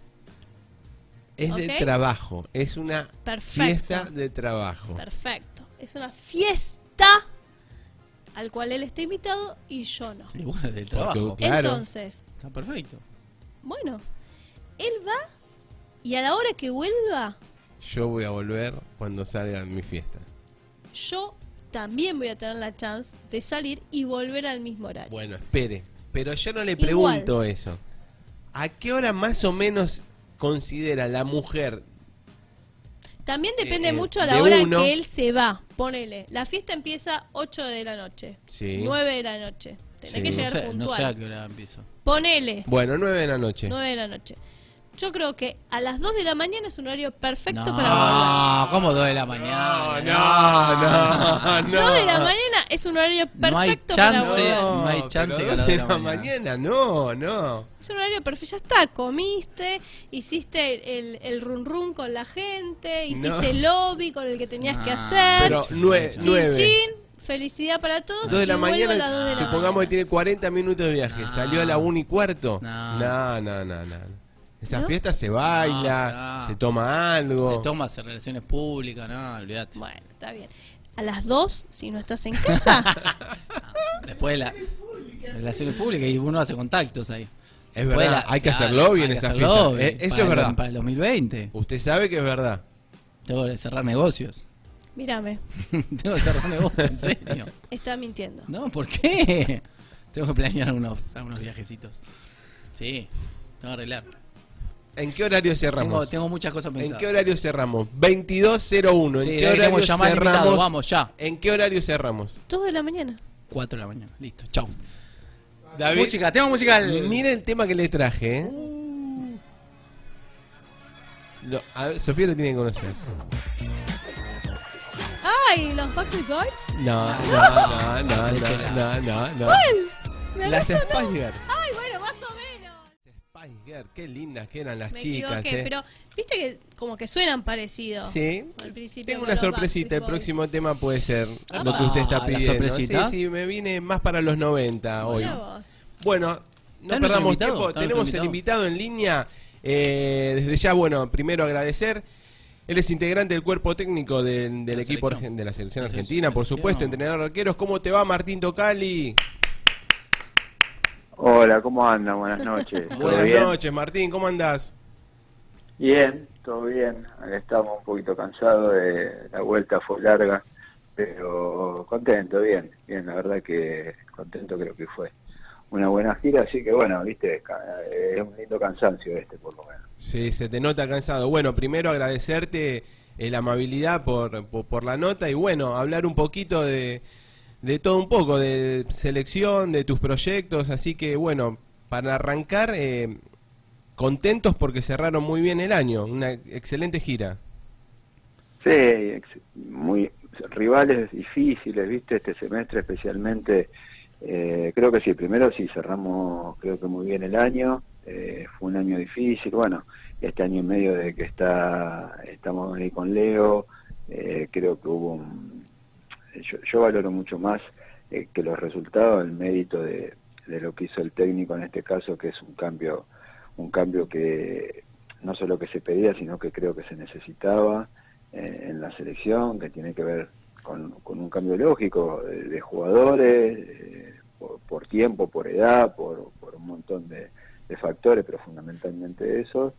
[SPEAKER 1] Es de
[SPEAKER 2] Ok.
[SPEAKER 1] trabajo, es una
[SPEAKER 2] Perfecto.
[SPEAKER 1] fiesta de trabajo.
[SPEAKER 2] Perfecto. Es una fiesta al cual él está invitado y yo no.
[SPEAKER 3] Y bueno, es del trabajo.
[SPEAKER 1] Porque- Claro.
[SPEAKER 2] Entonces,
[SPEAKER 3] Está perfecto.
[SPEAKER 2] bueno, él va y a la hora que vuelva,
[SPEAKER 1] Yo voy a volver cuando salga mi fiesta.
[SPEAKER 2] yo también voy a tener la chance de salir y volver al mismo horario.
[SPEAKER 1] Bueno, espere, pero yo no le
[SPEAKER 2] Igual.
[SPEAKER 1] pregunto eso. ¿A qué hora más o menos considera la mujer?
[SPEAKER 2] También depende
[SPEAKER 1] Eh, eh,
[SPEAKER 2] mucho a la
[SPEAKER 1] de
[SPEAKER 2] hora
[SPEAKER 1] uno.
[SPEAKER 2] que él se va. Ponele, la fiesta empieza 8 de la noche,
[SPEAKER 1] Sí.
[SPEAKER 2] 9 de la noche. Tenés
[SPEAKER 1] Sí.
[SPEAKER 2] que
[SPEAKER 1] No
[SPEAKER 2] llegar
[SPEAKER 3] sé, no sé
[SPEAKER 2] puntual.
[SPEAKER 3] a qué hora empiezo.
[SPEAKER 2] Ponele,
[SPEAKER 1] Bueno, nueve de la noche.
[SPEAKER 2] 9 de la noche. Yo creo que a las 2 de la mañana es un horario perfecto
[SPEAKER 3] no,
[SPEAKER 2] para volver.
[SPEAKER 3] ¿cómo 2 de la
[SPEAKER 1] No,
[SPEAKER 3] mañana?
[SPEAKER 1] Ah, no, no, no.
[SPEAKER 2] 2 de la mañana es un horario
[SPEAKER 3] No hay
[SPEAKER 2] perfecto para
[SPEAKER 3] chance.
[SPEAKER 2] volver.
[SPEAKER 3] No hay chance
[SPEAKER 1] pero dos
[SPEAKER 3] que a las
[SPEAKER 1] de
[SPEAKER 3] dos
[SPEAKER 1] la
[SPEAKER 3] de la
[SPEAKER 1] mañana. No, no.
[SPEAKER 2] Es un horario perfecto, ya está, comiste, hiciste el, el run run con la gente, hiciste
[SPEAKER 1] No.
[SPEAKER 2] el lobby con el que tenías que
[SPEAKER 3] Ah,
[SPEAKER 2] hacer,
[SPEAKER 1] Pero nue-
[SPEAKER 3] Chin,
[SPEAKER 2] chin
[SPEAKER 1] nueve.
[SPEAKER 2] chin, felicidad para todos,
[SPEAKER 1] Dos de la
[SPEAKER 2] y vuelvo a las dos de
[SPEAKER 1] mañana,
[SPEAKER 2] la
[SPEAKER 1] supongamos que tiene 40 minutos de viaje.
[SPEAKER 3] No.
[SPEAKER 1] Salió a la 1 y cuarto.
[SPEAKER 3] No.
[SPEAKER 1] No, no, no, no. Esa
[SPEAKER 2] ¿No?
[SPEAKER 1] fiesta se baila,
[SPEAKER 3] No, no.
[SPEAKER 1] se toma algo.
[SPEAKER 3] Se toma, hace relaciones públicas, no, olvídate.
[SPEAKER 2] Bueno, está bien. A las 2, si no estás en casa,
[SPEAKER 3] Después de la relaciones públicas y uno hace contactos ahí.
[SPEAKER 1] es
[SPEAKER 3] Después de
[SPEAKER 1] verdad,
[SPEAKER 3] la-
[SPEAKER 1] hay que hacer
[SPEAKER 3] claro,
[SPEAKER 1] lobby
[SPEAKER 3] hay
[SPEAKER 1] en
[SPEAKER 3] que
[SPEAKER 1] esa
[SPEAKER 3] hacer
[SPEAKER 1] fiesta.
[SPEAKER 3] lobby
[SPEAKER 1] Eh, eso
[SPEAKER 3] para
[SPEAKER 1] es
[SPEAKER 3] el-
[SPEAKER 1] verdad.
[SPEAKER 3] Para el 2020
[SPEAKER 1] Usted sabe que es verdad.
[SPEAKER 3] tengo que cerrar negocios.
[SPEAKER 2] mírame,
[SPEAKER 3] tengo que cerrar negocios, en serio.
[SPEAKER 2] está mintiendo.
[SPEAKER 3] No, ¿por qué? Tengo que planear unos, algunos viajecitos. Sí, tengo que arreglar.
[SPEAKER 1] ¿En qué horario
[SPEAKER 3] Tengo,
[SPEAKER 1] cerramos?
[SPEAKER 3] tengo muchas cosas
[SPEAKER 1] ¿En
[SPEAKER 3] pensadas.
[SPEAKER 1] qué horario cerramos? 22.01. ¿En
[SPEAKER 3] Sí,
[SPEAKER 1] qué
[SPEAKER 3] ahí tenemos
[SPEAKER 1] horario
[SPEAKER 3] llamada invitada,
[SPEAKER 1] cerramos?
[SPEAKER 3] Vamos, ya.
[SPEAKER 1] ¿En qué horario cerramos?
[SPEAKER 2] 2 de la mañana.
[SPEAKER 3] 4 de la mañana. Listo, chau.
[SPEAKER 1] David,
[SPEAKER 3] Música, tema musical.
[SPEAKER 1] mira el tema que le traje. ¿eh?
[SPEAKER 3] Uh.
[SPEAKER 1] Lo- a ver, Sofía lo tiene que conocer.
[SPEAKER 2] ¡Ay, los Backstreet Boys!
[SPEAKER 1] No, no, no, no, no, no, no.
[SPEAKER 2] Me
[SPEAKER 1] Las
[SPEAKER 2] resonó.
[SPEAKER 1] Spice Girls.
[SPEAKER 2] ¡Ay, bueno, más o menos!
[SPEAKER 1] Spice Girls, qué lindas que eran las
[SPEAKER 2] Me
[SPEAKER 1] chicas.
[SPEAKER 2] equivoqué,
[SPEAKER 1] eh.
[SPEAKER 2] pero viste que como que suenan parecidos.
[SPEAKER 1] Sí.
[SPEAKER 2] Al principio
[SPEAKER 1] Tengo
[SPEAKER 2] con
[SPEAKER 1] una
[SPEAKER 2] los
[SPEAKER 1] sorpresita. El
[SPEAKER 2] Backstreet Boys.
[SPEAKER 1] próximo tema puede ser lo
[SPEAKER 3] Ah,
[SPEAKER 1] que usted está
[SPEAKER 3] ¿la
[SPEAKER 1] pidiendo. Sí,
[SPEAKER 3] sorpresita?
[SPEAKER 1] sí, me vine más para los 90 hoy.
[SPEAKER 2] Mirá vos.
[SPEAKER 1] Bueno, no
[SPEAKER 3] nuestro
[SPEAKER 1] perdamos
[SPEAKER 3] invitado?
[SPEAKER 1] tiempo.
[SPEAKER 3] ¿Está
[SPEAKER 1] Tenemos
[SPEAKER 3] nuestro
[SPEAKER 1] el invitado en línea. Eh, desde ya, bueno, primero agradecer. Él es integrante del cuerpo técnico del, del
[SPEAKER 3] La
[SPEAKER 1] equipo
[SPEAKER 3] selección.
[SPEAKER 1] argen- de la selección
[SPEAKER 3] La
[SPEAKER 1] argentina, por
[SPEAKER 3] selección.
[SPEAKER 1] supuesto, entrenador de arqueros. ¿Cómo te va, Martín Tocali?
[SPEAKER 5] Hola, ¿cómo andan? Buenas noches. ¿Todo
[SPEAKER 1] Buenas
[SPEAKER 5] bien?
[SPEAKER 1] noches, Martín. ¿Cómo andás?
[SPEAKER 5] Bien, todo bien. Acá Estamos un poquito cansados, de, la vuelta fue larga, pero contento, bien. Bien, la verdad que contento creo que fue una buena gira, así que bueno, viste, ca- eh, es un lindo cansancio este por lo menos.
[SPEAKER 1] Sí, se te nota cansado. Bueno, primero agradecerte eh, la amabilidad por, por, por la nota y bueno, hablar un poquito de, de todo un poco, de selección, de tus proyectos. Así que bueno, para arrancar, eh, contentos porque cerraron muy bien el año, una excelente gira.
[SPEAKER 5] Sí, ex- muy rivales difíciles, viste, este semestre especialmente. Eh, creo que sí, primero sí, cerramos creo que muy bien el año, eh, fue un año difícil, bueno, este año y medio de que está estamos ahí con Leo, eh, creo que hubo un... Yo, yo valoro mucho más eh, que los resultados, el mérito de, de lo que hizo el técnico en este caso, que es un cambio, un cambio que no solo que se pedía, sino que creo que se necesitaba eh, en la selección, que tiene que ver con, con un cambio lógico eh, de jugadores, eh, por, por tiempo, por edad, por, por un montón de, de factores, pero fundamentalmente esos.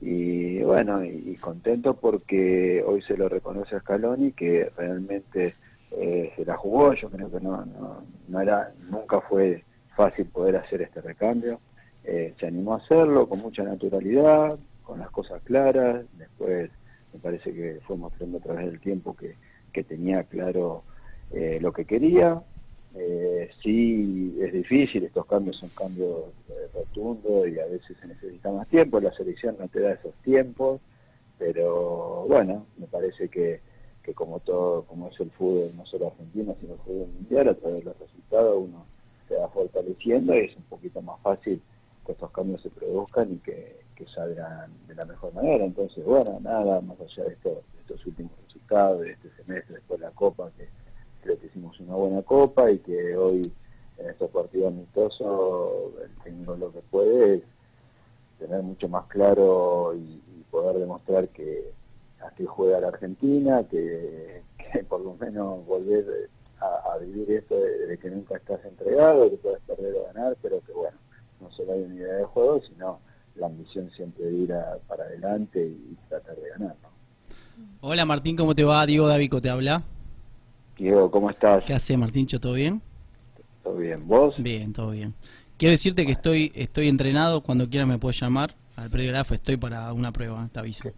[SPEAKER 5] Y bueno, y, y contento porque hoy se lo reconoce a Scaloni, que realmente eh, se la jugó. Yo creo que no, no, no era, nunca fue fácil poder hacer este recambio. Eh, se animó a hacerlo con mucha naturalidad, con las cosas claras. Después me parece que fue mostrando a través del tiempo que, que tenía claro eh, lo que quería. Eh, sí, es difícil, estos cambios son cambios eh, rotundos y a veces se necesita más tiempo, la selección no te da esos tiempos, pero bueno, me parece que, que como todo, como es el fútbol, no solo argentino, sino el fútbol mundial, a través de los resultados uno se va fortaleciendo y es un poquito más fácil que estos cambios se produzcan y que, que salgan de la mejor manera. Entonces, bueno, nada, más allá de, esto- de estos últimos resultados, de este semestre, después la Copa, que creo que hicimos una buena Copa y que hoy en estos partidos amistosos el técnico lo que puede es tener mucho más claro y, y poder demostrar que así juega la Argentina, que, que por lo menos volver a, a vivir esto de, de que nunca estás entregado, que puedes perder o ganar, pero que bueno, no solo hay unidad de juego, sino la ambición siempre de ir a- para adelante y tratar de ganar. ¿no?
[SPEAKER 3] Hola Martín, ¿cómo te va? Diego Davico te habla.
[SPEAKER 5] Diego, ¿cómo estás?
[SPEAKER 3] ¿Qué hace Martíncho? ¿Todo bien?
[SPEAKER 5] ¿Todo bien? ¿Vos?
[SPEAKER 3] Bien, todo bien. Quiero decirte que estoy estoy entrenado, cuando quieras me puedes llamar al predigrafo, estoy para una prueba, te aviso.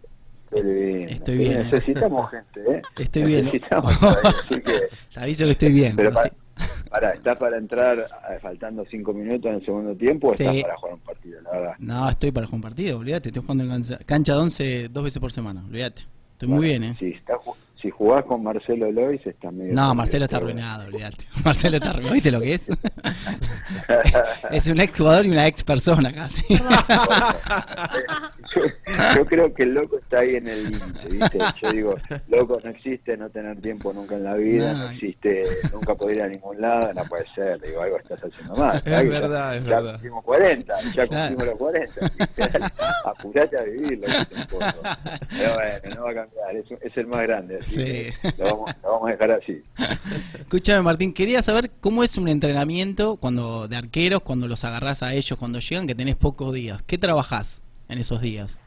[SPEAKER 5] Estoy bien.
[SPEAKER 3] Estoy bien.
[SPEAKER 5] Necesitamos gente, ¿eh?
[SPEAKER 3] Estoy bien.
[SPEAKER 5] Necesitamos gente, así que...
[SPEAKER 3] Te aviso que estoy bien.
[SPEAKER 5] Pero
[SPEAKER 3] así-
[SPEAKER 5] para, para, ¿estás para entrar eh, faltando cinco minutos en el segundo tiempo o
[SPEAKER 3] Sí.
[SPEAKER 5] estás para jugar un partido? partido, la verdad.
[SPEAKER 3] No, estoy para jugar un partido, olvídate. Estoy jugando en cancha, cancha de 11 dos veces por semana, olvídate. Estoy muy bien,
[SPEAKER 5] Bueno,
[SPEAKER 3] ¿eh?
[SPEAKER 5] Si, está ju- si jugás con Marcelo Lois, está medio.
[SPEAKER 3] No,
[SPEAKER 5] perdido,
[SPEAKER 3] Marcelo está
[SPEAKER 5] pero-
[SPEAKER 3] arruinado, olvídate. Marcelo está arruinado, ¿viste lo que es? es un ex jugador y una ex persona casi.
[SPEAKER 5] Yo, yo creo que el loco está ahí en el límite, ¿viste? Yo digo, loco, no existe no tener tiempo nunca en la vida, no,
[SPEAKER 3] No.
[SPEAKER 5] existe nunca poder ir a ningún lado, no puede ser, digo, algo estás haciendo mal. ¿sabes?
[SPEAKER 1] verdad, es
[SPEAKER 5] ya
[SPEAKER 1] verdad.
[SPEAKER 5] cumplimos 40, ya
[SPEAKER 3] Claro.
[SPEAKER 5] cumplimos los 40, ¿viste? apurate a vivirlo ¿viste? un poco. Pero bueno, no va a cambiar, es, es el más grande, así
[SPEAKER 3] Sí.
[SPEAKER 5] que lo vamos, lo vamos a dejar así.
[SPEAKER 3] Escúchame, Martín, quería saber cómo es un entrenamiento cuando de arqueros, cuando los agarrás a ellos, cuando llegan, que tenés pocos días. ¿Qué trabajás en esos días?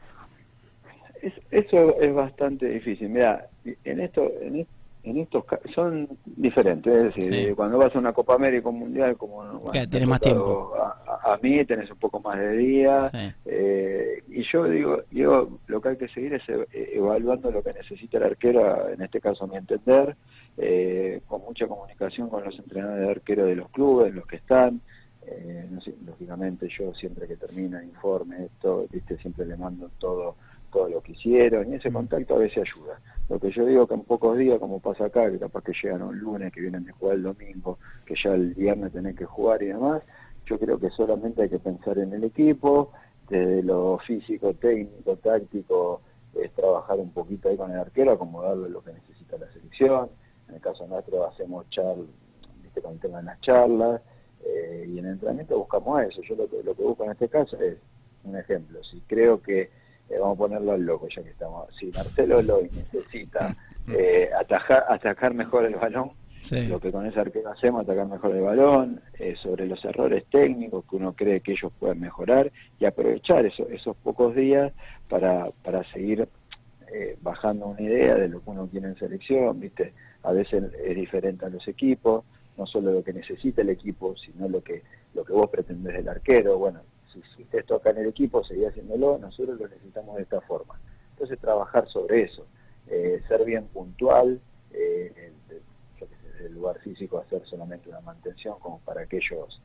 [SPEAKER 5] Es- eso es bastante difícil. Mira, en esto, en, es- en estos ca- son diferentes. Es decir,
[SPEAKER 3] Sí.
[SPEAKER 5] eh, cuando vas a una Copa América, un mundial, como bueno,
[SPEAKER 3] Claro,
[SPEAKER 5] me
[SPEAKER 3] tenés
[SPEAKER 5] ha
[SPEAKER 3] más
[SPEAKER 5] tocado
[SPEAKER 3] tiempo.
[SPEAKER 5] A, a- a mí tenés un poco más de día.
[SPEAKER 3] Sí.
[SPEAKER 5] Eh, y yo digo, digo, lo que hay que seguir es e- evaluando lo que necesita el arquero, en este caso a mi entender, eh, con mucha comunicación con los entrenadores de arquero de los clubes, los que están. Eh, no sé, lógicamente yo siempre que termina el informe, esto, viste, siempre le mando todo todo lo que hicieron y ese contacto a veces ayuda. Lo que yo digo que en pocos días, como pasa acá, que capaz que llegan un lunes, que vienen de jugar el domingo, que ya el viernes tenés que jugar y demás, yo creo que solamente hay que pensar en el equipo, desde lo físico, técnico, táctico, es trabajar un poquito ahí con el arquero, acomodarle lo que necesita la selección. En el caso nuestro hacemos charlas, viste, con el tema de las charlas, eh, y en el entrenamiento buscamos eso. Yo lo que, lo que busco en este caso es un ejemplo. Si creo que eh, vamos a ponerlo al loco ya que estamos. Si Marcelo Loy necesita eh, atajar, atajar mejor el balón,
[SPEAKER 3] Sí.
[SPEAKER 5] lo que con ese arquero hacemos, atacar mejor el balón, eh, sobre los errores técnicos que uno cree que ellos pueden mejorar y aprovechar eso- esos pocos días para, para seguir eh, bajando una idea de lo que uno tiene en selección, ¿viste? A veces es diferente a los equipos, no solo lo que necesita el equipo, sino lo que, lo que vos pretendés del arquero. Bueno, si hiciste esto acá en el equipo, seguí haciéndolo, nosotros lo necesitamos de esta forma. Entonces, trabajar sobre eso, eh, ser bien puntual, eh, el- el- yo qué sé, desde el lugar físico hacer solamente una mantención como para que ellos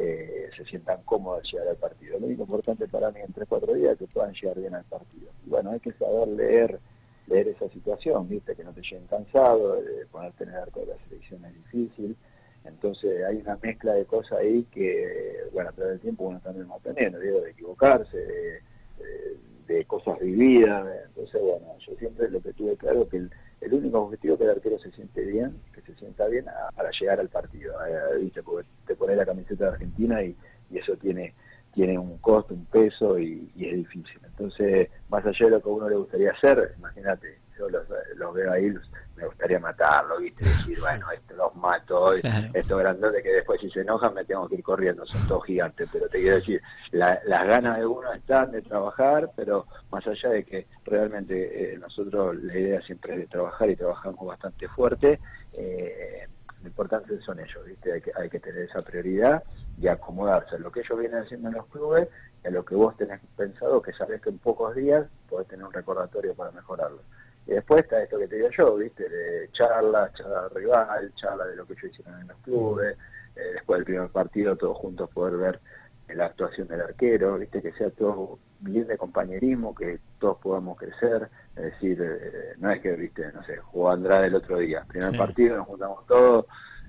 [SPEAKER 5] eh, se sientan cómodos al llegar al partido. Lo único importante para mí en 3-4 días es que puedan llegar bien al partido. Y bueno, hay que saber leer leer esa situación, viste que no te lleguen cansado, eh, ponerte en el arco de la selección es difícil. Entonces hay una mezcla de cosas ahí que, bueno, a través del tiempo uno también va aprendiendo, digo, de equivocarse, de, eh, de cosas vividas. Entonces, bueno, yo siempre lo que tuve claro que el, el único objetivo es que el arquero se siente bien, que se sienta bien a- para llegar al partido. eh, ¿viste? Porque te pones la camiseta de Argentina y, y eso tiene tiene un costo, un peso y, y es difícil. Entonces, más allá de lo que a uno le gustaría hacer, imagínate, yo los, los veo ahí, los- me gustaría matarlo, ¿viste? Decir, bueno, esto los mato hoy,
[SPEAKER 3] Claro.
[SPEAKER 5] estos grandotes que después si se enojan me tengo que ir corriendo, son todos gigantes, pero te quiero decir, la- las ganas de uno están de trabajar, pero más allá de que realmente eh, nosotros la idea siempre es de trabajar y trabajamos bastante fuerte, eh, lo importante son ellos, ¿viste? Hay que, hay que tener esa prioridad y acomodarse a lo que ellos vienen haciendo en los clubes y a lo que vos tenés pensado, que sabés que en pocos días podés tener un recordatorio para mejorarlo. Y después está esto que te digo yo, ¿viste? De charla, charla del rival, charla de lo que ellos hicieron en los clubes, eh, después del primer partido todos juntos poder ver eh, la actuación del arquero, ¿viste? Que sea todo bien de compañerismo, que todos podamos crecer, es decir, eh, no es que, ¿viste? No sé, jugó Andrade el otro día, primer
[SPEAKER 3] Sí.
[SPEAKER 5] partido, nos juntamos todos,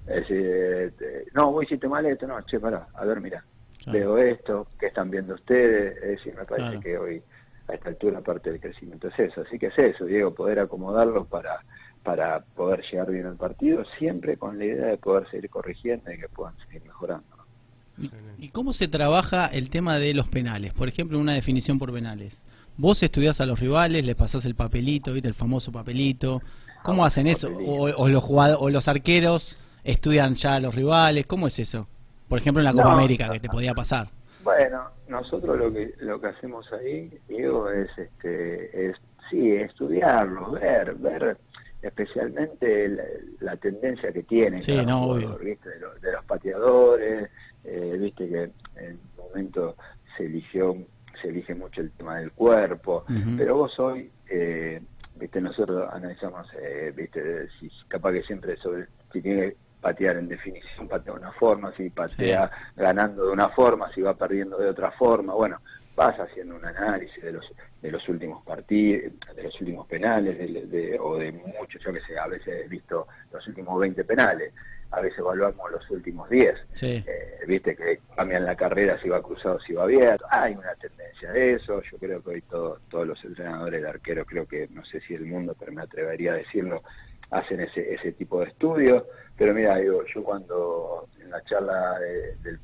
[SPEAKER 5] es decir, eh, eh, no, vos hiciste mal esto, no, che, pará, a ver, mira,
[SPEAKER 3] Claro.
[SPEAKER 5] veo esto, qué están viendo ustedes, es decir, me parece
[SPEAKER 3] Claro.
[SPEAKER 5] que hoy a esta altura parte del crecimiento es eso, así que es eso, Diego, poder acomodarlos para para poder llegar bien al partido, siempre con la idea de poder seguir corrigiendo y que puedan seguir mejorando.
[SPEAKER 3] ¿Y, y cómo se trabaja el tema de los penales? Por ejemplo, una definición por penales. Vos estudiás a los rivales, les pasás el papelito, ¿viste? El famoso papelito. ¿Cómo hacen eso? O, o los jugado- o los arqueros estudian ya a los rivales. ¿Cómo es eso? Por ejemplo, en la Copa
[SPEAKER 5] No.
[SPEAKER 3] América, que te podía pasar.
[SPEAKER 5] Bueno, nosotros lo que lo que hacemos ahí, Diego, es este, es sí, estudiarlo, ver, ver especialmente la, la tendencia que tiene
[SPEAKER 3] Sí,
[SPEAKER 5] cada
[SPEAKER 3] no,
[SPEAKER 5] jugador,
[SPEAKER 3] obvio.
[SPEAKER 5] ¿viste? De, lo- de los pateadores, eh, viste que en un momento se eligió se elige mucho el tema del cuerpo,
[SPEAKER 3] Ujú.
[SPEAKER 5] pero vos hoy eh, viste nosotros analizamos eh, viste si capaz que siempre sobre si tiene patear en definición, patea de una forma, si patea ganando de una forma, si va perdiendo de otra forma, bueno, vas haciendo un análisis de los de los últimos partidos, de los últimos penales, de- de- o de muchos, yo que sé, a veces he visto los últimos 20 penales, a veces evaluamos los últimos 10,
[SPEAKER 3] Sí.
[SPEAKER 5] eh, viste que cambian la carrera si va cruzado, si va abierto. Hay una tendencia de eso. Yo creo que hoy todos, todos los entrenadores, el arquero, creo que no sé si el mundo, pero me atrevería a decirlo, hacen ese, ese tipo de estudios. Pero mira, digo, yo cuando en la charla de- del.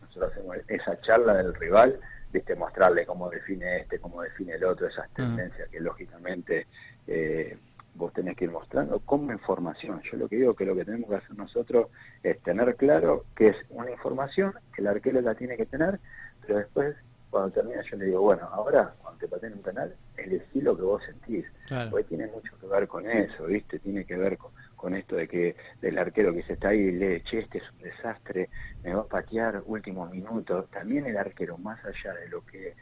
[SPEAKER 5] Nosotros hacemos esa charla del rival, viste, mostrarle cómo define este, cómo define el otro, esas tendencias que lógicamente. eh, vos tenés que ir mostrando como información. Yo lo que digo que lo que tenemos que hacer nosotros es tener claro que es una información que el arquero la tiene que tener, pero después, cuando termina, yo le digo, bueno, ahora, cuando te pateen un penal, elegí lo que vos sentís.
[SPEAKER 3] Claro.
[SPEAKER 5] Porque tiene mucho que ver con eso, ¿viste? Tiene que ver con, con esto de que del arquero que se está ahí y lee, che, este es un desastre, me va a patear últimos minutos. También el arquero, más allá de lo que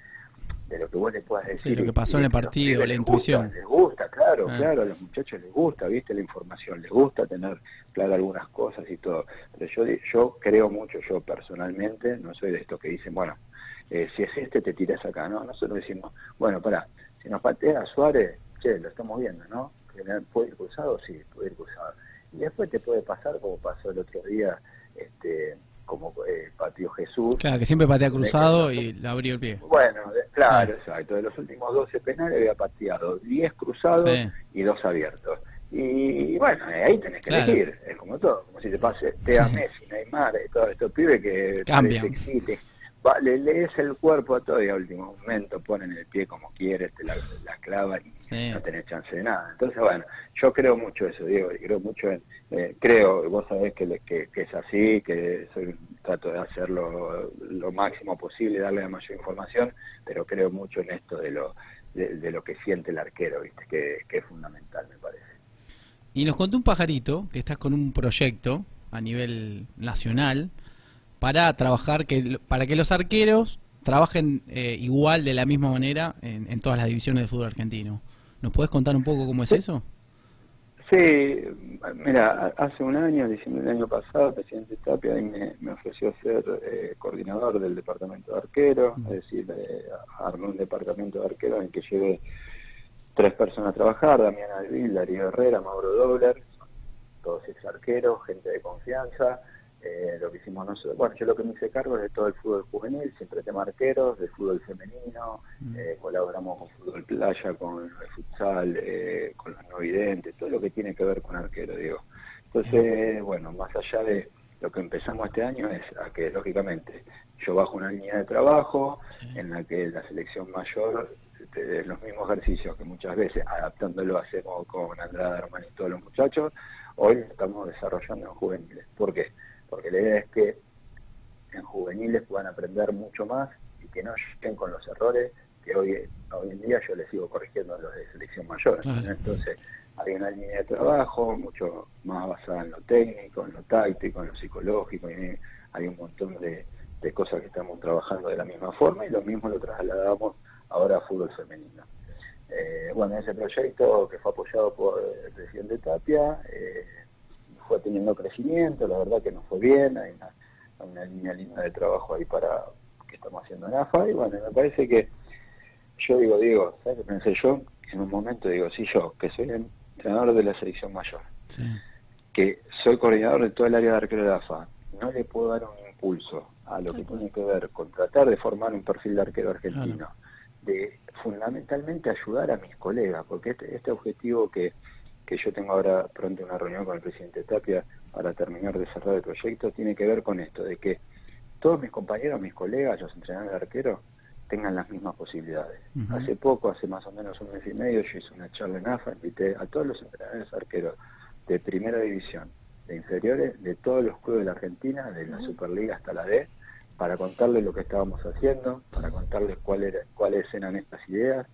[SPEAKER 5] de lo que vos le puedas decir.
[SPEAKER 3] lo que
[SPEAKER 5] y-
[SPEAKER 3] pasó
[SPEAKER 5] y
[SPEAKER 3] en el
[SPEAKER 5] que a los
[SPEAKER 3] partido,
[SPEAKER 5] pibes
[SPEAKER 3] la
[SPEAKER 5] les
[SPEAKER 3] intuición.
[SPEAKER 5] gusta, les gusta, claro,
[SPEAKER 3] Ah.
[SPEAKER 5] claro, a los muchachos les gusta, ¿viste? La información, les gusta tener claro algunas cosas y todo. Pero yo, di- yo creo mucho, yo personalmente, no soy de estos que dicen, bueno, eh, si es este, te tiras acá, ¿no? Nosotros decimos, bueno, pará, si nos patea Suárez, che, lo estamos viendo, ¿no? ¿Puede ir cruzado? Sí, puede ir cruzado. Y después te puede pasar, como pasó el otro día, este, como eh, pateó Jesús,
[SPEAKER 3] Claro, que siempre
[SPEAKER 5] eh,
[SPEAKER 3] patea cruzado y le abrió el pie.
[SPEAKER 5] bueno, de- claro,
[SPEAKER 3] Ah.
[SPEAKER 5] exacto. De los últimos 12 penales había pateado 10 cruzados
[SPEAKER 3] Sí.
[SPEAKER 5] y 2 abiertos. Y, bueno, eh, ahí tenés que
[SPEAKER 3] Claro.
[SPEAKER 5] elegir, es como todo, como si te pase te a
[SPEAKER 3] Sí.
[SPEAKER 5] Messi, Neymar, eh, todos estos pibes que
[SPEAKER 3] Cambian.
[SPEAKER 5] se existen. Va, le lees el cuerpo a todo y a último momento ponen el pie como quieres, te la, la clava y
[SPEAKER 3] Sí.
[SPEAKER 5] no tenés chance de nada. Entonces, bueno, yo creo mucho eso, Diego, y creo mucho en, eh, creo, vos sabés que, le- que, que es así, que soy, trato de hacerlo lo máximo posible, darle la mayor información, pero creo mucho en esto de lo, de, de lo que siente el arquero, ¿viste? Que, que es fundamental, me parece.
[SPEAKER 3] Y nos contó un pajarito que estás con un proyecto a nivel nacional para trabajar que para que los arqueros trabajen eh, igual de la misma manera en, en todas las divisiones de fútbol argentino. ¿Nos podés contar un poco cómo es eso?
[SPEAKER 5] Sí, mira, ha- hace un año, diciembre del año pasado, el presidente Tapia ahí me, me ofreció ser eh, coordinador del departamento de arquero, es decir, eh, armé un departamento de arquero en el que llevé tres personas a trabajar, Damián Alvil, Darío Herrera, Mauro Dobler, son todos ex arqueros, gente de confianza, eh, lo que hicimos nosotros, bueno, yo lo que me hice cargo es de todo el fútbol juvenil, siempre tema arqueros, de fútbol femenino, eh, colaboramos con fútbol playa, con el futsal, eh, con los no videntes, todo lo que tiene que ver con arquero, digo. Entonces, bueno, más allá de lo que empezamos este año es a que, lógicamente, yo bajo una línea de trabajo en la que la selección mayor, este, los mismos ejercicios que muchas veces, adaptándolo, hacemos con Andrada, Armani y todos los muchachos, hoy lo estamos desarrollando en juveniles. ¿Por qué? Porque la idea es que en juveniles puedan aprender mucho más y que no lleguen con los errores que hoy, hoy en día yo les sigo corrigiendo a los de selección mayor.
[SPEAKER 3] Claro.
[SPEAKER 5] ¿no? Entonces, hay una línea de trabajo mucho más basada en lo técnico, en lo táctico, en lo psicológico, y hay un montón de, de cosas que estamos trabajando de la misma forma y lo mismo lo trasladamos ahora a fútbol femenino. Eh, bueno, ese proyecto que fue apoyado por el presidente Tapia eh, fue teniendo crecimiento, la verdad que nos fue bien, hay una, hay una línea linda de trabajo ahí para que estamos haciendo en AFA y bueno, me parece que yo digo, digo, ¿sabes qué pensé yo? En un momento digo, sí, yo, que soy entrenador de la selección mayor,
[SPEAKER 3] Sí,
[SPEAKER 5] que soy coordinador de todo el área de arquero de AFA, no le puedo dar un impulso a lo que
[SPEAKER 2] Tal cual.
[SPEAKER 5] tiene que ver con tratar de formar un perfil de arquero argentino, de fundamentalmente ayudar a mis colegas, porque este, este objetivo que, que yo tengo ahora pronto una reunión con el presidente Tapia para terminar de cerrar el proyecto tiene que ver con esto, de que todos mis compañeros, mis colegas, los entrenadores de arquero, tengan las mismas posibilidades.
[SPEAKER 3] Ujú.
[SPEAKER 5] Hace poco, hace más o menos un mes y medio, yo hice una charla en AFA, invité a todos los entrenadores arqueros de primera división, de inferiores, de todos los clubes de la Argentina, de la Superliga hasta la D, para contarles lo que estábamos haciendo, para contarles cuál era- cuáles eran estas ideas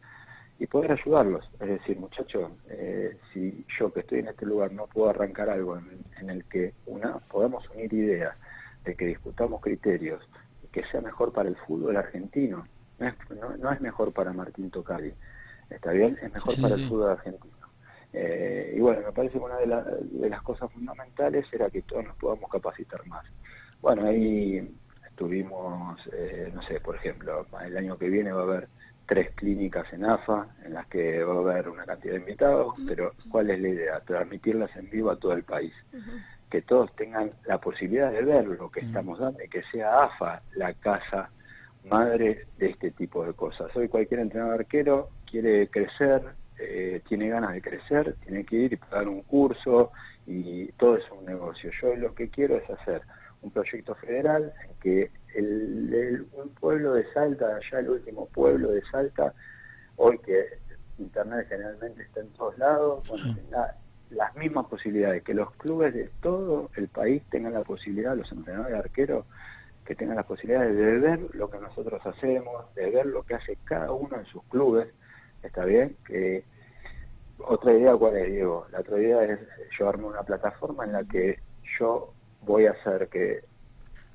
[SPEAKER 5] y poder ayudarlos. Es decir, muchachos, eh, si yo que estoy en este lugar no puedo arrancar algo en, en el que una podamos unir ideas, de que discutamos criterios, que sea mejor para el fútbol argentino, no es, no, no es mejor para Martín Tocari, está bien, es mejor
[SPEAKER 3] Sí, sí,
[SPEAKER 5] para
[SPEAKER 3] sí.
[SPEAKER 5] el fútbol argentino. Eh, y bueno, me parece que una de, la- de las cosas fundamentales era que todos nos podamos capacitar más. Bueno, ahí estuvimos, eh, no sé, por ejemplo, el año que viene va a haber tres clínicas en AFA, en las que va a haber una cantidad de invitados, pero ¿cuál es la idea? Transmitirlas en vivo a todo el país que todos tengan la posibilidad de ver lo que
[SPEAKER 3] Mm.
[SPEAKER 5] estamos dando y que sea AFA la casa madre de este tipo de cosas. Hoy cualquier entrenador arquero quiere crecer, eh, tiene ganas de crecer, tiene que ir y pagar un curso y todo es un negocio. Yo lo que quiero es hacer un proyecto federal en que el, el- un pueblo de Salta, allá el último pueblo de Salta, hoy que Internet generalmente está en todos lados, bueno, tenga las mismas posibilidades, que los clubes de todo el país tengan la posibilidad, los entrenadores de arqueros, que tengan la posibilidad de ver lo que nosotros hacemos, de ver lo que hace cada uno en sus clubes, ¿está bien? Que, otra idea, ¿cuál es, Diego? La otra idea es llevarme una plataforma en la que yo voy a hacer que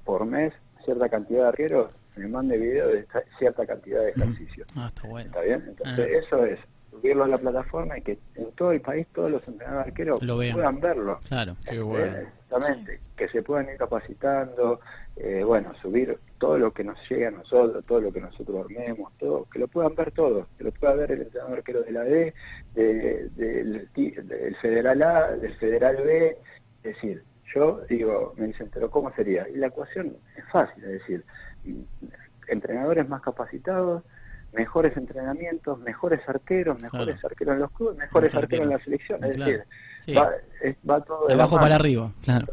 [SPEAKER 5] por mes cierta cantidad de arqueros me mande videos de esta- cierta cantidad de ejercicios.
[SPEAKER 3] Ah, está bueno.
[SPEAKER 5] ¿Está bien? Entonces,
[SPEAKER 3] Ah.
[SPEAKER 5] eso es subirlo a la plataforma y que en todo el país todos los entrenadores arqueros
[SPEAKER 3] Lo vean.
[SPEAKER 5] puedan verlo.
[SPEAKER 3] Claro.
[SPEAKER 1] Qué bueno.
[SPEAKER 5] Eh, Exactamente, que se puedan ir capacitando, eh, bueno, subir todo lo que nos llegue a nosotros, todo lo que nosotros armemos, todo, que lo puedan ver todos, que lo pueda ver el entrenador arquero de la D, de- del, ti- del Federal A, del Federal B, es decir, yo digo, me dicen, pero ¿cómo sería? Y la ecuación es fácil, es decir, entrenadores más capacitados, mejores entrenamientos, mejores arqueros, mejores arqueros en los clubes, mejores
[SPEAKER 3] Mejor
[SPEAKER 5] arqueros en
[SPEAKER 3] arquero.
[SPEAKER 5] la selección, es
[SPEAKER 3] Claro.
[SPEAKER 5] decir,
[SPEAKER 3] Sí.
[SPEAKER 5] va, es- va todo
[SPEAKER 3] De
[SPEAKER 5] la
[SPEAKER 3] abajo
[SPEAKER 5] mano.
[SPEAKER 3] para arriba, claro.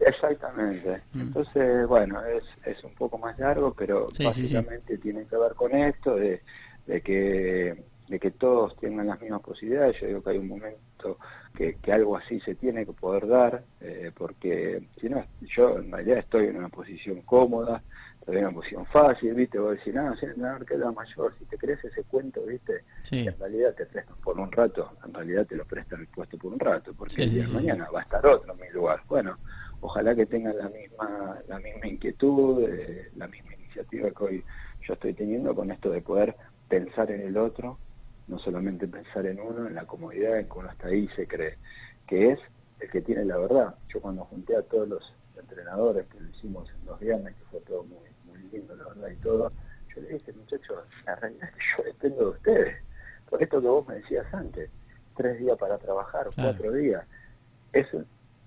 [SPEAKER 5] Exactamente.
[SPEAKER 3] Mm.
[SPEAKER 5] Entonces, bueno, es, es un poco más largo, pero
[SPEAKER 3] Sí, sí, sí.
[SPEAKER 5] básicamente tiene que ver con esto de, de que de que todos tengan las mismas posibilidades. Yo digo que hay un momento que, que algo así se tiene que poder dar, eh, porque si no, yo en realidad estoy en una posición cómoda, estoy en una posición fácil, ¿viste? Voy a decir, no, si entrenador que es la mayor, si te crees ese cuento, ¿viste?
[SPEAKER 3] Sí.
[SPEAKER 5] que en realidad te prestan por un rato, en realidad te lo prestan el puesto por un rato, porque
[SPEAKER 3] Sí,
[SPEAKER 5] el
[SPEAKER 3] sí,
[SPEAKER 5] día de
[SPEAKER 3] sí,
[SPEAKER 5] mañana va a estar otro en mi lugar. Bueno, ojalá que tengan la misma, la misma inquietud, eh, la misma iniciativa que hoy yo estoy teniendo con esto de poder pensar en el otro, no solamente pensar en uno, en la comodidad en que uno está ahí y se cree, que es el que tiene la verdad. Yo cuando junté a todos los entrenadores que lo hicimos en los viernes, que fue todo muy, muy lindo, la verdad, y todo, yo le dije, muchachos, la realidad es que yo dependo de ustedes. Por esto que vos me decías antes, tres días para trabajar,
[SPEAKER 3] Claro.
[SPEAKER 5] cuatro días, eso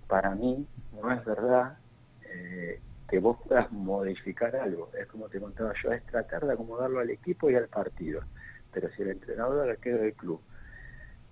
[SPEAKER 5] para mí no es verdad eh, que vos puedas modificar algo. Es como te contaba yo, es tratar de acomodarlo al equipo y al partido. Pero si el entrenador el arquero del club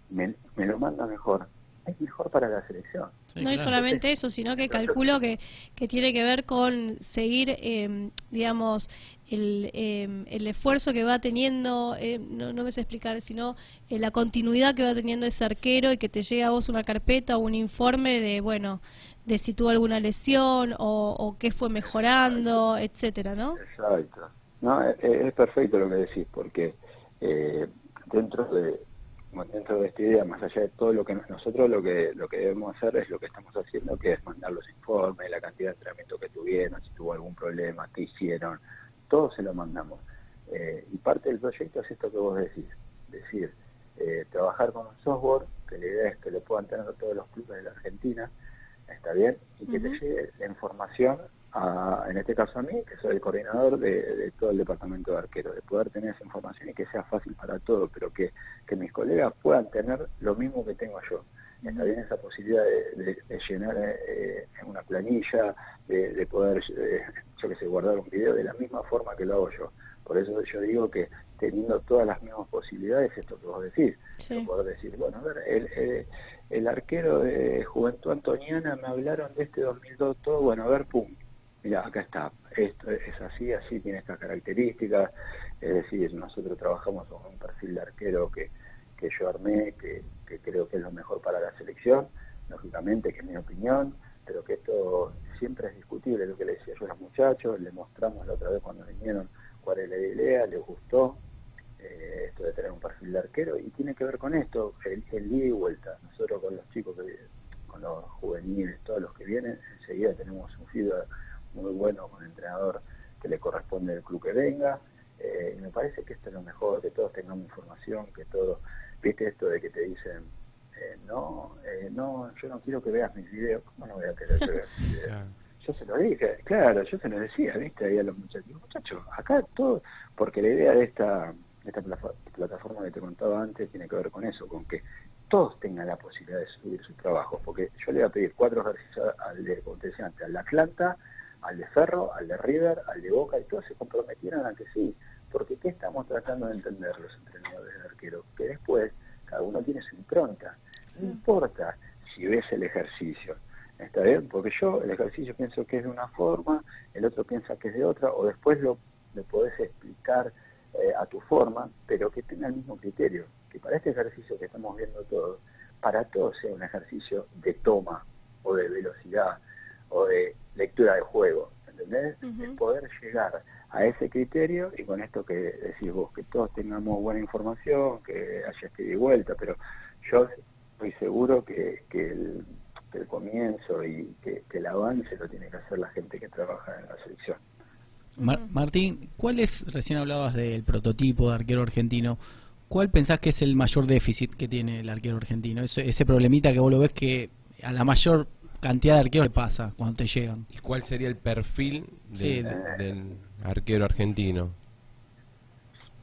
[SPEAKER 5] me, me lo manda mejor, es mejor para la selección.
[SPEAKER 3] Sí,
[SPEAKER 2] no y
[SPEAKER 3] claro.
[SPEAKER 2] solamente eso, sino que calculo que, que tiene que ver con seguir, eh, digamos, el, eh, el esfuerzo que va teniendo, eh, no, no me sé explicar, sino eh, la continuidad que va teniendo ese arquero y que te llegue a vos una carpeta o un informe de, bueno, de si tuvo alguna lesión o, o qué fue mejorando, etcétera, ¿no?
[SPEAKER 5] Exacto. No, es, es perfecto lo que decís, porque eh, dentro de bueno, dentro de esta idea, más allá de todo lo que nos- nosotros lo que lo que debemos hacer es lo que estamos haciendo, que es mandar los informes, la cantidad de entrenamiento que tuvieron, si tuvo algún problema, qué hicieron, todo se lo mandamos. Eh, y parte del proyecto es esto que vos decís, decir, eh, trabajar con un software, que la idea es que lo puedan tener todos los clubes de la Argentina, está bien, y que te
[SPEAKER 2] Ujú.
[SPEAKER 5] llegue la información, a, en este caso a mí, que soy el coordinador de, de todo el departamento de arquero, de poder tener esa información y que sea fácil para todos, pero que, que mis colegas puedan tener lo mismo que tengo yo. Está bien esa posibilidad de, de- de llenar eh, una planilla, de, de poder, eh, yo que sé, guardar un video de la misma forma que lo hago yo. Por eso yo digo que teniendo todas las mismas posibilidades, esto que vos decís,
[SPEAKER 2] Sí.
[SPEAKER 5] poder decir, bueno, a ver, el, el, el arquero de Juventud Antoniana me hablaron de este 2002, todo, bueno, a ver, pum, mira, acá está, esto es así, así, tiene estas características, es decir, nosotros trabajamos con un perfil de arquero que, que yo armé, que, que creo que es lo mejor para la selección, lógicamente que es mi opinión, pero que esto siempre es discutible, lo que le decía yo a los muchachos, le mostramos la otra vez cuando vinieron cuál es la idea, les gustó, eh, esto de tener un perfil de arquero y tiene que ver con esto, el, el ida y vuelta. Nosotros con los chicos, que, con los juveniles, todos los que vienen, enseguida tenemos un feedback muy bueno con el entrenador que le corresponde el club que venga. Eh, y me parece que esto es lo mejor, que todos tengamos información, que todos, viste esto de que te dicen, eh, no, eh, no, yo no quiero que veas mis videos. ¿Cómo no voy a querer que veas mis videos?
[SPEAKER 1] Claro.
[SPEAKER 5] Yo se lo dije, claro, yo se lo decía, viste, ahí a los muchachos. Digo, Muchachos, acá todo, porque la idea de esta, de esta plafo- plataforma que te contaba antes tiene que ver con eso, con que todos tengan la posibilidad de subir sus trabajos, porque yo le voy a pedir cuatro ejercicios al de, como te decía antes, al de Atlanta, al de Ferro, al de River, al de Boca, y todos se comprometieron a que sí, porque ¿qué estamos tratando de entender los entrenadores de arqueros? Que después cada uno tiene su impronta, no importa si ves el ejercicio, ¿Está bien? Porque yo el ejercicio pienso que es de una forma, el otro piensa que es de otra, o después lo, lo podés explicar eh, a tu forma, pero que tenga el mismo criterio. Que para este ejercicio que estamos viendo todos, para todos sea un ejercicio de toma, o de velocidad, o de lectura de juego. ¿Entendés?
[SPEAKER 2] Ujú.
[SPEAKER 5] Es poder llegar a ese criterio y con esto que decís vos, que todos tengamos buena información, que haya este de vuelta, pero yo estoy seguro que, que el, que el comienzo y que, que el avance lo tiene que hacer la gente que trabaja en la selección.
[SPEAKER 3] Mar- Martín, ¿cuál es, recién hablabas del prototipo de arquero argentino, ¿cuál pensás que es el mayor déficit que tiene el arquero argentino? Ese, ese problemita que vos lo ves que a la mayor cantidad de arqueros le pasa cuando te llegan.
[SPEAKER 1] ¿Y cuál sería el perfil del,
[SPEAKER 3] Sí.
[SPEAKER 1] del arquero argentino?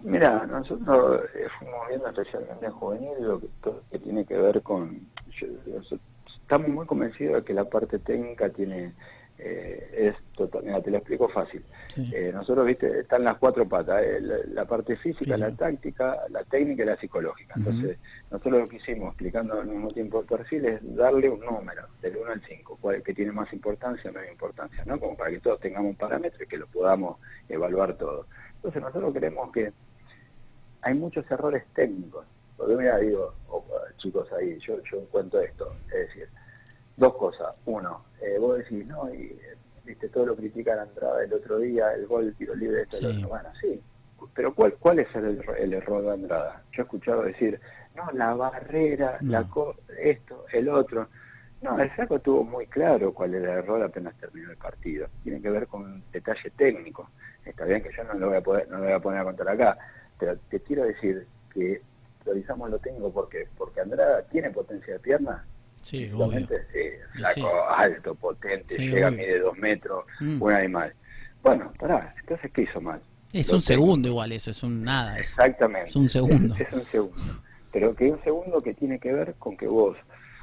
[SPEAKER 5] Mira, nosotros eh, fuimos viendo especialmente en juvenil lo que, todo lo que tiene que ver con... yo- yo- estamos muy convencidos de que la parte técnica tiene... eh, es total, mira, te lo explico fácil.
[SPEAKER 3] Sí.
[SPEAKER 5] Eh, nosotros, viste, están las cuatro patas, eh, la, la parte física,
[SPEAKER 3] Física.
[SPEAKER 5] la táctica, la técnica y la psicológica.
[SPEAKER 3] Ujú.
[SPEAKER 5] Entonces, nosotros lo que hicimos, explicando al mismo tiempo el perfil, es darle un número, del 1 al 5, cuál que tiene más importancia, menos importancia, ¿no? Como para que todos tengamos un parámetro y que lo podamos evaluar todo. Entonces, nosotros creemos que hay muchos errores técnicos. Porque mira, digo, oh, chicos ahí, yo, yo cuento esto, es decir, dos cosas. Uno, eh, vos decís, no, y eh, viste, todo lo critica la entrada del otro día, el gol, el tiro libre, esto,
[SPEAKER 3] Sí.
[SPEAKER 5] lo otro. Bueno, sí. Pero ¿cuál, cuál es el, erro- el error de Andrada? Yo he escuchado decir, no, la barrera,
[SPEAKER 3] No.
[SPEAKER 5] la co- esto, el otro. No, el saco tuvo muy claro cuál era el error apenas terminó el partido. Tiene que ver con detalle técnico. Está bien que yo no lo voy a poder, no lo voy a poner a contar acá, pero te quiero decir que priorizamos lo técnico porque porque Andrada tiene potencia de pierna,
[SPEAKER 3] Sí, obvio.
[SPEAKER 5] Físicamente, sí,
[SPEAKER 3] Y
[SPEAKER 5] flaco,
[SPEAKER 3] sí.
[SPEAKER 5] alto, potente,
[SPEAKER 3] Sí,
[SPEAKER 5] llega,
[SPEAKER 3] obvio.
[SPEAKER 5] mide dos metros,
[SPEAKER 3] Mm.
[SPEAKER 5] un animal. Bueno, pará, entonces ¿qué hizo mal?
[SPEAKER 3] Es
[SPEAKER 5] Lo
[SPEAKER 3] un
[SPEAKER 5] que-
[SPEAKER 3] segundo igual eso, es un nada. eso.
[SPEAKER 5] Exactamente.
[SPEAKER 3] Es un segundo.
[SPEAKER 5] Es, es un segundo. Pero que un segundo que tiene que ver con que vos,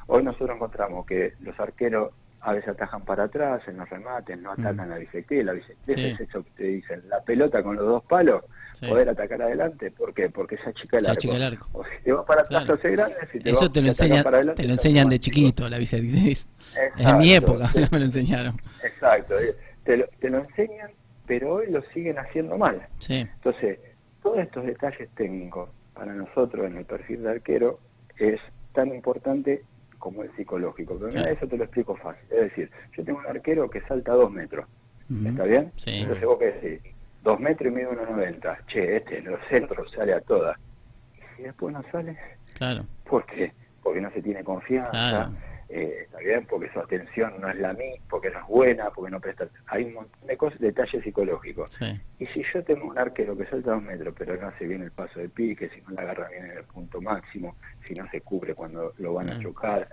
[SPEAKER 5] hoy nosotros encontramos que los arqueros a veces atajan para atrás en los remates, no atacan la bicicleta, la bicicleta
[SPEAKER 3] Mm. Sí.
[SPEAKER 5] es eso que te dicen, la pelota con los dos palos,
[SPEAKER 3] Sí.
[SPEAKER 5] poder atacar adelante, ¿por qué? Porque se achica el
[SPEAKER 3] Se
[SPEAKER 5] arco.
[SPEAKER 3] achica el arco.
[SPEAKER 5] O si te vas para atrás,
[SPEAKER 3] Claro.
[SPEAKER 5] haces grande, si te
[SPEAKER 3] Eso
[SPEAKER 5] vas-
[SPEAKER 3] te lo,
[SPEAKER 5] atacas
[SPEAKER 3] enseñan,
[SPEAKER 5] para adelante,
[SPEAKER 3] te lo
[SPEAKER 5] haces
[SPEAKER 3] enseñan
[SPEAKER 5] más
[SPEAKER 3] de
[SPEAKER 5] chico.
[SPEAKER 3] chiquito, la bicicleta. En
[SPEAKER 5] Exacto,
[SPEAKER 3] mi época
[SPEAKER 5] sí.
[SPEAKER 3] me lo enseñaron.
[SPEAKER 5] Exacto, eh, te lo, te lo enseñan, pero hoy lo siguen haciendo mal.
[SPEAKER 3] Sí,
[SPEAKER 5] Entonces, todos estos detalles técnicos para nosotros en el perfil de arquero es tan importante como el psicológico. Pero mira,
[SPEAKER 3] Claro.
[SPEAKER 5] eso te lo explico fácil. Es decir, yo tengo un arquero que salta dos metros,
[SPEAKER 3] Ujú.
[SPEAKER 5] ¿está bien?
[SPEAKER 3] Sí.
[SPEAKER 5] Entonces vos qué decís, dos metros y mide 1,90. Che, este en los centros sale a todas. Y si después no sale,
[SPEAKER 3] claro.
[SPEAKER 5] ¿Por qué? Porque no se tiene confianza,
[SPEAKER 3] Claro.
[SPEAKER 5] eh, está bien, porque su atención no es la misma, porque no es buena, porque no presta. Hay un montón de cosas, detalles psicológicos.
[SPEAKER 3] Sí.
[SPEAKER 5] Y si yo tengo un arquero que salta dos metros, pero no hace bien el paso de pique, si no la agarra bien en el punto máximo, si no se cubre cuando lo van a
[SPEAKER 3] Mm.
[SPEAKER 5] chocar,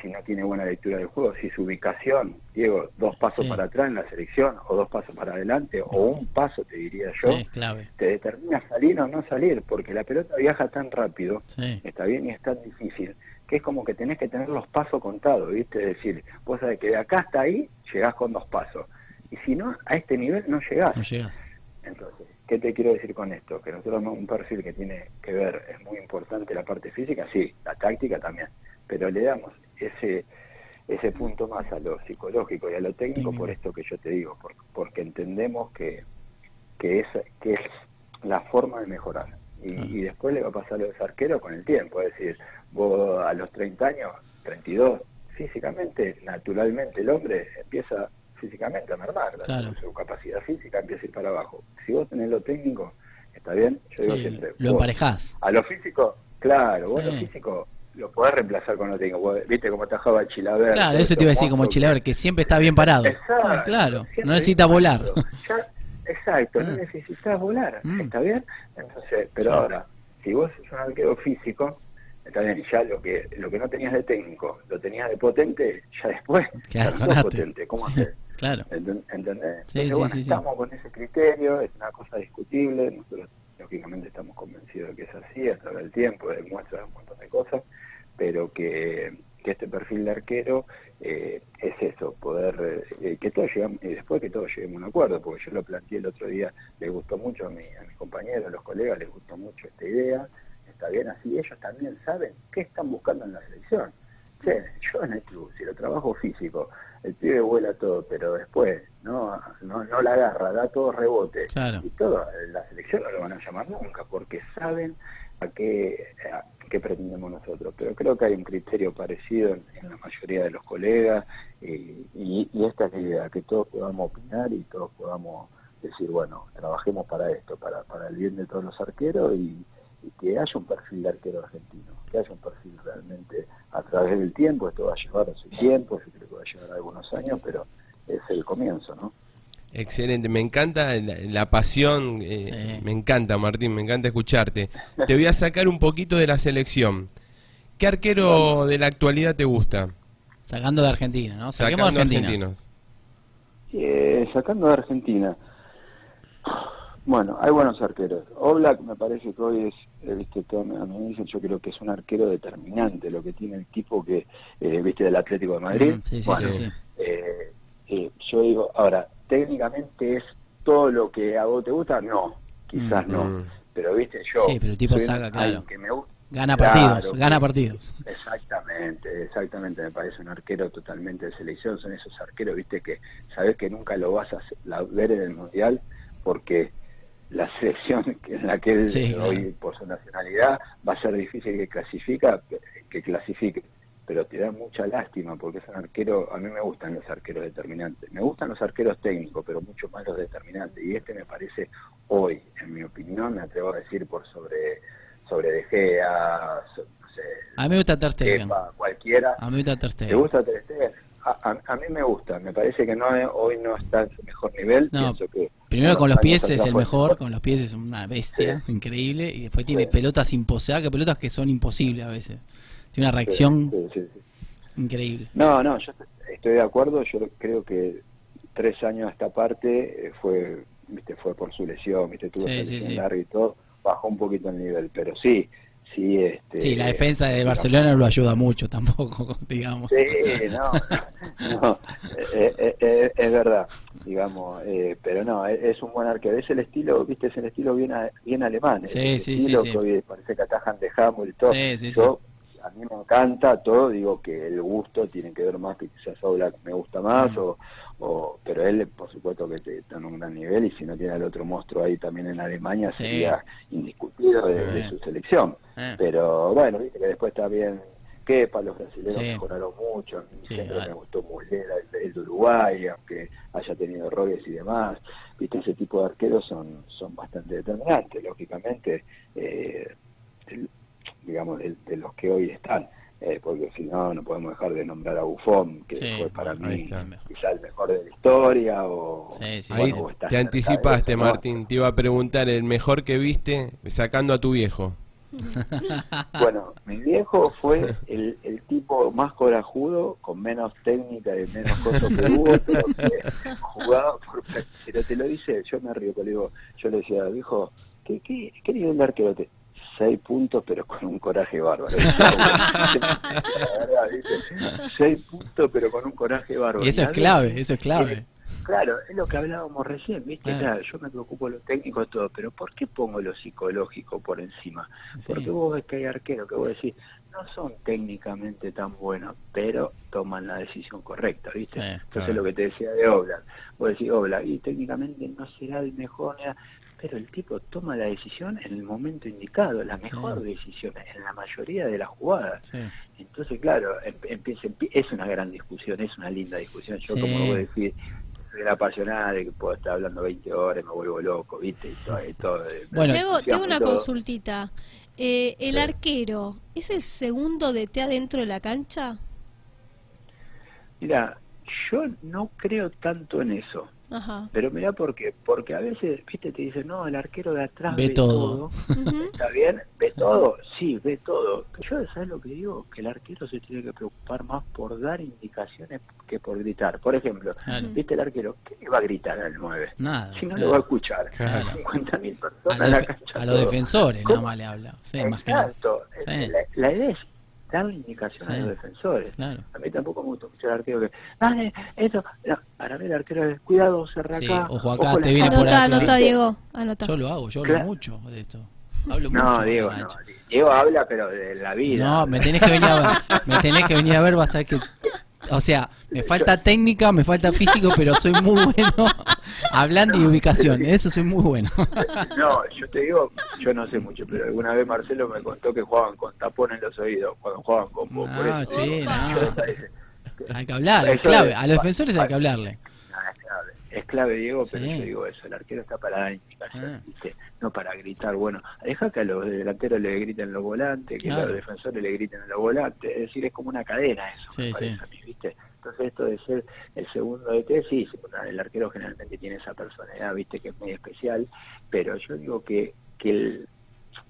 [SPEAKER 5] si no tiene buena lectura del juego, si su ubicación, Diego, dos pasos
[SPEAKER 3] Sí.
[SPEAKER 5] para atrás en la selección, o dos pasos para adelante, o un paso, te diría yo,
[SPEAKER 3] Sí, es clave.
[SPEAKER 5] te determina salir o no salir, porque la pelota viaja tan rápido
[SPEAKER 3] Sí.
[SPEAKER 5] está bien y es tan difícil, que es como que tenés que tener los pasos contados, ¿viste? Es decir, vos sabés que de acá hasta ahí llegás con dos pasos. Y si no, a este nivel no llegás.
[SPEAKER 3] No llegas.
[SPEAKER 5] Entonces, ¿qué te quiero decir con esto? Que nosotros tenemos un perfil que tiene que ver, es muy importante la parte física, sí, la táctica también, pero le damos ese ese punto más a lo psicológico y a lo técnico
[SPEAKER 3] Técnico.
[SPEAKER 5] por esto que yo te digo, por- porque entendemos que, que, es, que es la forma de mejorar. Y,
[SPEAKER 3] Claro.
[SPEAKER 5] y después le va a pasar a los arqueros con el tiempo, es decir, vos a los 30 años, 32, físicamente, naturalmente el hombre empieza físicamente a mermar, la-
[SPEAKER 3] Claro.
[SPEAKER 5] su capacidad física empieza a ir para abajo. Si vos tenés lo técnico, está bien, yo digo
[SPEAKER 3] Sí,
[SPEAKER 5] siempre,
[SPEAKER 3] lo
[SPEAKER 5] vos,
[SPEAKER 3] emparejás.
[SPEAKER 5] a lo físico, claro, vos
[SPEAKER 3] Sí.
[SPEAKER 5] lo físico lo podés reemplazar con lo técnico, vos- viste cómo atajaba Chilaver.
[SPEAKER 3] Claro,
[SPEAKER 5] todos
[SPEAKER 3] eso te iba a
[SPEAKER 5] esos
[SPEAKER 3] decir, como
[SPEAKER 5] monstruos
[SPEAKER 3] Chilaver, que siempre está bien parado.
[SPEAKER 5] Exacto.
[SPEAKER 3] Ah, claro, no
[SPEAKER 5] Siempre
[SPEAKER 3] necesita
[SPEAKER 5] digo
[SPEAKER 3] volar.
[SPEAKER 5] eso. Ya- exacto, no
[SPEAKER 3] Mm.
[SPEAKER 5] necesitas volar,
[SPEAKER 3] Mm.
[SPEAKER 5] ¿está bien? Entonces, pero
[SPEAKER 3] Claro.
[SPEAKER 5] ahora, si vos sos un arquero físico, Está bien, ya lo que, lo que no tenías de técnico, lo tenías de potente, ya después.
[SPEAKER 3] Ya
[SPEAKER 5] ya no sos
[SPEAKER 3] sonaste.
[SPEAKER 5] potente, ¿cómo
[SPEAKER 3] Sí,
[SPEAKER 5] haces?
[SPEAKER 3] Claro.
[SPEAKER 5] Enten- ¿Entendés?
[SPEAKER 3] Sí,
[SPEAKER 5] Entonces,
[SPEAKER 3] sí,
[SPEAKER 5] bueno,
[SPEAKER 3] sí, sí.
[SPEAKER 5] estamos con ese criterio, es una cosa discutible, nosotros lógicamente estamos convencidos de que es así, a través del tiempo demuestra un montón de cosas, pero que, que este perfil de arquero eh, es eso, poder, eh, que todos llegamos, y después que todos lleguemos a un acuerdo, porque yo lo planteé el otro día, le gustó mucho a, mi- a mis compañeros, a los colegas, les gustó mucho esta idea, está bien así, ellos también saben qué están buscando en la selección. Sí, yo en el club, si lo trabajo físico, el pibe vuela todo, pero después no no, no la agarra, da todo rebote.
[SPEAKER 3] Claro.
[SPEAKER 5] Y todo, la selección no lo van a llamar nunca, porque saben a qué, a qué pretendemos nosotros. Pero creo que hay un criterio parecido en, en la mayoría de los colegas eh, y, y esta es la idea, que todos podamos opinar y todos podamos decir, bueno, trabajemos para esto, para, para el bien de todos los arqueros y, y que haya un perfil de arquero argentino, que haya un perfil realmente a través del tiempo, esto va a llevar a su tiempo, yo creo que va a llevar algunos años, pero es el comienzo, ¿no?
[SPEAKER 1] Excelente, me encanta la, la pasión, eh,
[SPEAKER 3] Sí.
[SPEAKER 1] me encanta Martín, me encanta escucharte. Te voy a sacar un poquito de la selección. ¿Qué arquero de la actualidad te gusta?
[SPEAKER 3] Sacando de Argentina, ¿no? Saquemos
[SPEAKER 1] Sacando
[SPEAKER 3] de Argentina.
[SPEAKER 1] argentinos.
[SPEAKER 5] Eh, sacando de Argentina, bueno, hay buenos arqueros. Oblak me parece que hoy es, eh, viste, todo me- me dicen, yo creo que es un arquero determinante, lo que tiene el tipo que, eh, viste, del Atlético de Madrid.
[SPEAKER 3] Mm, sí, sí,
[SPEAKER 5] Bueno,
[SPEAKER 3] sí, sí.
[SPEAKER 5] eh, eh, yo digo, ahora, técnicamente es todo lo que a vos te gusta, no, quizás
[SPEAKER 1] Mm.
[SPEAKER 5] no,
[SPEAKER 1] Mm.
[SPEAKER 5] pero viste, yo...
[SPEAKER 3] Sí, pero el tipo
[SPEAKER 5] soy un-
[SPEAKER 3] saca, claro.
[SPEAKER 5] al que me gu-
[SPEAKER 3] Gana
[SPEAKER 5] Claro,
[SPEAKER 3] partidos,
[SPEAKER 5] que-
[SPEAKER 3] gana partidos.
[SPEAKER 5] Exactamente, exactamente, me parece un arquero totalmente de selección, son esos arqueros, viste, que sabes que nunca lo vas a se- la- ver en el Mundial porque la selección que- en la que él
[SPEAKER 3] Sí, claro.
[SPEAKER 5] hoy por su nacionalidad va a ser difícil que clasifica, que clasifique, pero te da mucha lástima porque es un arquero, a mí me gustan los arqueros determinantes, me gustan los arqueros técnicos, pero mucho más los determinantes, y este me parece hoy, en mi opinión, me atrevo a decir por sobre sobre De Gea, so- no sé,
[SPEAKER 3] A mí me gusta Ter Stegen.
[SPEAKER 5] Kepa, cualquiera.
[SPEAKER 3] A mí me gusta Ter Stegen.
[SPEAKER 5] ¿Te gusta Ter Stegen? A, a- a mí me gusta, me parece que no hoy no está en su mejor nivel.
[SPEAKER 3] No,
[SPEAKER 5] Pienso que
[SPEAKER 3] Primero con los
[SPEAKER 5] años
[SPEAKER 3] pies es
[SPEAKER 5] atrás
[SPEAKER 3] el
[SPEAKER 5] fue
[SPEAKER 3] mejor, con los pies es una bestia increíble y después tiene
[SPEAKER 5] Sí.
[SPEAKER 3] pelotas imposibles, que pelotas que son imposibles a veces. Tiene una
[SPEAKER 5] Sí,
[SPEAKER 3] reacción
[SPEAKER 5] sí, sí, sí.
[SPEAKER 3] increíble.
[SPEAKER 5] No, no, yo estoy de acuerdo. Yo creo que tres años a esta parte eh, fue, viste, fue por su lesión, viste, tuvo
[SPEAKER 3] Sí,
[SPEAKER 5] esa
[SPEAKER 3] sí,
[SPEAKER 5] lesión
[SPEAKER 3] sí.
[SPEAKER 5] larga y todo, bajó un poquito el nivel, pero sí, sí, este.
[SPEAKER 3] Sí, la defensa de
[SPEAKER 5] digamos,
[SPEAKER 3] Barcelona no lo ayuda mucho tampoco, digamos.
[SPEAKER 5] Sí, no, no, eh, eh, eh, es verdad, digamos, eh, pero no, es, es un buen arquero, es el estilo, viste, es el estilo bien, a- bien alemán, es
[SPEAKER 3] Sí,
[SPEAKER 5] el
[SPEAKER 3] sí, sí,
[SPEAKER 5] estilo
[SPEAKER 3] sí.
[SPEAKER 5] que hoy parece que atajan de Hamel y todo,
[SPEAKER 3] Sí, sí, sí.
[SPEAKER 5] yo, a mí me encanta todo, digo que el gusto tiene que ver más que quizás Oblak me gusta más,
[SPEAKER 3] Mm.
[SPEAKER 5] o, o- pero él por supuesto que te- está en un gran nivel y si no tiene al otro monstruo ahí también en Alemania
[SPEAKER 3] Sí.
[SPEAKER 5] sería indiscutido de-
[SPEAKER 3] Sí.
[SPEAKER 5] de su selección.
[SPEAKER 3] Eh,
[SPEAKER 5] Pero bueno, viste que después también Kepa, los brasileños
[SPEAKER 3] Sí.
[SPEAKER 5] mejoraron mucho. A mí
[SPEAKER 3] Sí,
[SPEAKER 5] siempre
[SPEAKER 3] vale.
[SPEAKER 5] me gustó Muslera, el, el de Uruguay, aunque haya tenido errores y demás. Viste, ese tipo de arqueros son, son bastante determinantes, lógicamente, eh, el- digamos, el- de, los que hoy están. Eh, porque si no, no podemos dejar de nombrar a Buffon, que
[SPEAKER 3] Sí,
[SPEAKER 5] fue para
[SPEAKER 1] ahí
[SPEAKER 5] mí
[SPEAKER 1] está.
[SPEAKER 5] quizá el mejor de la historia. O,
[SPEAKER 3] Sí, sí,
[SPEAKER 1] Ahí
[SPEAKER 3] bueno,
[SPEAKER 5] o está
[SPEAKER 1] te
[SPEAKER 5] cerca de
[SPEAKER 1] anticipaste,
[SPEAKER 5] eso, ¿no?
[SPEAKER 1] Martín. Te iba a preguntar el mejor que viste sacando a tu viejo.
[SPEAKER 5] Bueno, mi viejo fue el, el tipo más corajudo, con menos técnica y menos cosas que hubo, pero que jugaba por... Pero te lo dice, yo me río, pero le digo, yo le decía, viejo, ¿qué, qué, qué nivel de arquero te...? Seis puntos, pero con un coraje bárbaro. La verdad, ¿viste? Seis puntos, pero con un coraje bárbaro.
[SPEAKER 3] y eso es
[SPEAKER 5] Y a mí-
[SPEAKER 3] clave, eso es clave.
[SPEAKER 5] Claro, es lo que hablábamos recién, ¿viste?
[SPEAKER 3] Ah.
[SPEAKER 5] Claro, yo me preocupo de lo técnico y todo, pero ¿por qué pongo lo psicológico por encima?
[SPEAKER 3] Sí.
[SPEAKER 5] Porque vos ves que hay arqueros que vos decís, no son técnicamente tan buenos, pero toman la decisión correcta, ¿viste?
[SPEAKER 3] Sí,
[SPEAKER 5] Entonces
[SPEAKER 1] claro.
[SPEAKER 5] lo que te decía de Oblak, vos decís Oblak, y técnicamente no será el mejor, nada, pero el tipo toma la decisión en el momento indicado, la mejor
[SPEAKER 3] Sí.
[SPEAKER 5] decisión, en la mayoría de las jugadas.
[SPEAKER 3] Sí.
[SPEAKER 5] Entonces, claro, em- empieza, empie- es una gran discusión, es una linda discusión. Yo,
[SPEAKER 3] Sí.
[SPEAKER 5] como vos decís, soy un apasionado de que puedo estar hablando 20 horas, me vuelvo loco, ¿viste? Y todo, y todo, eh,
[SPEAKER 3] Bueno,
[SPEAKER 5] me
[SPEAKER 3] Te
[SPEAKER 2] Te hago, te hago
[SPEAKER 5] entusiasmo y
[SPEAKER 2] una
[SPEAKER 5] todo.
[SPEAKER 2] consultita. Eh, el
[SPEAKER 5] Sí.
[SPEAKER 2] arquero, ¿es el segundo de DT adentro de la cancha?
[SPEAKER 5] Mira, yo no creo tanto en eso.
[SPEAKER 2] Ajá.
[SPEAKER 5] Pero mirá por qué, porque a veces, viste, te dicen, no, el arquero de atrás
[SPEAKER 3] Ve
[SPEAKER 5] ve,
[SPEAKER 3] todo".
[SPEAKER 5] todo.
[SPEAKER 2] Ujú.
[SPEAKER 5] ¿Está bien? ¿Ve todo? Sí, ve todo. Yo, ¿sabes lo que digo? Que el arquero se tiene que preocupar más por dar indicaciones que por gritar. Por ejemplo,
[SPEAKER 3] Claro.
[SPEAKER 5] ¿viste el arquero? ¿Qué le va a gritar al 9?
[SPEAKER 3] Nada.
[SPEAKER 5] Si no
[SPEAKER 3] claro.
[SPEAKER 5] lo va a escuchar.
[SPEAKER 1] Claro.
[SPEAKER 5] 50.000
[SPEAKER 3] a,
[SPEAKER 5] personas
[SPEAKER 3] los
[SPEAKER 5] en la
[SPEAKER 3] def-
[SPEAKER 5] cancha.
[SPEAKER 3] a los
[SPEAKER 5] todo.
[SPEAKER 3] defensores nada
[SPEAKER 5] ¿Cómo?
[SPEAKER 3] más le habla. Sí, más que nada.
[SPEAKER 5] Exacto. Eh,
[SPEAKER 3] Sí.
[SPEAKER 5] La, la idea es dar indicación
[SPEAKER 3] Sí.
[SPEAKER 5] a los defensores.
[SPEAKER 3] Claro.
[SPEAKER 5] A mí tampoco me gusta mucho el arquero que, dale, esto, no, para mí el arquero es cuidado, cerra
[SPEAKER 3] Sí,
[SPEAKER 5] acá.
[SPEAKER 3] ojo acá,
[SPEAKER 5] la
[SPEAKER 3] te viene
[SPEAKER 5] cara".
[SPEAKER 3] por acá.
[SPEAKER 2] Anota, anota, Diego. Anota.
[SPEAKER 3] Yo lo hago, yo hablo
[SPEAKER 5] Claro.
[SPEAKER 3] mucho de esto. Hablo mucho.
[SPEAKER 5] No,
[SPEAKER 3] de
[SPEAKER 5] Diego,
[SPEAKER 3] la
[SPEAKER 5] no.
[SPEAKER 3] cancha.
[SPEAKER 5] Diego habla, pero de la vida.
[SPEAKER 3] No, me tenés que venir a ver. Me tenés que venir a ver, vas a ver que. O sea, me falta técnica, me falta físico, pero soy muy bueno hablando y ubicación. En eso soy muy bueno.
[SPEAKER 5] No, yo te digo, yo no sé mucho, pero alguna vez Marcelo me contó que jugaban con tapón en los oídos cuando jugaban con vos. por
[SPEAKER 3] No,
[SPEAKER 5] eso.
[SPEAKER 3] Ah, sí, no.
[SPEAKER 5] Esa es-
[SPEAKER 3] Hay que hablar, es
[SPEAKER 5] Eso
[SPEAKER 3] clave.
[SPEAKER 5] es-
[SPEAKER 3] A los defensores hay que hablarle.
[SPEAKER 5] nada, es clave. Es clave, Diego, pero
[SPEAKER 3] Sí.
[SPEAKER 5] yo digo eso. El arquero está para dar indicaciones,
[SPEAKER 3] Ah.
[SPEAKER 5] ¿viste? no para gritar. Bueno, deja que a los delanteros le griten los volantes, que
[SPEAKER 3] Claro.
[SPEAKER 5] a los defensores le griten los volantes. Es decir, es como una cadena eso,
[SPEAKER 3] Sí,
[SPEAKER 5] me
[SPEAKER 3] sí.
[SPEAKER 5] parece a mí, ¿viste? Entonces, esto de ser el segundo de sí, el arquero generalmente tiene esa personalidad, ¿viste? Que es medio especial, pero yo digo que, que el.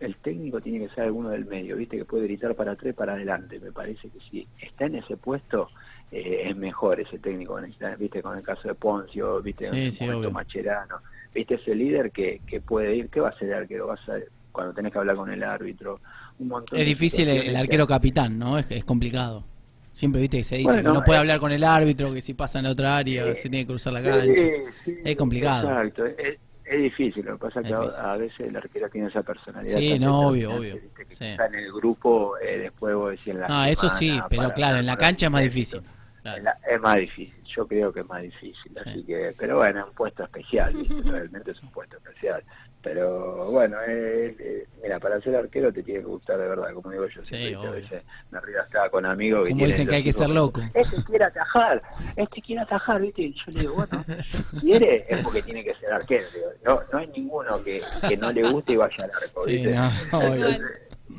[SPEAKER 5] El técnico tiene que ser alguno del medio, viste que puede gritar para atrás, y para adelante. Me parece que si está en ese puesto, eh, es mejor ese técnico, necesitan, viste, con el caso de Poncio, viste,
[SPEAKER 3] Sí,
[SPEAKER 5] en
[SPEAKER 3] sí,
[SPEAKER 5] su momento
[SPEAKER 3] obvio.
[SPEAKER 5] Macherano, viste, ese líder que, que puede ir, ¿qué va a hacer el arquero? Vas a, cuando tenés que hablar con el árbitro, un montón de
[SPEAKER 3] Es difícil el,
[SPEAKER 5] situaciones
[SPEAKER 3] el
[SPEAKER 5] que-
[SPEAKER 3] arquero capitán, ¿no? Es, es complicado. Siempre viste que se dice
[SPEAKER 5] Bueno,
[SPEAKER 3] que no puede
[SPEAKER 5] eh.
[SPEAKER 3] hablar con el árbitro, que si pasa en la otra área,
[SPEAKER 5] Sí.
[SPEAKER 3] se tiene que cruzar la
[SPEAKER 5] Sí,
[SPEAKER 3] cancha.
[SPEAKER 5] sí,
[SPEAKER 3] Es complicado.
[SPEAKER 5] Exacto, es, es difícil, lo que pasa es
[SPEAKER 3] Es
[SPEAKER 5] que
[SPEAKER 3] difícil.
[SPEAKER 5] a, a veces el arquero tiene esa personalidad.
[SPEAKER 3] Sí,
[SPEAKER 5] tan
[SPEAKER 3] no, obvio,
[SPEAKER 5] determinante,
[SPEAKER 3] obvio.
[SPEAKER 5] viste, que
[SPEAKER 3] Sí.
[SPEAKER 5] Está en el grupo, eh, después vos decís en la
[SPEAKER 3] Ah, eso sí,
[SPEAKER 5] semana,
[SPEAKER 3] pero
[SPEAKER 5] para-
[SPEAKER 3] claro, en la
[SPEAKER 5] para-
[SPEAKER 3] cancha es más difícil. Claro.
[SPEAKER 5] Es la- Es más difícil, yo creo que es más difícil,
[SPEAKER 3] Sí.
[SPEAKER 5] así que, pero bueno, es un puesto especial, ¿viste? realmente es un puesto especial. Pero bueno, eh, eh, mira, para ser arquero te tiene que gustar de verdad, como digo yo,
[SPEAKER 3] Sí,
[SPEAKER 5] siempre, ¿viste? a
[SPEAKER 3] obvio.
[SPEAKER 5] veces me río hasta con amigos que
[SPEAKER 3] Como
[SPEAKER 5] tienen
[SPEAKER 3] dicen que
[SPEAKER 5] los
[SPEAKER 3] hay que
[SPEAKER 5] hijos
[SPEAKER 3] ser loco.
[SPEAKER 5] Este quiere atajar, este quiere atajar, ¿viste? Y yo le digo, bueno, si quiere es porque tiene que ser arquero, digo, no, no hay ninguno que, que no le guste y vaya al arco,
[SPEAKER 3] Sí,
[SPEAKER 5] ¿viste?
[SPEAKER 3] no, obvio.
[SPEAKER 5] Entonces,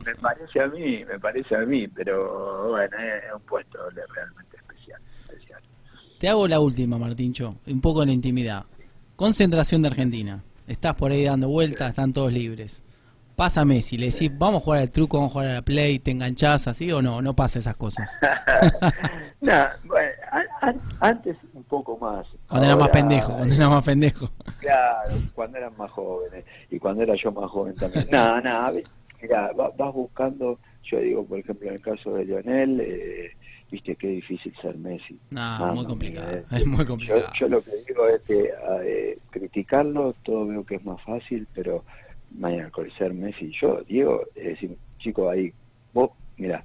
[SPEAKER 5] me parece a mí, me parece a mí, pero bueno, es es un puesto de- realmente especial. especial.
[SPEAKER 3] Te hago la última, Martincho, un poco en la intimidad. Concentración de Argentina. Estás por ahí dando vueltas, están todos libres. Pasa Messi, le decís, vamos a jugar al truco, vamos a jugar a la play, te enganchás así o no, no pasa esas cosas.
[SPEAKER 5] Nah, bueno, a- a- antes un poco más.
[SPEAKER 3] Cuando eras más
[SPEAKER 5] Ahora, eh,
[SPEAKER 3] pendejo, cuando eras más pendejo.
[SPEAKER 5] Claro, cuando eran más jóvenes y cuando era yo más joven también. Nada, nada, mira, vas buscando, yo digo, por ejemplo, en el caso de Lionel, eh, viste qué difícil ser Messi.
[SPEAKER 3] No,
[SPEAKER 5] Mamma
[SPEAKER 3] muy
[SPEAKER 5] mia,
[SPEAKER 3] complicado,
[SPEAKER 5] eh.
[SPEAKER 3] es muy
[SPEAKER 5] Yo,
[SPEAKER 3] complicado.
[SPEAKER 5] yo lo que digo es que a, eh, criticarlo, todo veo que es más fácil, pero mañana con ser Messi, yo, Diego, es decir, chico, ahí, vos, mira,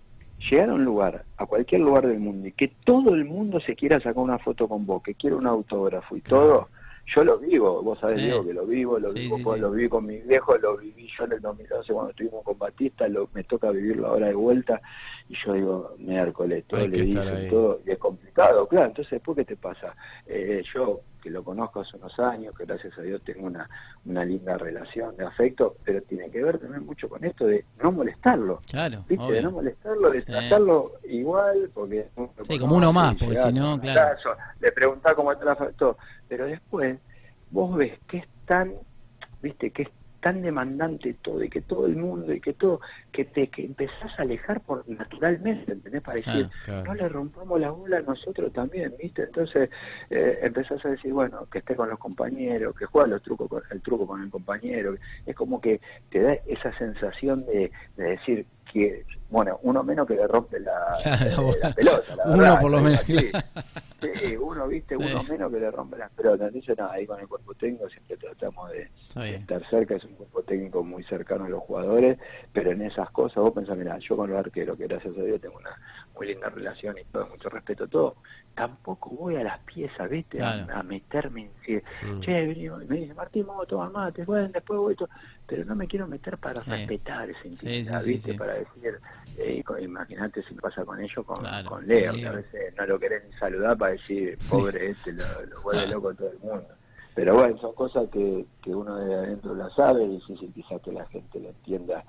[SPEAKER 5] llegar a un lugar, a cualquier lugar del mundo, y que todo el mundo se quiera sacar una foto con vos, que quiera un autógrafo y
[SPEAKER 3] Claro.
[SPEAKER 5] todo, yo lo vivo, vos sabés,
[SPEAKER 3] Sí.
[SPEAKER 5] Diego, que lo vivo, lo
[SPEAKER 3] Sí,
[SPEAKER 5] vivo,
[SPEAKER 3] sí,
[SPEAKER 5] vos
[SPEAKER 3] sí.
[SPEAKER 5] lo viví con mi viejo, lo viví yo en el 2011 cuando estuvimos con Batista, lo, me toca vivirlo ahora de vuelta, y yo digo, miércoles, todo
[SPEAKER 1] Hay
[SPEAKER 5] le
[SPEAKER 1] que estar
[SPEAKER 5] dicen,
[SPEAKER 1] ahí.
[SPEAKER 5] todo, y es complicado, claro, entonces después, ¿qué te pasa? Eh, yo, que lo conozco hace unos años, que gracias a Dios tengo una, una linda relación de afecto, pero tiene que ver también mucho con esto de no molestarlo,
[SPEAKER 3] Claro,
[SPEAKER 5] ¿viste? De no
[SPEAKER 3] obvio.
[SPEAKER 5] molestarlo, de
[SPEAKER 3] Sí.
[SPEAKER 5] tratarlo igual, porque...
[SPEAKER 3] Sí, como uno más, porque si no, claro.
[SPEAKER 5] Le preguntás cómo te la faltó, pero después vos ves que es tan, viste, que es tan demandante todo, y que todo el mundo, y que todo, que te que empezás a alejar por naturalmente, ¿entendés? Para decir, no le rompamos la bola a nosotros también, ¿viste? Entonces eh, empezás a decir, bueno, que esté con los compañeros, que juega los trucos con- el truco con el compañero. Es como que te da esa sensación de, de decir que, bueno, uno menos que le rompe la,
[SPEAKER 3] Claro, la
[SPEAKER 5] eh,
[SPEAKER 3] bola.
[SPEAKER 5] la pelota. la
[SPEAKER 3] Uno
[SPEAKER 5] verdad,
[SPEAKER 3] por lo
[SPEAKER 5] es
[SPEAKER 3] menos,
[SPEAKER 5] así. Sí, uno, viste,
[SPEAKER 3] Sí.
[SPEAKER 5] uno menos que le rompe las pelotas. Entonces, nada, ahí con el cuerpo técnico siempre tratamos de,
[SPEAKER 3] Está bien.
[SPEAKER 5] estar cerca, es un cuerpo técnico muy cercano a los jugadores, pero en esas cosas vos pensás, mira, yo con los arqueros, que gracias a Dios tengo una muy linda relación y todo, mucho respeto, todo, tampoco voy a las piezas, ¿viste? A-
[SPEAKER 3] Claro.
[SPEAKER 5] A, meterme en decir,
[SPEAKER 1] Mm.
[SPEAKER 5] che, venimos", me dice, Martín, vamos a tomar mate, bueno, después voy, todo", pero no me quiero meter para
[SPEAKER 3] Sí.
[SPEAKER 5] respetar esa
[SPEAKER 3] Sí,
[SPEAKER 5] intimidad,
[SPEAKER 3] sí, sí,
[SPEAKER 5] ¿viste?
[SPEAKER 3] sí.
[SPEAKER 5] Para decir, eh, co- imagínate si pasa con ellos, con,
[SPEAKER 3] Claro,
[SPEAKER 5] con Leo, que a
[SPEAKER 3] Leo.
[SPEAKER 5] veces no lo querés ni saludar para decir,
[SPEAKER 3] Sí.
[SPEAKER 5] pobre este, lo, lo vuelve
[SPEAKER 3] Ah.
[SPEAKER 5] loco todo el mundo. Pero bueno, son cosas que, que uno de adentro la sabe, es difícil quizás que la gente la entienda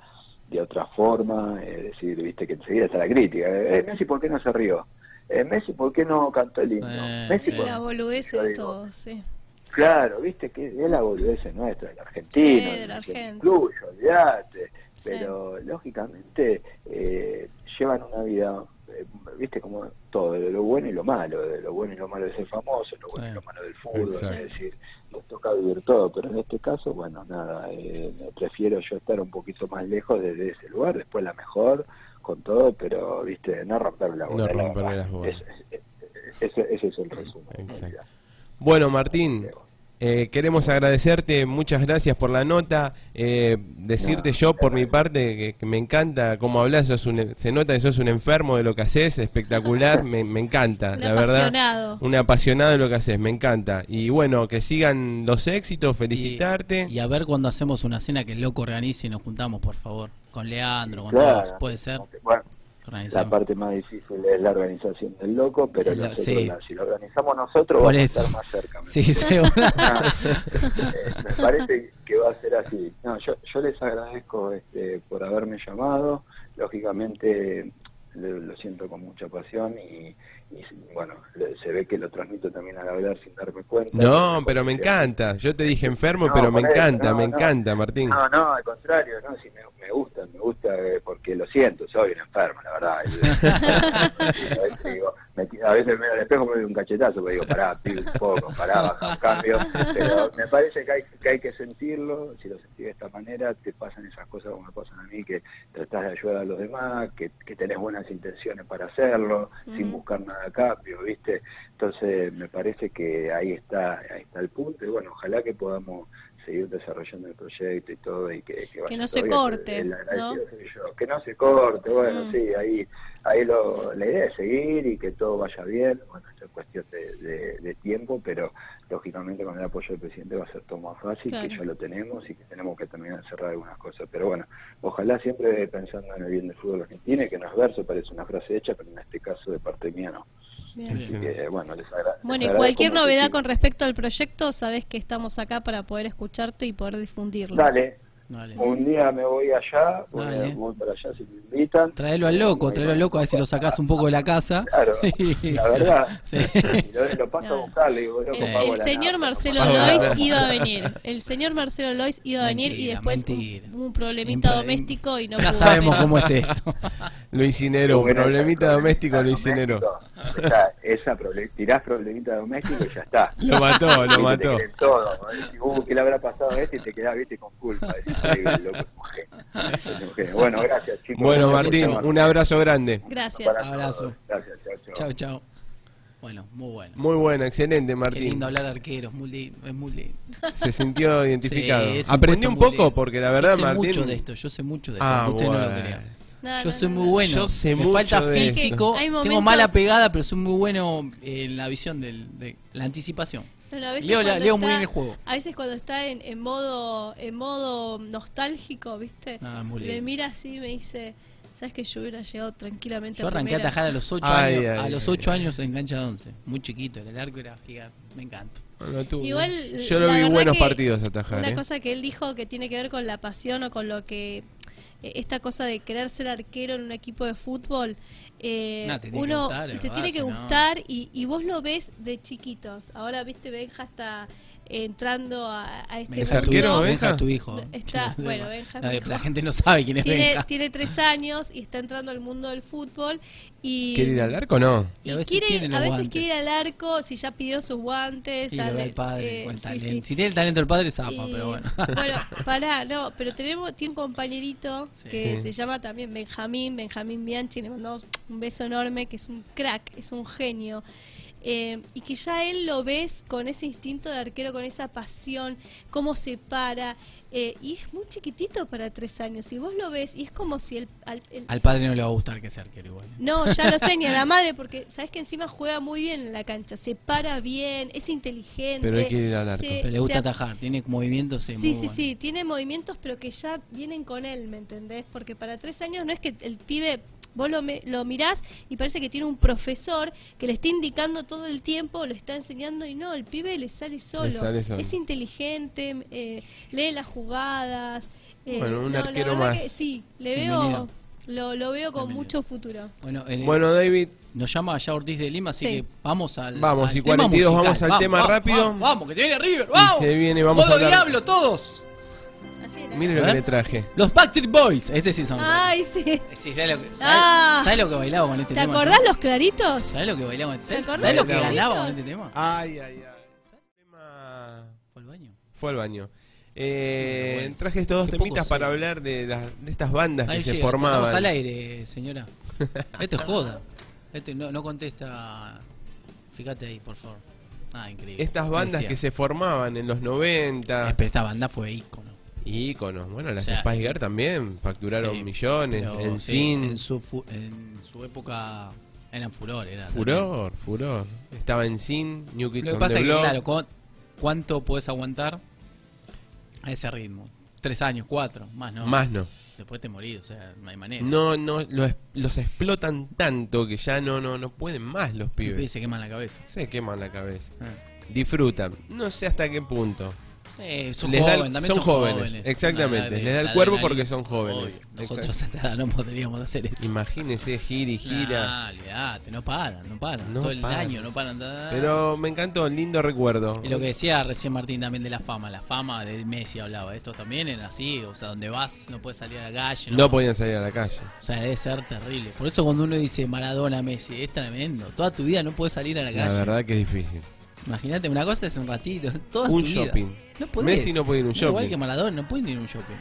[SPEAKER 5] de otra forma, es decir, viste que enseguida está la crítica. Eh, Messi, ¿por qué no se rió? Eh, Messi, ¿por qué no cantó el himno?
[SPEAKER 3] Sí,
[SPEAKER 5] Messi,
[SPEAKER 3] sí.
[SPEAKER 5] ¿por-
[SPEAKER 2] La boludez
[SPEAKER 5] Yo
[SPEAKER 2] de
[SPEAKER 5] digo,
[SPEAKER 2] todos, sí.
[SPEAKER 5] Claro, viste que es la boludez nuestra, el argentino,
[SPEAKER 2] Sí, del argento.
[SPEAKER 5] incluyo, olvídate.
[SPEAKER 2] Sí.
[SPEAKER 5] Pero lógicamente eh, llevan una vida, eh, viste como todo, de lo bueno y lo malo, de lo bueno y lo malo de ser famoso, lo bueno
[SPEAKER 3] Sí.
[SPEAKER 5] y lo malo del fútbol,
[SPEAKER 1] Exacto.
[SPEAKER 5] es decir, nos toca vivir todo, pero en este caso, bueno, nada, eh, prefiero yo estar un poquito más lejos desde ese lugar, después la mejor, con todo, pero, viste, no romper la
[SPEAKER 1] No
[SPEAKER 5] bola. la
[SPEAKER 1] romperle
[SPEAKER 5] verdad.
[SPEAKER 1] las bolas.
[SPEAKER 5] Ese, ese- ese es el resumen. en
[SPEAKER 1] Exacto.
[SPEAKER 5] realidad.
[SPEAKER 1] Bueno, Martín, eh, queremos agradecerte, muchas gracias por la nota. eh, decirte
[SPEAKER 5] No,
[SPEAKER 1] yo, por mi parte, que, que me encanta cómo hablas, sos un- se nota que sos un enfermo de lo que haces, espectacular, me, me encanta,
[SPEAKER 2] Un
[SPEAKER 1] la verdad.
[SPEAKER 2] apasionado.
[SPEAKER 1] Un apasionado de lo que haces, me encanta. Y bueno, que sigan los éxitos, felicitarte.
[SPEAKER 3] Y, y a ver cuando hacemos una cena que el loco organice y nos juntamos, por favor. Con Leandro, con
[SPEAKER 5] Claro.
[SPEAKER 3] todos. Puede ser.
[SPEAKER 5] Bueno, la
[SPEAKER 3] Organizamos.
[SPEAKER 5] parte más difícil es la organización del loco, pero
[SPEAKER 3] El-
[SPEAKER 5] nosotros
[SPEAKER 3] sí.
[SPEAKER 5] la- si lo organizamos nosotros
[SPEAKER 3] Por
[SPEAKER 5] vamos
[SPEAKER 3] eso.
[SPEAKER 5] a estar más cerca. me
[SPEAKER 3] Sí, seguro.
[SPEAKER 5] Ah, eh, me parece que va a ser así. No, yo, yo les agradezco este, por haberme llamado. Lógicamente lo, lo siento con mucha pasión y, y, bueno, le- se ve que lo transmito también al hablar sin darme cuenta.
[SPEAKER 1] No, pero me encanta. Yo te dije enfermo,
[SPEAKER 5] No,
[SPEAKER 1] pero me
[SPEAKER 5] por eso,
[SPEAKER 1] encanta,
[SPEAKER 5] no,
[SPEAKER 1] me
[SPEAKER 5] no.
[SPEAKER 1] encanta, Martín.
[SPEAKER 5] No, no, al contrario, no, sí, me, me gusta, me gusta eh, porque lo siento, soy un enfermo, la verdad. Y, a veces digo, me tiro- a veces me al espejo me doy un cachetazo, pero digo, pará, pibe, un poco, pará, baja un cambio. Pero me parece que hay, que hay que sentirlo, si lo sentís de esta manera, te pasan esas cosas como me pasan a mí, que tratás de ayudar a los demás, que, que tenés buenas intenciones para hacerlo, sin
[SPEAKER 2] Ujú.
[SPEAKER 5] buscar nada a cambio, ¿viste? Entonces, me parece que ahí está, ahí está el punto, y bueno, ojalá que podamos seguir desarrollando el proyecto y todo y que, vaya
[SPEAKER 2] no se
[SPEAKER 5] todo bien.
[SPEAKER 2] corte,
[SPEAKER 5] El
[SPEAKER 2] ¿no?
[SPEAKER 5] agradecido soy yo. que no se corte bueno
[SPEAKER 2] Mm.
[SPEAKER 5] sí ahí ahí lo, la idea es seguir y que todo vaya bien bueno esto es cuestión de, de- de tiempo pero lógicamente con el apoyo del presidente va a ser todo más fácil
[SPEAKER 2] Claro.
[SPEAKER 5] que ya lo tenemos y que tenemos que también cerrar algunas cosas pero bueno ojalá siempre pensando en el bien del fútbol argentino y que no es verso parece una frase hecha pero en este caso de parte mía no
[SPEAKER 2] Bien.
[SPEAKER 5] Así que, bueno les agra- les
[SPEAKER 2] Bueno, y
[SPEAKER 5] agradezco
[SPEAKER 2] cualquier novedad
[SPEAKER 5] muchísimo.
[SPEAKER 2] con respecto al proyecto, sabes que estamos acá para poder escucharte y poder difundirlo.
[SPEAKER 5] dale
[SPEAKER 3] Dale.
[SPEAKER 5] Un día me voy allá, voy,
[SPEAKER 3] Dale.
[SPEAKER 5] voy para allá si me invitan.
[SPEAKER 3] Traelo al loco,
[SPEAKER 5] Bueno,
[SPEAKER 3] traelo al loco, a ver si lo sacás un poco de la casa.
[SPEAKER 5] Claro, la verdad.
[SPEAKER 3] Sí.
[SPEAKER 5] Y lo, lo paso
[SPEAKER 2] No.
[SPEAKER 5] a buscar, le digo, loco,
[SPEAKER 2] El,
[SPEAKER 5] pago
[SPEAKER 2] Eh, el
[SPEAKER 5] la
[SPEAKER 2] señor
[SPEAKER 5] nafta,
[SPEAKER 2] Marcelo
[SPEAKER 5] no pago
[SPEAKER 2] Lois
[SPEAKER 5] nada.
[SPEAKER 2] iba a venir. El señor Marcelo Lois iba a venir y
[SPEAKER 3] Mentira,
[SPEAKER 2] después un-
[SPEAKER 3] mentira.
[SPEAKER 2] un, problemita
[SPEAKER 3] Impre-
[SPEAKER 2] doméstico y no
[SPEAKER 3] ya
[SPEAKER 2] pudo
[SPEAKER 3] sabemos
[SPEAKER 2] venir.
[SPEAKER 3] cómo es esto.
[SPEAKER 1] Lo incineró, un
[SPEAKER 5] Bueno,
[SPEAKER 1] problemita
[SPEAKER 5] esa
[SPEAKER 1] doméstico lo
[SPEAKER 5] problemita
[SPEAKER 1] incineró.
[SPEAKER 5] doméstico, Esa, esa proble- tirás problemita doméstico y ya está.
[SPEAKER 1] Lo mató, lo
[SPEAKER 5] Viste,
[SPEAKER 1] mató.
[SPEAKER 5] Te creen todo. ¿no? Decís, uh, ¿qué le habrá pasado a este? Y te quedás, viste, con culpa. Decís, "Sí, loco, es un genio, es un genio". Bueno, gracias, chicos.
[SPEAKER 1] Bueno,
[SPEAKER 5] Gracias por
[SPEAKER 1] Martín,
[SPEAKER 5] llamarme.
[SPEAKER 1] un abrazo grande.
[SPEAKER 2] Gracias.
[SPEAKER 5] Para todos.
[SPEAKER 3] Abrazo.
[SPEAKER 5] Gracias, chao, chao.
[SPEAKER 3] Chao, chao. Bueno, muy bueno.
[SPEAKER 1] Muy bueno, excelente,
[SPEAKER 3] Qué
[SPEAKER 1] Martín.
[SPEAKER 3] lindo hablar de arqueros, muy lindo, es muy lindo.
[SPEAKER 1] Se sintió identificado.
[SPEAKER 3] Sí, es
[SPEAKER 1] Aprendí
[SPEAKER 3] puesto
[SPEAKER 1] un
[SPEAKER 3] muy
[SPEAKER 1] poco
[SPEAKER 3] lindo.
[SPEAKER 1] porque la verdad,
[SPEAKER 3] yo sé
[SPEAKER 1] Martín.
[SPEAKER 3] mucho de esto, yo sé mucho de esto.
[SPEAKER 1] Ah,
[SPEAKER 3] usted no lo
[SPEAKER 1] bueno.
[SPEAKER 3] crea.
[SPEAKER 2] No,
[SPEAKER 3] yo
[SPEAKER 2] no,
[SPEAKER 3] soy
[SPEAKER 2] no,
[SPEAKER 3] muy
[SPEAKER 2] no.
[SPEAKER 3] bueno.
[SPEAKER 1] Yo sé
[SPEAKER 3] me
[SPEAKER 1] mucho
[SPEAKER 3] falta
[SPEAKER 1] de esto.
[SPEAKER 2] Es
[SPEAKER 3] físico,
[SPEAKER 2] que hay
[SPEAKER 3] tengo
[SPEAKER 2] momentos-
[SPEAKER 3] mala pegada, pero soy muy bueno en la visión del- de la anticipación.
[SPEAKER 2] Pero a veces
[SPEAKER 3] Leo la-
[SPEAKER 2] cuando
[SPEAKER 3] leo muy bien el juego.
[SPEAKER 2] A veces cuando está en, en modo en modo nostálgico, ¿viste?
[SPEAKER 3] Ah, muy
[SPEAKER 2] me
[SPEAKER 3] lindo.
[SPEAKER 2] mira así y me dice, ¿sabes que yo hubiera llegado tranquilamente
[SPEAKER 3] Yo arranqué a
[SPEAKER 2] primera?".
[SPEAKER 3] atajar a los 8
[SPEAKER 1] Ay,
[SPEAKER 3] años,
[SPEAKER 1] ay,
[SPEAKER 3] a los
[SPEAKER 1] ay,
[SPEAKER 3] ocho años en cancha de 11. Muy chiquito, el arco era gigante. Me encanta.
[SPEAKER 1] Lo tuvo.
[SPEAKER 2] Igual,
[SPEAKER 1] yo lo
[SPEAKER 2] la
[SPEAKER 1] vi
[SPEAKER 2] verdad
[SPEAKER 1] buenos
[SPEAKER 2] que
[SPEAKER 1] partidos atajar.
[SPEAKER 2] Una
[SPEAKER 1] ¿eh?
[SPEAKER 2] cosa que él dijo que tiene que ver con la pasión o con lo que eh, esta cosa de querer ser arquero en un equipo de fútbol, eh,
[SPEAKER 3] No, te tiene que
[SPEAKER 2] uno
[SPEAKER 3] gustar, es
[SPEAKER 2] te
[SPEAKER 3] verdad,
[SPEAKER 2] tiene
[SPEAKER 3] si
[SPEAKER 2] que
[SPEAKER 3] no-
[SPEAKER 2] gustar y, y vos lo ves de chiquitos. Ahora viste Benja está entrando a, a este
[SPEAKER 1] ¿Es
[SPEAKER 2] mundo.
[SPEAKER 1] arquero, Benja?
[SPEAKER 3] Benja es ¿eh? tu hijo.
[SPEAKER 2] Está- bueno, Benja es
[SPEAKER 3] la,
[SPEAKER 2] mi
[SPEAKER 3] de-
[SPEAKER 2] hijo.
[SPEAKER 3] la gente no sabe quién es
[SPEAKER 2] Tiene,
[SPEAKER 3] Benja.
[SPEAKER 2] tiene tres años y está entrando al mundo del fútbol y
[SPEAKER 1] ¿Quiere ir al arco o no?
[SPEAKER 2] y
[SPEAKER 3] Y a veces
[SPEAKER 2] quiere-
[SPEAKER 3] tiene los
[SPEAKER 2] a veces
[SPEAKER 3] guantes.
[SPEAKER 2] quiere ir al arco, si ya pidió sus guantes,
[SPEAKER 3] Sí,
[SPEAKER 2] ya
[SPEAKER 3] lo da
[SPEAKER 2] le-
[SPEAKER 3] el padre.
[SPEAKER 2] eh,
[SPEAKER 3] o el
[SPEAKER 2] sí,
[SPEAKER 3] talento.
[SPEAKER 2] sí.
[SPEAKER 3] Si tiene el talento del padre, zapa,
[SPEAKER 2] Y-
[SPEAKER 3] pero bueno.
[SPEAKER 2] bueno, pará, no, pero tenemos, tiene un compañerito
[SPEAKER 3] Sí.
[SPEAKER 2] que
[SPEAKER 1] Sí.
[SPEAKER 2] se llama también Benjamín, Benjamín Bianchi, le mandamos un beso enorme, que es un crack, es un genio. Eh, y que ya él lo ves con ese instinto de arquero, con esa pasión, cómo se para. eh, y es muy chiquitito para tres años. Y vos lo ves, y es como si el, al- el-
[SPEAKER 3] Al padre no le va a gustar que sea arquero igual.
[SPEAKER 2] no, ya lo sé, ni a la madre, porque sabes que encima juega muy bien en la cancha, se para bien, es inteligente.
[SPEAKER 1] Pero hay que ir al arco.
[SPEAKER 2] se-
[SPEAKER 3] Pero le gusta
[SPEAKER 2] se
[SPEAKER 3] atajar, tiene movimientos.
[SPEAKER 2] Sí,
[SPEAKER 3] muy
[SPEAKER 2] sí,
[SPEAKER 3] bueno.
[SPEAKER 2] sí, tiene movimientos pero que ya vienen con él, ¿me entendés? Porque para tres años no es que el pibe, vos lo, me- lo mirás y parece que tiene un profesor que le está indicando todo el tiempo, lo está enseñando y no, el pibe le sale solo.
[SPEAKER 1] sale solo.
[SPEAKER 2] Es inteligente, eh, lee las jugadas. eh,
[SPEAKER 1] Bueno, un
[SPEAKER 2] no, la
[SPEAKER 1] arquero
[SPEAKER 2] verdad
[SPEAKER 1] más.
[SPEAKER 2] Que, sí, le
[SPEAKER 3] Bienvenido.
[SPEAKER 2] veo, lo, lo veo con
[SPEAKER 3] Bienvenido.
[SPEAKER 2] mucho futuro.
[SPEAKER 3] Bueno, el-
[SPEAKER 1] Bueno, David,
[SPEAKER 3] Nos llama ya Ortiz de Lima, así
[SPEAKER 2] Sí.
[SPEAKER 3] que vamos al.
[SPEAKER 1] Vamos,
[SPEAKER 3] al
[SPEAKER 1] y
[SPEAKER 3] tema
[SPEAKER 1] 42,
[SPEAKER 3] musical.
[SPEAKER 1] vamos al tema rápido.
[SPEAKER 3] Vamos, vamos, que se viene River, vamos.
[SPEAKER 1] se viene, vamos
[SPEAKER 3] Modo
[SPEAKER 1] a hablar-
[SPEAKER 3] diablo, todos.
[SPEAKER 2] Así era.
[SPEAKER 1] Miren lo
[SPEAKER 3] ¿Verdad?
[SPEAKER 1] que le traje.
[SPEAKER 3] Los Backstreet Boys, este sí son.
[SPEAKER 2] Ay, sí.
[SPEAKER 3] Sí, ¿sabes, lo que, ¿sabes,
[SPEAKER 2] Ah.
[SPEAKER 3] sabes lo que bailaba con este
[SPEAKER 2] ¿Te
[SPEAKER 3] tema?
[SPEAKER 2] acordás los claritos?
[SPEAKER 3] ¿Sabes lo que bailaba con este
[SPEAKER 2] ¿Te
[SPEAKER 3] tema?
[SPEAKER 2] acordás
[SPEAKER 3] ¿Sabes lo
[SPEAKER 1] los
[SPEAKER 3] que bailaba
[SPEAKER 2] claritos?
[SPEAKER 3] con este tema?
[SPEAKER 1] Ay, ay, ay. El tema
[SPEAKER 3] Fue al baño.
[SPEAKER 1] Fue al baño. Eh,
[SPEAKER 3] Bueno,
[SPEAKER 1] traje estos dos
[SPEAKER 3] qué poco
[SPEAKER 1] temitas para
[SPEAKER 3] sé.
[SPEAKER 1] hablar de, las, de estas bandas
[SPEAKER 3] Ahí
[SPEAKER 1] que se
[SPEAKER 3] llega, Estamos al
[SPEAKER 1] formaban.
[SPEAKER 3] aire, señora. Esto es joda. Este no, no contesta. Fíjate ahí, por favor. Ah, increíble.
[SPEAKER 1] Estas bandas que se formaban en los 90.
[SPEAKER 3] Pero esta banda fue ícono.
[SPEAKER 1] Íconos. Bueno, las
[SPEAKER 3] O sea,
[SPEAKER 1] Spice Girls también facturaron
[SPEAKER 3] Sí,
[SPEAKER 1] millones.
[SPEAKER 3] pero
[SPEAKER 1] en
[SPEAKER 3] sí,
[SPEAKER 1] Sin.
[SPEAKER 3] en su, fu- en su época eran furor. Era también.
[SPEAKER 1] Furor, furor. Estaba en Sin, New Kids
[SPEAKER 3] Lo que
[SPEAKER 1] on
[SPEAKER 3] pasa
[SPEAKER 1] the
[SPEAKER 3] es que,
[SPEAKER 1] Block.
[SPEAKER 3] claro, cu- ¿cuánto puedes aguantar a ese ritmo? Tres años, cuatro, más no.
[SPEAKER 1] Más no.
[SPEAKER 3] Después te morís, o sea, no hay manera.
[SPEAKER 1] No, no, los, los explotan tanto que ya no, no, no pueden más los
[SPEAKER 3] Los pibes
[SPEAKER 1] pibes.
[SPEAKER 3] se queman la cabeza.
[SPEAKER 1] Se queman la cabeza.
[SPEAKER 3] Ah.
[SPEAKER 1] Disfrutan. No sé hasta qué punto.
[SPEAKER 3] Sí, son
[SPEAKER 1] Les da el-
[SPEAKER 3] jóvenes, también
[SPEAKER 1] son
[SPEAKER 3] son
[SPEAKER 1] jóvenes,
[SPEAKER 3] jóvenes.
[SPEAKER 1] exactamente,
[SPEAKER 3] Una edad de-
[SPEAKER 1] les da el
[SPEAKER 3] la
[SPEAKER 1] cuervo
[SPEAKER 3] adrenalina.
[SPEAKER 1] porque son jóvenes,
[SPEAKER 3] Obvio, nosotros a esta edad no podríamos hacer eso.
[SPEAKER 1] Imagínese, gira y gira.
[SPEAKER 3] Nah, olvidate, no paran, no paran.
[SPEAKER 1] No
[SPEAKER 3] Todo el
[SPEAKER 1] paran.
[SPEAKER 3] año no paran. da, da, da.
[SPEAKER 1] Pero me encantó, lindo recuerdo.
[SPEAKER 3] Y lo que decía recién Martín también de la fama, la fama de Messi hablaba. Estos también eran así, o sea, donde vas no puedes salir a la calle.
[SPEAKER 1] No podían salir a la calle.
[SPEAKER 3] O sea, debe ser terrible. Por eso cuando uno dice Maradona, Messi, es tremendo. Toda tu vida no puedes salir a la
[SPEAKER 1] La
[SPEAKER 3] calle.
[SPEAKER 1] verdad que es difícil.
[SPEAKER 3] Imagínate, una cosa es un ratito. Toda
[SPEAKER 1] Un
[SPEAKER 3] tu vida.
[SPEAKER 1] shopping.
[SPEAKER 3] No podés.
[SPEAKER 1] Messi no puede ir a un
[SPEAKER 3] Igual que
[SPEAKER 1] shopping.
[SPEAKER 3] Maradona, no pueden ir a un shopping.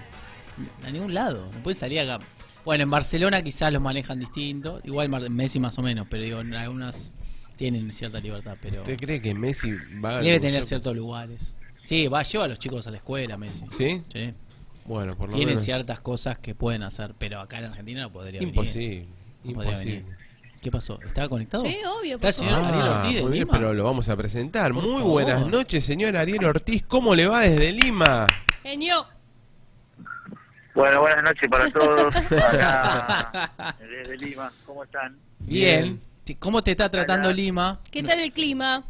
[SPEAKER 3] A ningún lado. No pueden salir acá. Bueno, en Barcelona quizás los manejan distinto. Igual Mar- Messi más o menos, pero digo, en algunas tienen cierta libertad, pero
[SPEAKER 1] ¿Usted cree que Messi va a
[SPEAKER 3] debe
[SPEAKER 1] algún
[SPEAKER 3] tener
[SPEAKER 1] shopping?
[SPEAKER 3] ciertos lugares. Sí, va, lleva a los chicos a la escuela, Messi.
[SPEAKER 1] ¿Sí?
[SPEAKER 3] Sí.
[SPEAKER 1] Bueno, por lo
[SPEAKER 3] Tienen
[SPEAKER 1] menos.
[SPEAKER 3] ciertas cosas que pueden hacer, pero acá en Argentina no podría venir.
[SPEAKER 1] Imposible.
[SPEAKER 3] No podría
[SPEAKER 1] Imposible.
[SPEAKER 3] venir. ¿Qué pasó? ¿Estaba conectado?
[SPEAKER 2] Sí, obvio.
[SPEAKER 3] Está
[SPEAKER 2] por
[SPEAKER 3] el
[SPEAKER 2] favor.
[SPEAKER 3] señor Ariel
[SPEAKER 1] Ah,
[SPEAKER 3] Ortiz de
[SPEAKER 1] muy bien,
[SPEAKER 3] Lima.
[SPEAKER 1] pero lo vamos a presentar.
[SPEAKER 3] Por
[SPEAKER 1] muy
[SPEAKER 3] favor.
[SPEAKER 1] buenas noches, señor Ariel Ortiz. ¿Cómo le va desde Lima?
[SPEAKER 2] Genio.
[SPEAKER 6] Bueno, buenas noches para todos. Acá desde Lima, ¿cómo están?
[SPEAKER 3] Bien. Te- ¿Cómo te está tratando
[SPEAKER 6] Hola.
[SPEAKER 3] Lima?
[SPEAKER 2] ¿Qué tal el clima?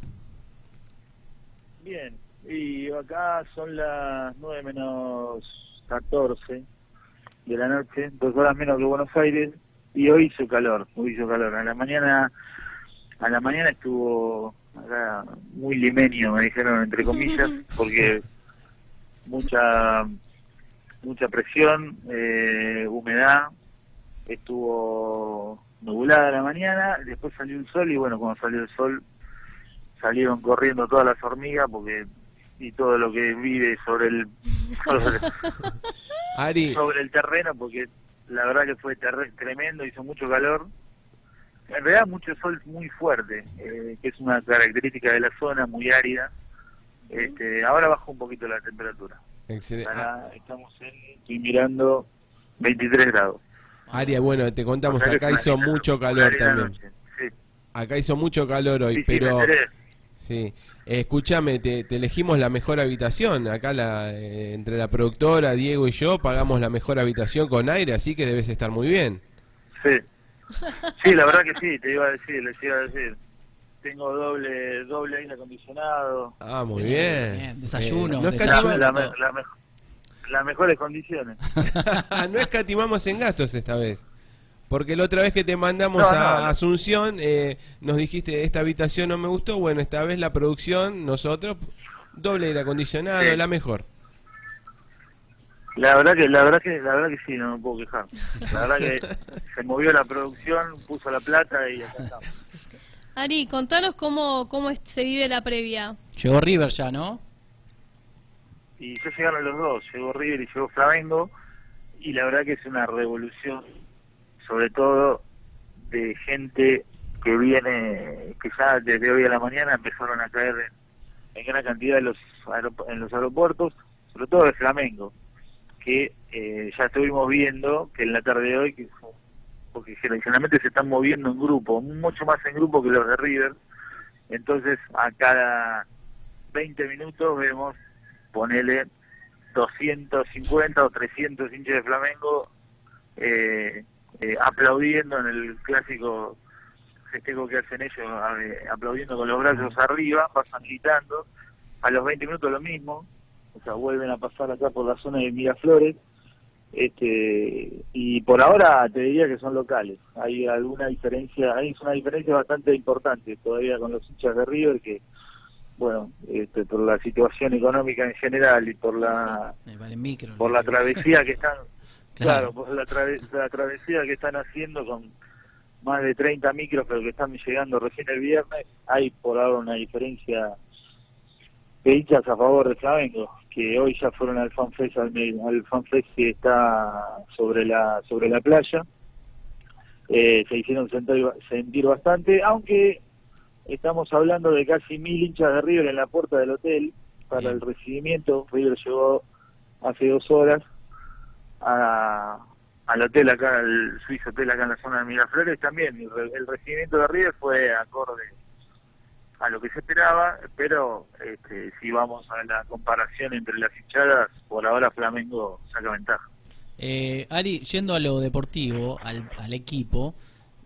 [SPEAKER 6] Bien, y acá son las 9 menos 14 de la noche, dos horas menos que Buenos Aires, y hoy hizo calor, hoy hizo calor. A la mañana, a la mañana estuvo acá muy limeño, me dijeron entre comillas, porque mucha mucha presión, eh, humedad, estuvo nublada la mañana, después salió el sol y bueno, cuando salió el sol salieron corriendo todas las hormigas porque y todo lo que vive sobre el sobre,
[SPEAKER 1] Ari,
[SPEAKER 6] sobre el terreno porque la verdad que fue terre- tremendo, hizo mucho calor. En realidad mucho sol muy fuerte, eh, que es una característica de la zona muy árida. Este, ahora bajó un poquito la temperatura.
[SPEAKER 1] excelente. Ah,
[SPEAKER 6] Ahora estamos en, estoy mirando 23 grados.
[SPEAKER 1] Ari, bueno, te
[SPEAKER 6] O
[SPEAKER 1] contamos,
[SPEAKER 6] sea que
[SPEAKER 1] acá
[SPEAKER 6] es una
[SPEAKER 1] hizo
[SPEAKER 6] linda-
[SPEAKER 1] mucho
[SPEAKER 6] una
[SPEAKER 1] calor
[SPEAKER 6] linda
[SPEAKER 1] también.
[SPEAKER 6] noche. Sí,
[SPEAKER 1] Acá hizo mucho calor hoy,
[SPEAKER 6] sí, sí,
[SPEAKER 1] pero...
[SPEAKER 6] me enteré.
[SPEAKER 1] Sí, Eh, escúchame, te, te elegimos la mejor habitación. Acá la, eh, entre la productora, Diego y yo pagamos la mejor habitación con aire, así que debes estar muy bien.
[SPEAKER 6] Sí. Sí, la verdad que sí, te iba a decir, les iba a decir. Tengo doble doble aire acondicionado.
[SPEAKER 1] Ah, muy
[SPEAKER 3] Bien,
[SPEAKER 1] bien. Eh,
[SPEAKER 3] bien. Desayuno,
[SPEAKER 1] no,
[SPEAKER 6] La,
[SPEAKER 3] desayuno.
[SPEAKER 1] escatima-
[SPEAKER 6] la me- la mejo- las mejores condiciones.
[SPEAKER 1] no escatimamos en gastos esta vez. Porque la otra vez que te mandamos
[SPEAKER 6] No,
[SPEAKER 1] a
[SPEAKER 6] no, no.
[SPEAKER 1] Asunción, eh, nos dijiste, esta habitación no me gustó. Bueno, esta vez la producción, nosotros, doble aire acondicionado,
[SPEAKER 6] Sí.
[SPEAKER 1] la mejor.
[SPEAKER 6] La verdad que la verdad que la verdad que sí, no me puedo quejar. La verdad que se movió la producción, puso la plata y acá estamos.
[SPEAKER 2] Ari, contanos cómo, cómo es- se vive la previa.
[SPEAKER 3] Llegó River ya, ¿no?
[SPEAKER 6] Y ya llegaron los dos, llegó River y llegó Flamengo y la verdad que es una revolución sobre todo de gente que viene, que ya desde hoy a la mañana empezaron a caer en, en gran cantidad en los, aerop- en los aeropuertos, sobre todo de Flamengo, que eh, ya estuvimos viendo que en la tarde de hoy, que fue- porque generalmente se están moviendo en grupo, mucho más en grupo que los de River, entonces a cada 20 minutos vemos, ponele 250 o 300 hinchas de Flamengo eh, eh, aplaudiendo en el clásico festejo que hacen ellos, a- eh, aplaudiendo con los brazos arriba, pasan gritando. A los 20 minutos lo mismo, o sea, vuelven a pasar acá por la zona de Miraflores Este, y por ahora te diría que son locales. Hay alguna diferencia, hay una diferencia bastante importante todavía con los hinchas de River que, bueno, este, por la situación económica en general y por la
[SPEAKER 3] Me vale micro.
[SPEAKER 6] por la travesía que están
[SPEAKER 3] Claro.
[SPEAKER 6] claro, por la, trave- la travesía que están haciendo con más de 30 micros pero que están llegando recién el viernes hay por ahora una diferencia de hinchas a favor de Flamengo que hoy ya fueron al fanfest al, me- al fanfest que está sobre la sobre la playa Eh, se hicieron sentir, sentir bastante aunque estamos hablando de casi mil hinchas de River en la puerta del hotel para
[SPEAKER 3] Bien.
[SPEAKER 6] el recibimiento River llegó hace dos horas a- al hotel acá, al suizo hotel acá en la zona de Miraflores también. El, re- el recibimiento de River fue acorde a lo que se esperaba, pero este, si vamos a la comparación entre las hinchadas, por ahora Flamengo saca ventaja.
[SPEAKER 3] Eh, Ari, yendo a lo deportivo, al, al equipo,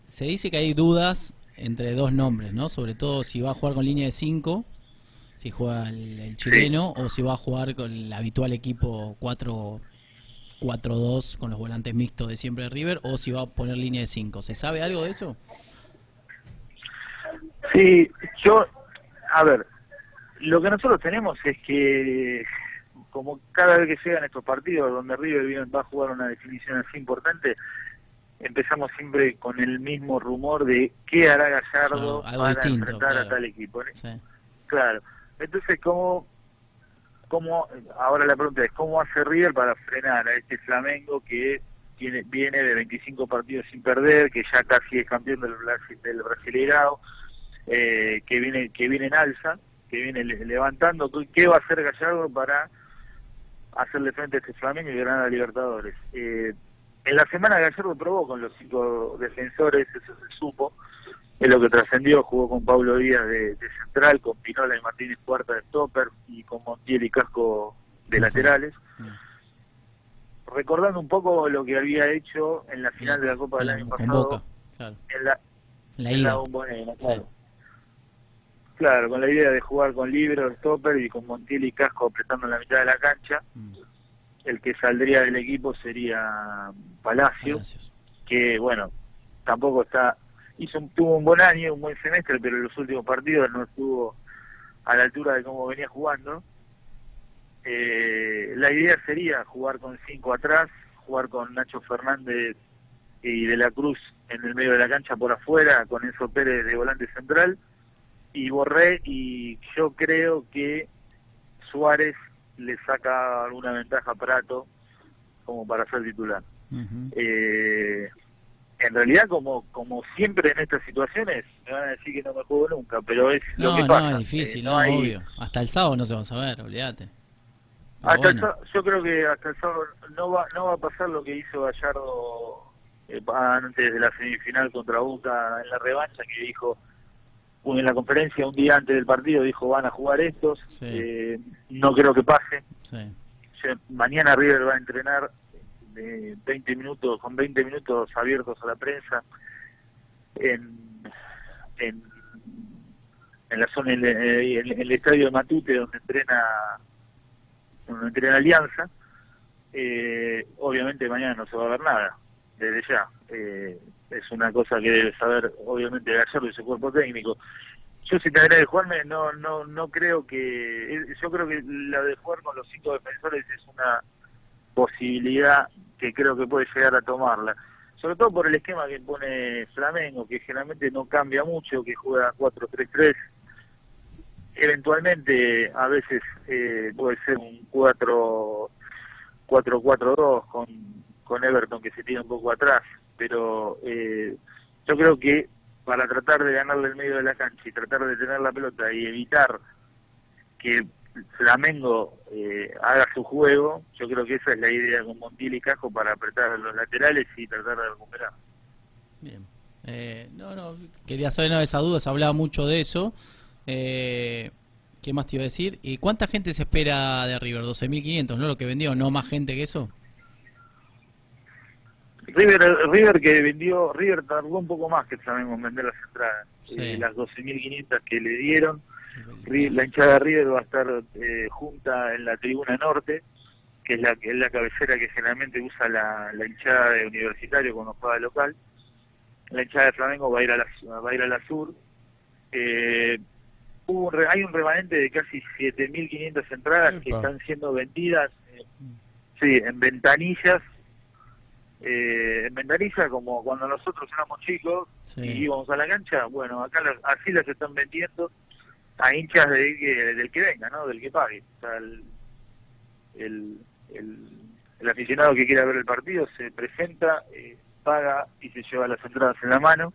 [SPEAKER 3] se dice que hay dudas entre dos nombres, ¿no? Sobre todo si va a jugar con línea de 5, si juega el, el chileno, o si va a jugar con el habitual equipo 4 4-2 con los volantes mixtos de siempre de River, o si va a poner línea de 5. ¿Se sabe algo de eso?
[SPEAKER 6] Sí, yo, a ver, lo que nosotros tenemos es que, como cada vez que llegan estos partidos donde River bien va a jugar una definición así importante, empezamos siempre con el mismo rumor de qué hará
[SPEAKER 3] Claro,
[SPEAKER 6] Gallardo
[SPEAKER 3] Ah, algo
[SPEAKER 6] para
[SPEAKER 3] distinto,
[SPEAKER 6] enfrentar
[SPEAKER 3] claro.
[SPEAKER 6] a tal equipo.
[SPEAKER 3] Sí.
[SPEAKER 6] Claro. Entonces, ¿cómo, cómo, ahora la pregunta es, ¿cómo hace River para frenar a este Flamengo que tiene, viene de 25 partidos sin perder, que ya casi es campeón del, Brasi- del Brasileirao, eh, que viene que viene en alza, que viene le- levantando? ¿Qué- ¿Qué va a hacer Gallardo para hacerle frente a este Flamengo y ganar a Libertadores? Eh, en la semana Gallardo probó con los cinco defensores, eso se supo es lo que trascendió, jugó con Pablo Díaz de, de central, con Pinola y Martínez Cuarta de stopper y con Montiel y Casco de laterales. Recordando un poco lo que había hecho en la final de la Copa del
[SPEAKER 3] Con-
[SPEAKER 6] año
[SPEAKER 3] con
[SPEAKER 6] pasado,
[SPEAKER 3] Boca, claro.
[SPEAKER 6] en la,
[SPEAKER 3] La
[SPEAKER 6] en la
[SPEAKER 3] ida.
[SPEAKER 6] bombonera,
[SPEAKER 3] Sí.
[SPEAKER 6] claro. Claro, con la idea de jugar con Libro, stopper y con Montiel y Casco apretando en la mitad de la cancha.
[SPEAKER 3] Mm,
[SPEAKER 6] El que saldría del equipo sería Palacio
[SPEAKER 3] Palacios.
[SPEAKER 6] que bueno tampoco está hizo un- tuvo un buen año un buen semestre pero en los últimos partidos no estuvo a la altura de cómo venía jugando Eh, la idea sería jugar con cinco atrás jugar con Nacho Fernández y de la Cruz en el medio de la cancha por afuera con Enzo Pérez de volante central y Borré y yo creo que Suárez le saca alguna ventaja a Prato como para ser titular
[SPEAKER 3] Ujú.
[SPEAKER 6] eh, en realidad como como siempre en estas situaciones me van a decir que no me juego nunca pero es lo
[SPEAKER 3] No,
[SPEAKER 6] que
[SPEAKER 3] no,
[SPEAKER 6] pasa
[SPEAKER 3] es difícil,
[SPEAKER 6] Eh,
[SPEAKER 3] no,
[SPEAKER 6] hay-
[SPEAKER 3] obvio. Hasta el sábado no se va a saber, olvídate. Pero
[SPEAKER 6] hasta el
[SPEAKER 3] bueno.
[SPEAKER 6] sa- yo creo que hasta el sábado no va no va a pasar lo que hizo Gallardo eh, antes de la semifinal contra Boca en la revancha que dijo en la conferencia un día antes del partido dijo van a jugar estos
[SPEAKER 3] Sí.
[SPEAKER 6] eh, no creo que pase
[SPEAKER 3] Sí.
[SPEAKER 6] Yo- mañana River va a entrenar de 20 minutos con 20 minutos abiertos a la prensa en en, en la zona en, el- en el estadio de Matute donde entrena donde entrena Alianza Eh, obviamente mañana no se va a ver nada desde ya Eh, es una cosa que debe saber obviamente Gallardo y su cuerpo técnico yo si te agrada de jugarme, no, no, no creo que, eh, yo creo que la de jugar con los cinco defensores es una posibilidad que creo que puede llegar a tomarla. Sobre todo por el esquema que pone Flamengo, que generalmente no cambia mucho, que juega 4-3-3. Eventualmente, a veces eh, puede ser un 4 4-4-2 con, con Everton que se tira un poco atrás, pero eh, yo creo que para tratar de ganarle el medio de la cancha y tratar de tener la pelota y evitar que Flamengo eh, haga su juego, yo creo que esa es la idea con Montiel y Casco para apretar a los laterales y tratar de recuperar.
[SPEAKER 3] Bien. Eh, no, no, quería saber no, esa duda, se hablaba mucho de eso. Eh, ¿Qué más te iba a decir? ¿Y cuánta gente se espera de River? 12.500, ¿no? Lo que vendió, ¿no más gente que eso?
[SPEAKER 6] River, River que vendió, River tardó un poco más que Flamengo en vender las entradas,
[SPEAKER 3] Sí.
[SPEAKER 6] Eh, las 12.500 que le dieron. Ri- La hinchada de River va a estar eh, junta en la tribuna norte. que es la, que es la cabecera que generalmente usa la, la hinchada de universitario cuando juega de local. La hinchada de Flamengo va a ir a la, va a ir a la sur. Eh, hubo un re- hay un remanente de casi 7.500 entradas que
[SPEAKER 1] Epa.
[SPEAKER 6] están siendo vendidas eh, sí, en ventanillas. Eh, en ventanillas, como cuando nosotros éramos chicos
[SPEAKER 3] Sí.
[SPEAKER 6] y íbamos a la cancha, bueno, acá las- así las están vendiendo a hinchas de, que- del que venga, ¿no? Del que pague. O sea, el, el, el, el aficionado que quiera ver el partido se presenta, eh, paga y se lleva las entradas en la mano.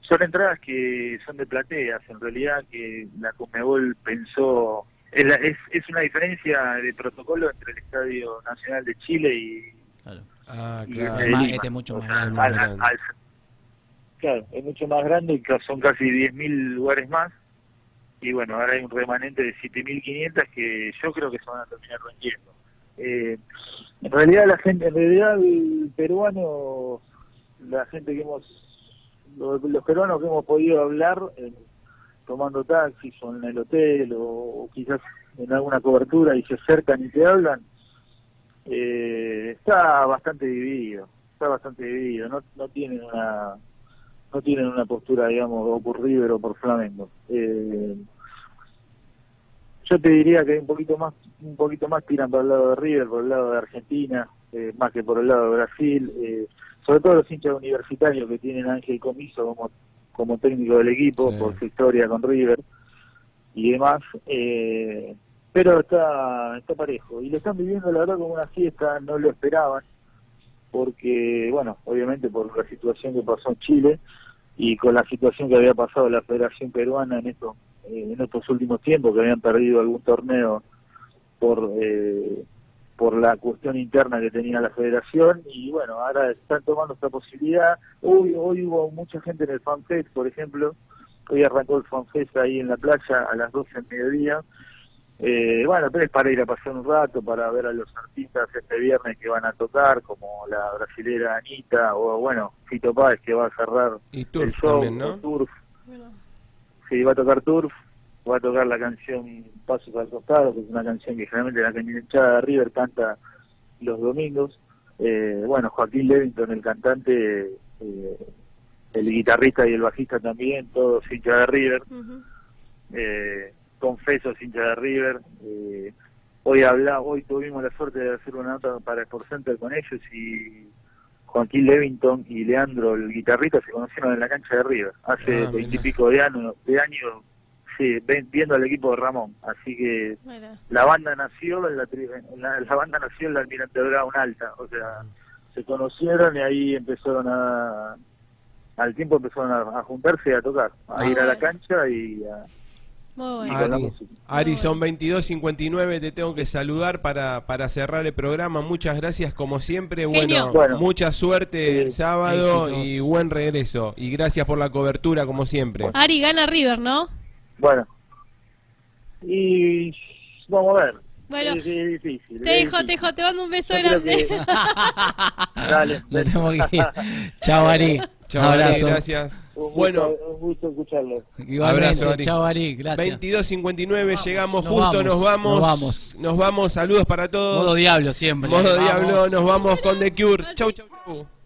[SPEAKER 6] Son entradas que son de plateas, en realidad que la Comebol pensó... Es, la- es, es una diferencia de protocolo entre el Estadio Nacional de Chile y...
[SPEAKER 3] Claro.
[SPEAKER 1] Ah,
[SPEAKER 6] y
[SPEAKER 1] claro.
[SPEAKER 6] el de
[SPEAKER 3] Ma-
[SPEAKER 6] Lima.
[SPEAKER 3] este mucho
[SPEAKER 6] O
[SPEAKER 3] más
[SPEAKER 6] sea,
[SPEAKER 3] grande.
[SPEAKER 6] al- al- al- claro, es mucho más grande y ca- son casi 10.000 lugares más. Y bueno, ahora hay un remanente de 7.500 que yo creo que se van a terminar vendiendo. Eh, en realidad la gente, en realidad el peruano, la gente que hemos, lo- los, peruanos que hemos podido hablar eh, tomando taxis o en el hotel o, o quizás en alguna cobertura y se acercan y te hablan, eh, está bastante dividido, está bastante dividido, no, no tienen una no tienen una postura digamos o por River o por Flamengo. Eh, yo te diría que hay un poquito más un poquito más tiran por el lado de River, por el lado de Argentina, eh, más que por el lado de Brasil, eh, sobre todo los hinchas universitarios que tienen a Ángel Comiso como como técnico del equipo
[SPEAKER 1] Sí.
[SPEAKER 6] por su historia con River y demás. Eh, pero está, está parejo. Y lo están viviendo, la verdad, como una fiesta, no lo esperaban, porque, bueno, obviamente por la situación que pasó en Chile y con la situación que había pasado la Federación Peruana en, estos eh, en estos últimos tiempos, que habían perdido algún torneo por... eh, por la cuestión interna que tenía la federación y bueno, ahora están tomando esta posibilidad. Hoy, hoy hubo mucha gente en el FanFest, por ejemplo, hoy arrancó el FanFest ahí en la playa a las 12 del mediodía. Eh, bueno, pero es para ir a pasar un rato, para ver a los artistas este viernes que van a tocar, como la brasilera Anita o bueno, Fito Páez que va a cerrar
[SPEAKER 1] Y
[SPEAKER 6] el
[SPEAKER 1] Turf
[SPEAKER 6] show,
[SPEAKER 1] también,
[SPEAKER 6] o
[SPEAKER 1] ¿no?
[SPEAKER 6] Turf.
[SPEAKER 2] Bueno,
[SPEAKER 6] Sí, va a tocar Turf, va a tocar la canción Pasos al Costado, que es una canción que generalmente la hinchada de River canta los domingos. Eh, bueno, Joaquín Levington, el cantante, eh, el guitarrista y el bajista también, todos hinchas de River.
[SPEAKER 2] ujú.
[SPEAKER 6] Eh, confeso, es hincha de River. Eh, hoy habla, hoy tuvimos la suerte de hacer una nota para Sport Center con ellos y Joaquín Levington y Leandro, el guitarrista, se conocieron en la cancha de River hace
[SPEAKER 1] Ah,
[SPEAKER 6] veintipico de años, de años sí, ven- viendo al equipo de Ramón. Así que
[SPEAKER 2] Mira.
[SPEAKER 6] la banda nació en la, tri- en la, la banda nació en la Almirante Brown Alta, o sea, se conocieron y ahí empezaron a al tiempo empezaron a, a juntarse y a tocar, a
[SPEAKER 2] Ah,
[SPEAKER 6] ir a la
[SPEAKER 2] bueno.
[SPEAKER 6] cancha y a,
[SPEAKER 2] Muy bueno.
[SPEAKER 6] con la
[SPEAKER 1] Ari,
[SPEAKER 6] música.
[SPEAKER 1] Ari, son 22.59, te tengo que saludar para, para cerrar el programa. Muchas gracias, como siempre. Bueno,
[SPEAKER 2] Genio.
[SPEAKER 6] Bueno.
[SPEAKER 1] mucha suerte el
[SPEAKER 6] Sí.
[SPEAKER 1] sábado
[SPEAKER 3] Éxitos.
[SPEAKER 1] y buen regreso. Y gracias por la cobertura, como siempre.
[SPEAKER 2] Ari gana River, ¿no?
[SPEAKER 6] Bueno. Y vamos a ver.
[SPEAKER 2] Bueno,
[SPEAKER 6] es, es difícil.
[SPEAKER 2] Te
[SPEAKER 6] es
[SPEAKER 2] dijo, te
[SPEAKER 6] difícil.
[SPEAKER 2] dijo, te mando un beso
[SPEAKER 6] Yo creo
[SPEAKER 2] grande.
[SPEAKER 6] que- Dale.
[SPEAKER 3] No tengo que ir. Chao, Ari.
[SPEAKER 1] Chao, Ari,
[SPEAKER 3] Abrazo.
[SPEAKER 1] gracias.
[SPEAKER 6] Un gusto-
[SPEAKER 1] Bueno,
[SPEAKER 6] Un gusto escucharlo.
[SPEAKER 3] Igualmente.
[SPEAKER 1] Abrazo, Ari.
[SPEAKER 3] Chao, Ari. Gracias.
[SPEAKER 1] 22.59, llegamos
[SPEAKER 3] nos
[SPEAKER 1] justo,
[SPEAKER 3] vamos,
[SPEAKER 1] nos vamos.
[SPEAKER 3] nos vamos.
[SPEAKER 1] Nos vamos, saludos para todos.
[SPEAKER 3] Modo diablo siempre.
[SPEAKER 1] Modo
[SPEAKER 3] Vamos.
[SPEAKER 1] Diablo, nos vamos con The Cure. Chau, chau, chau.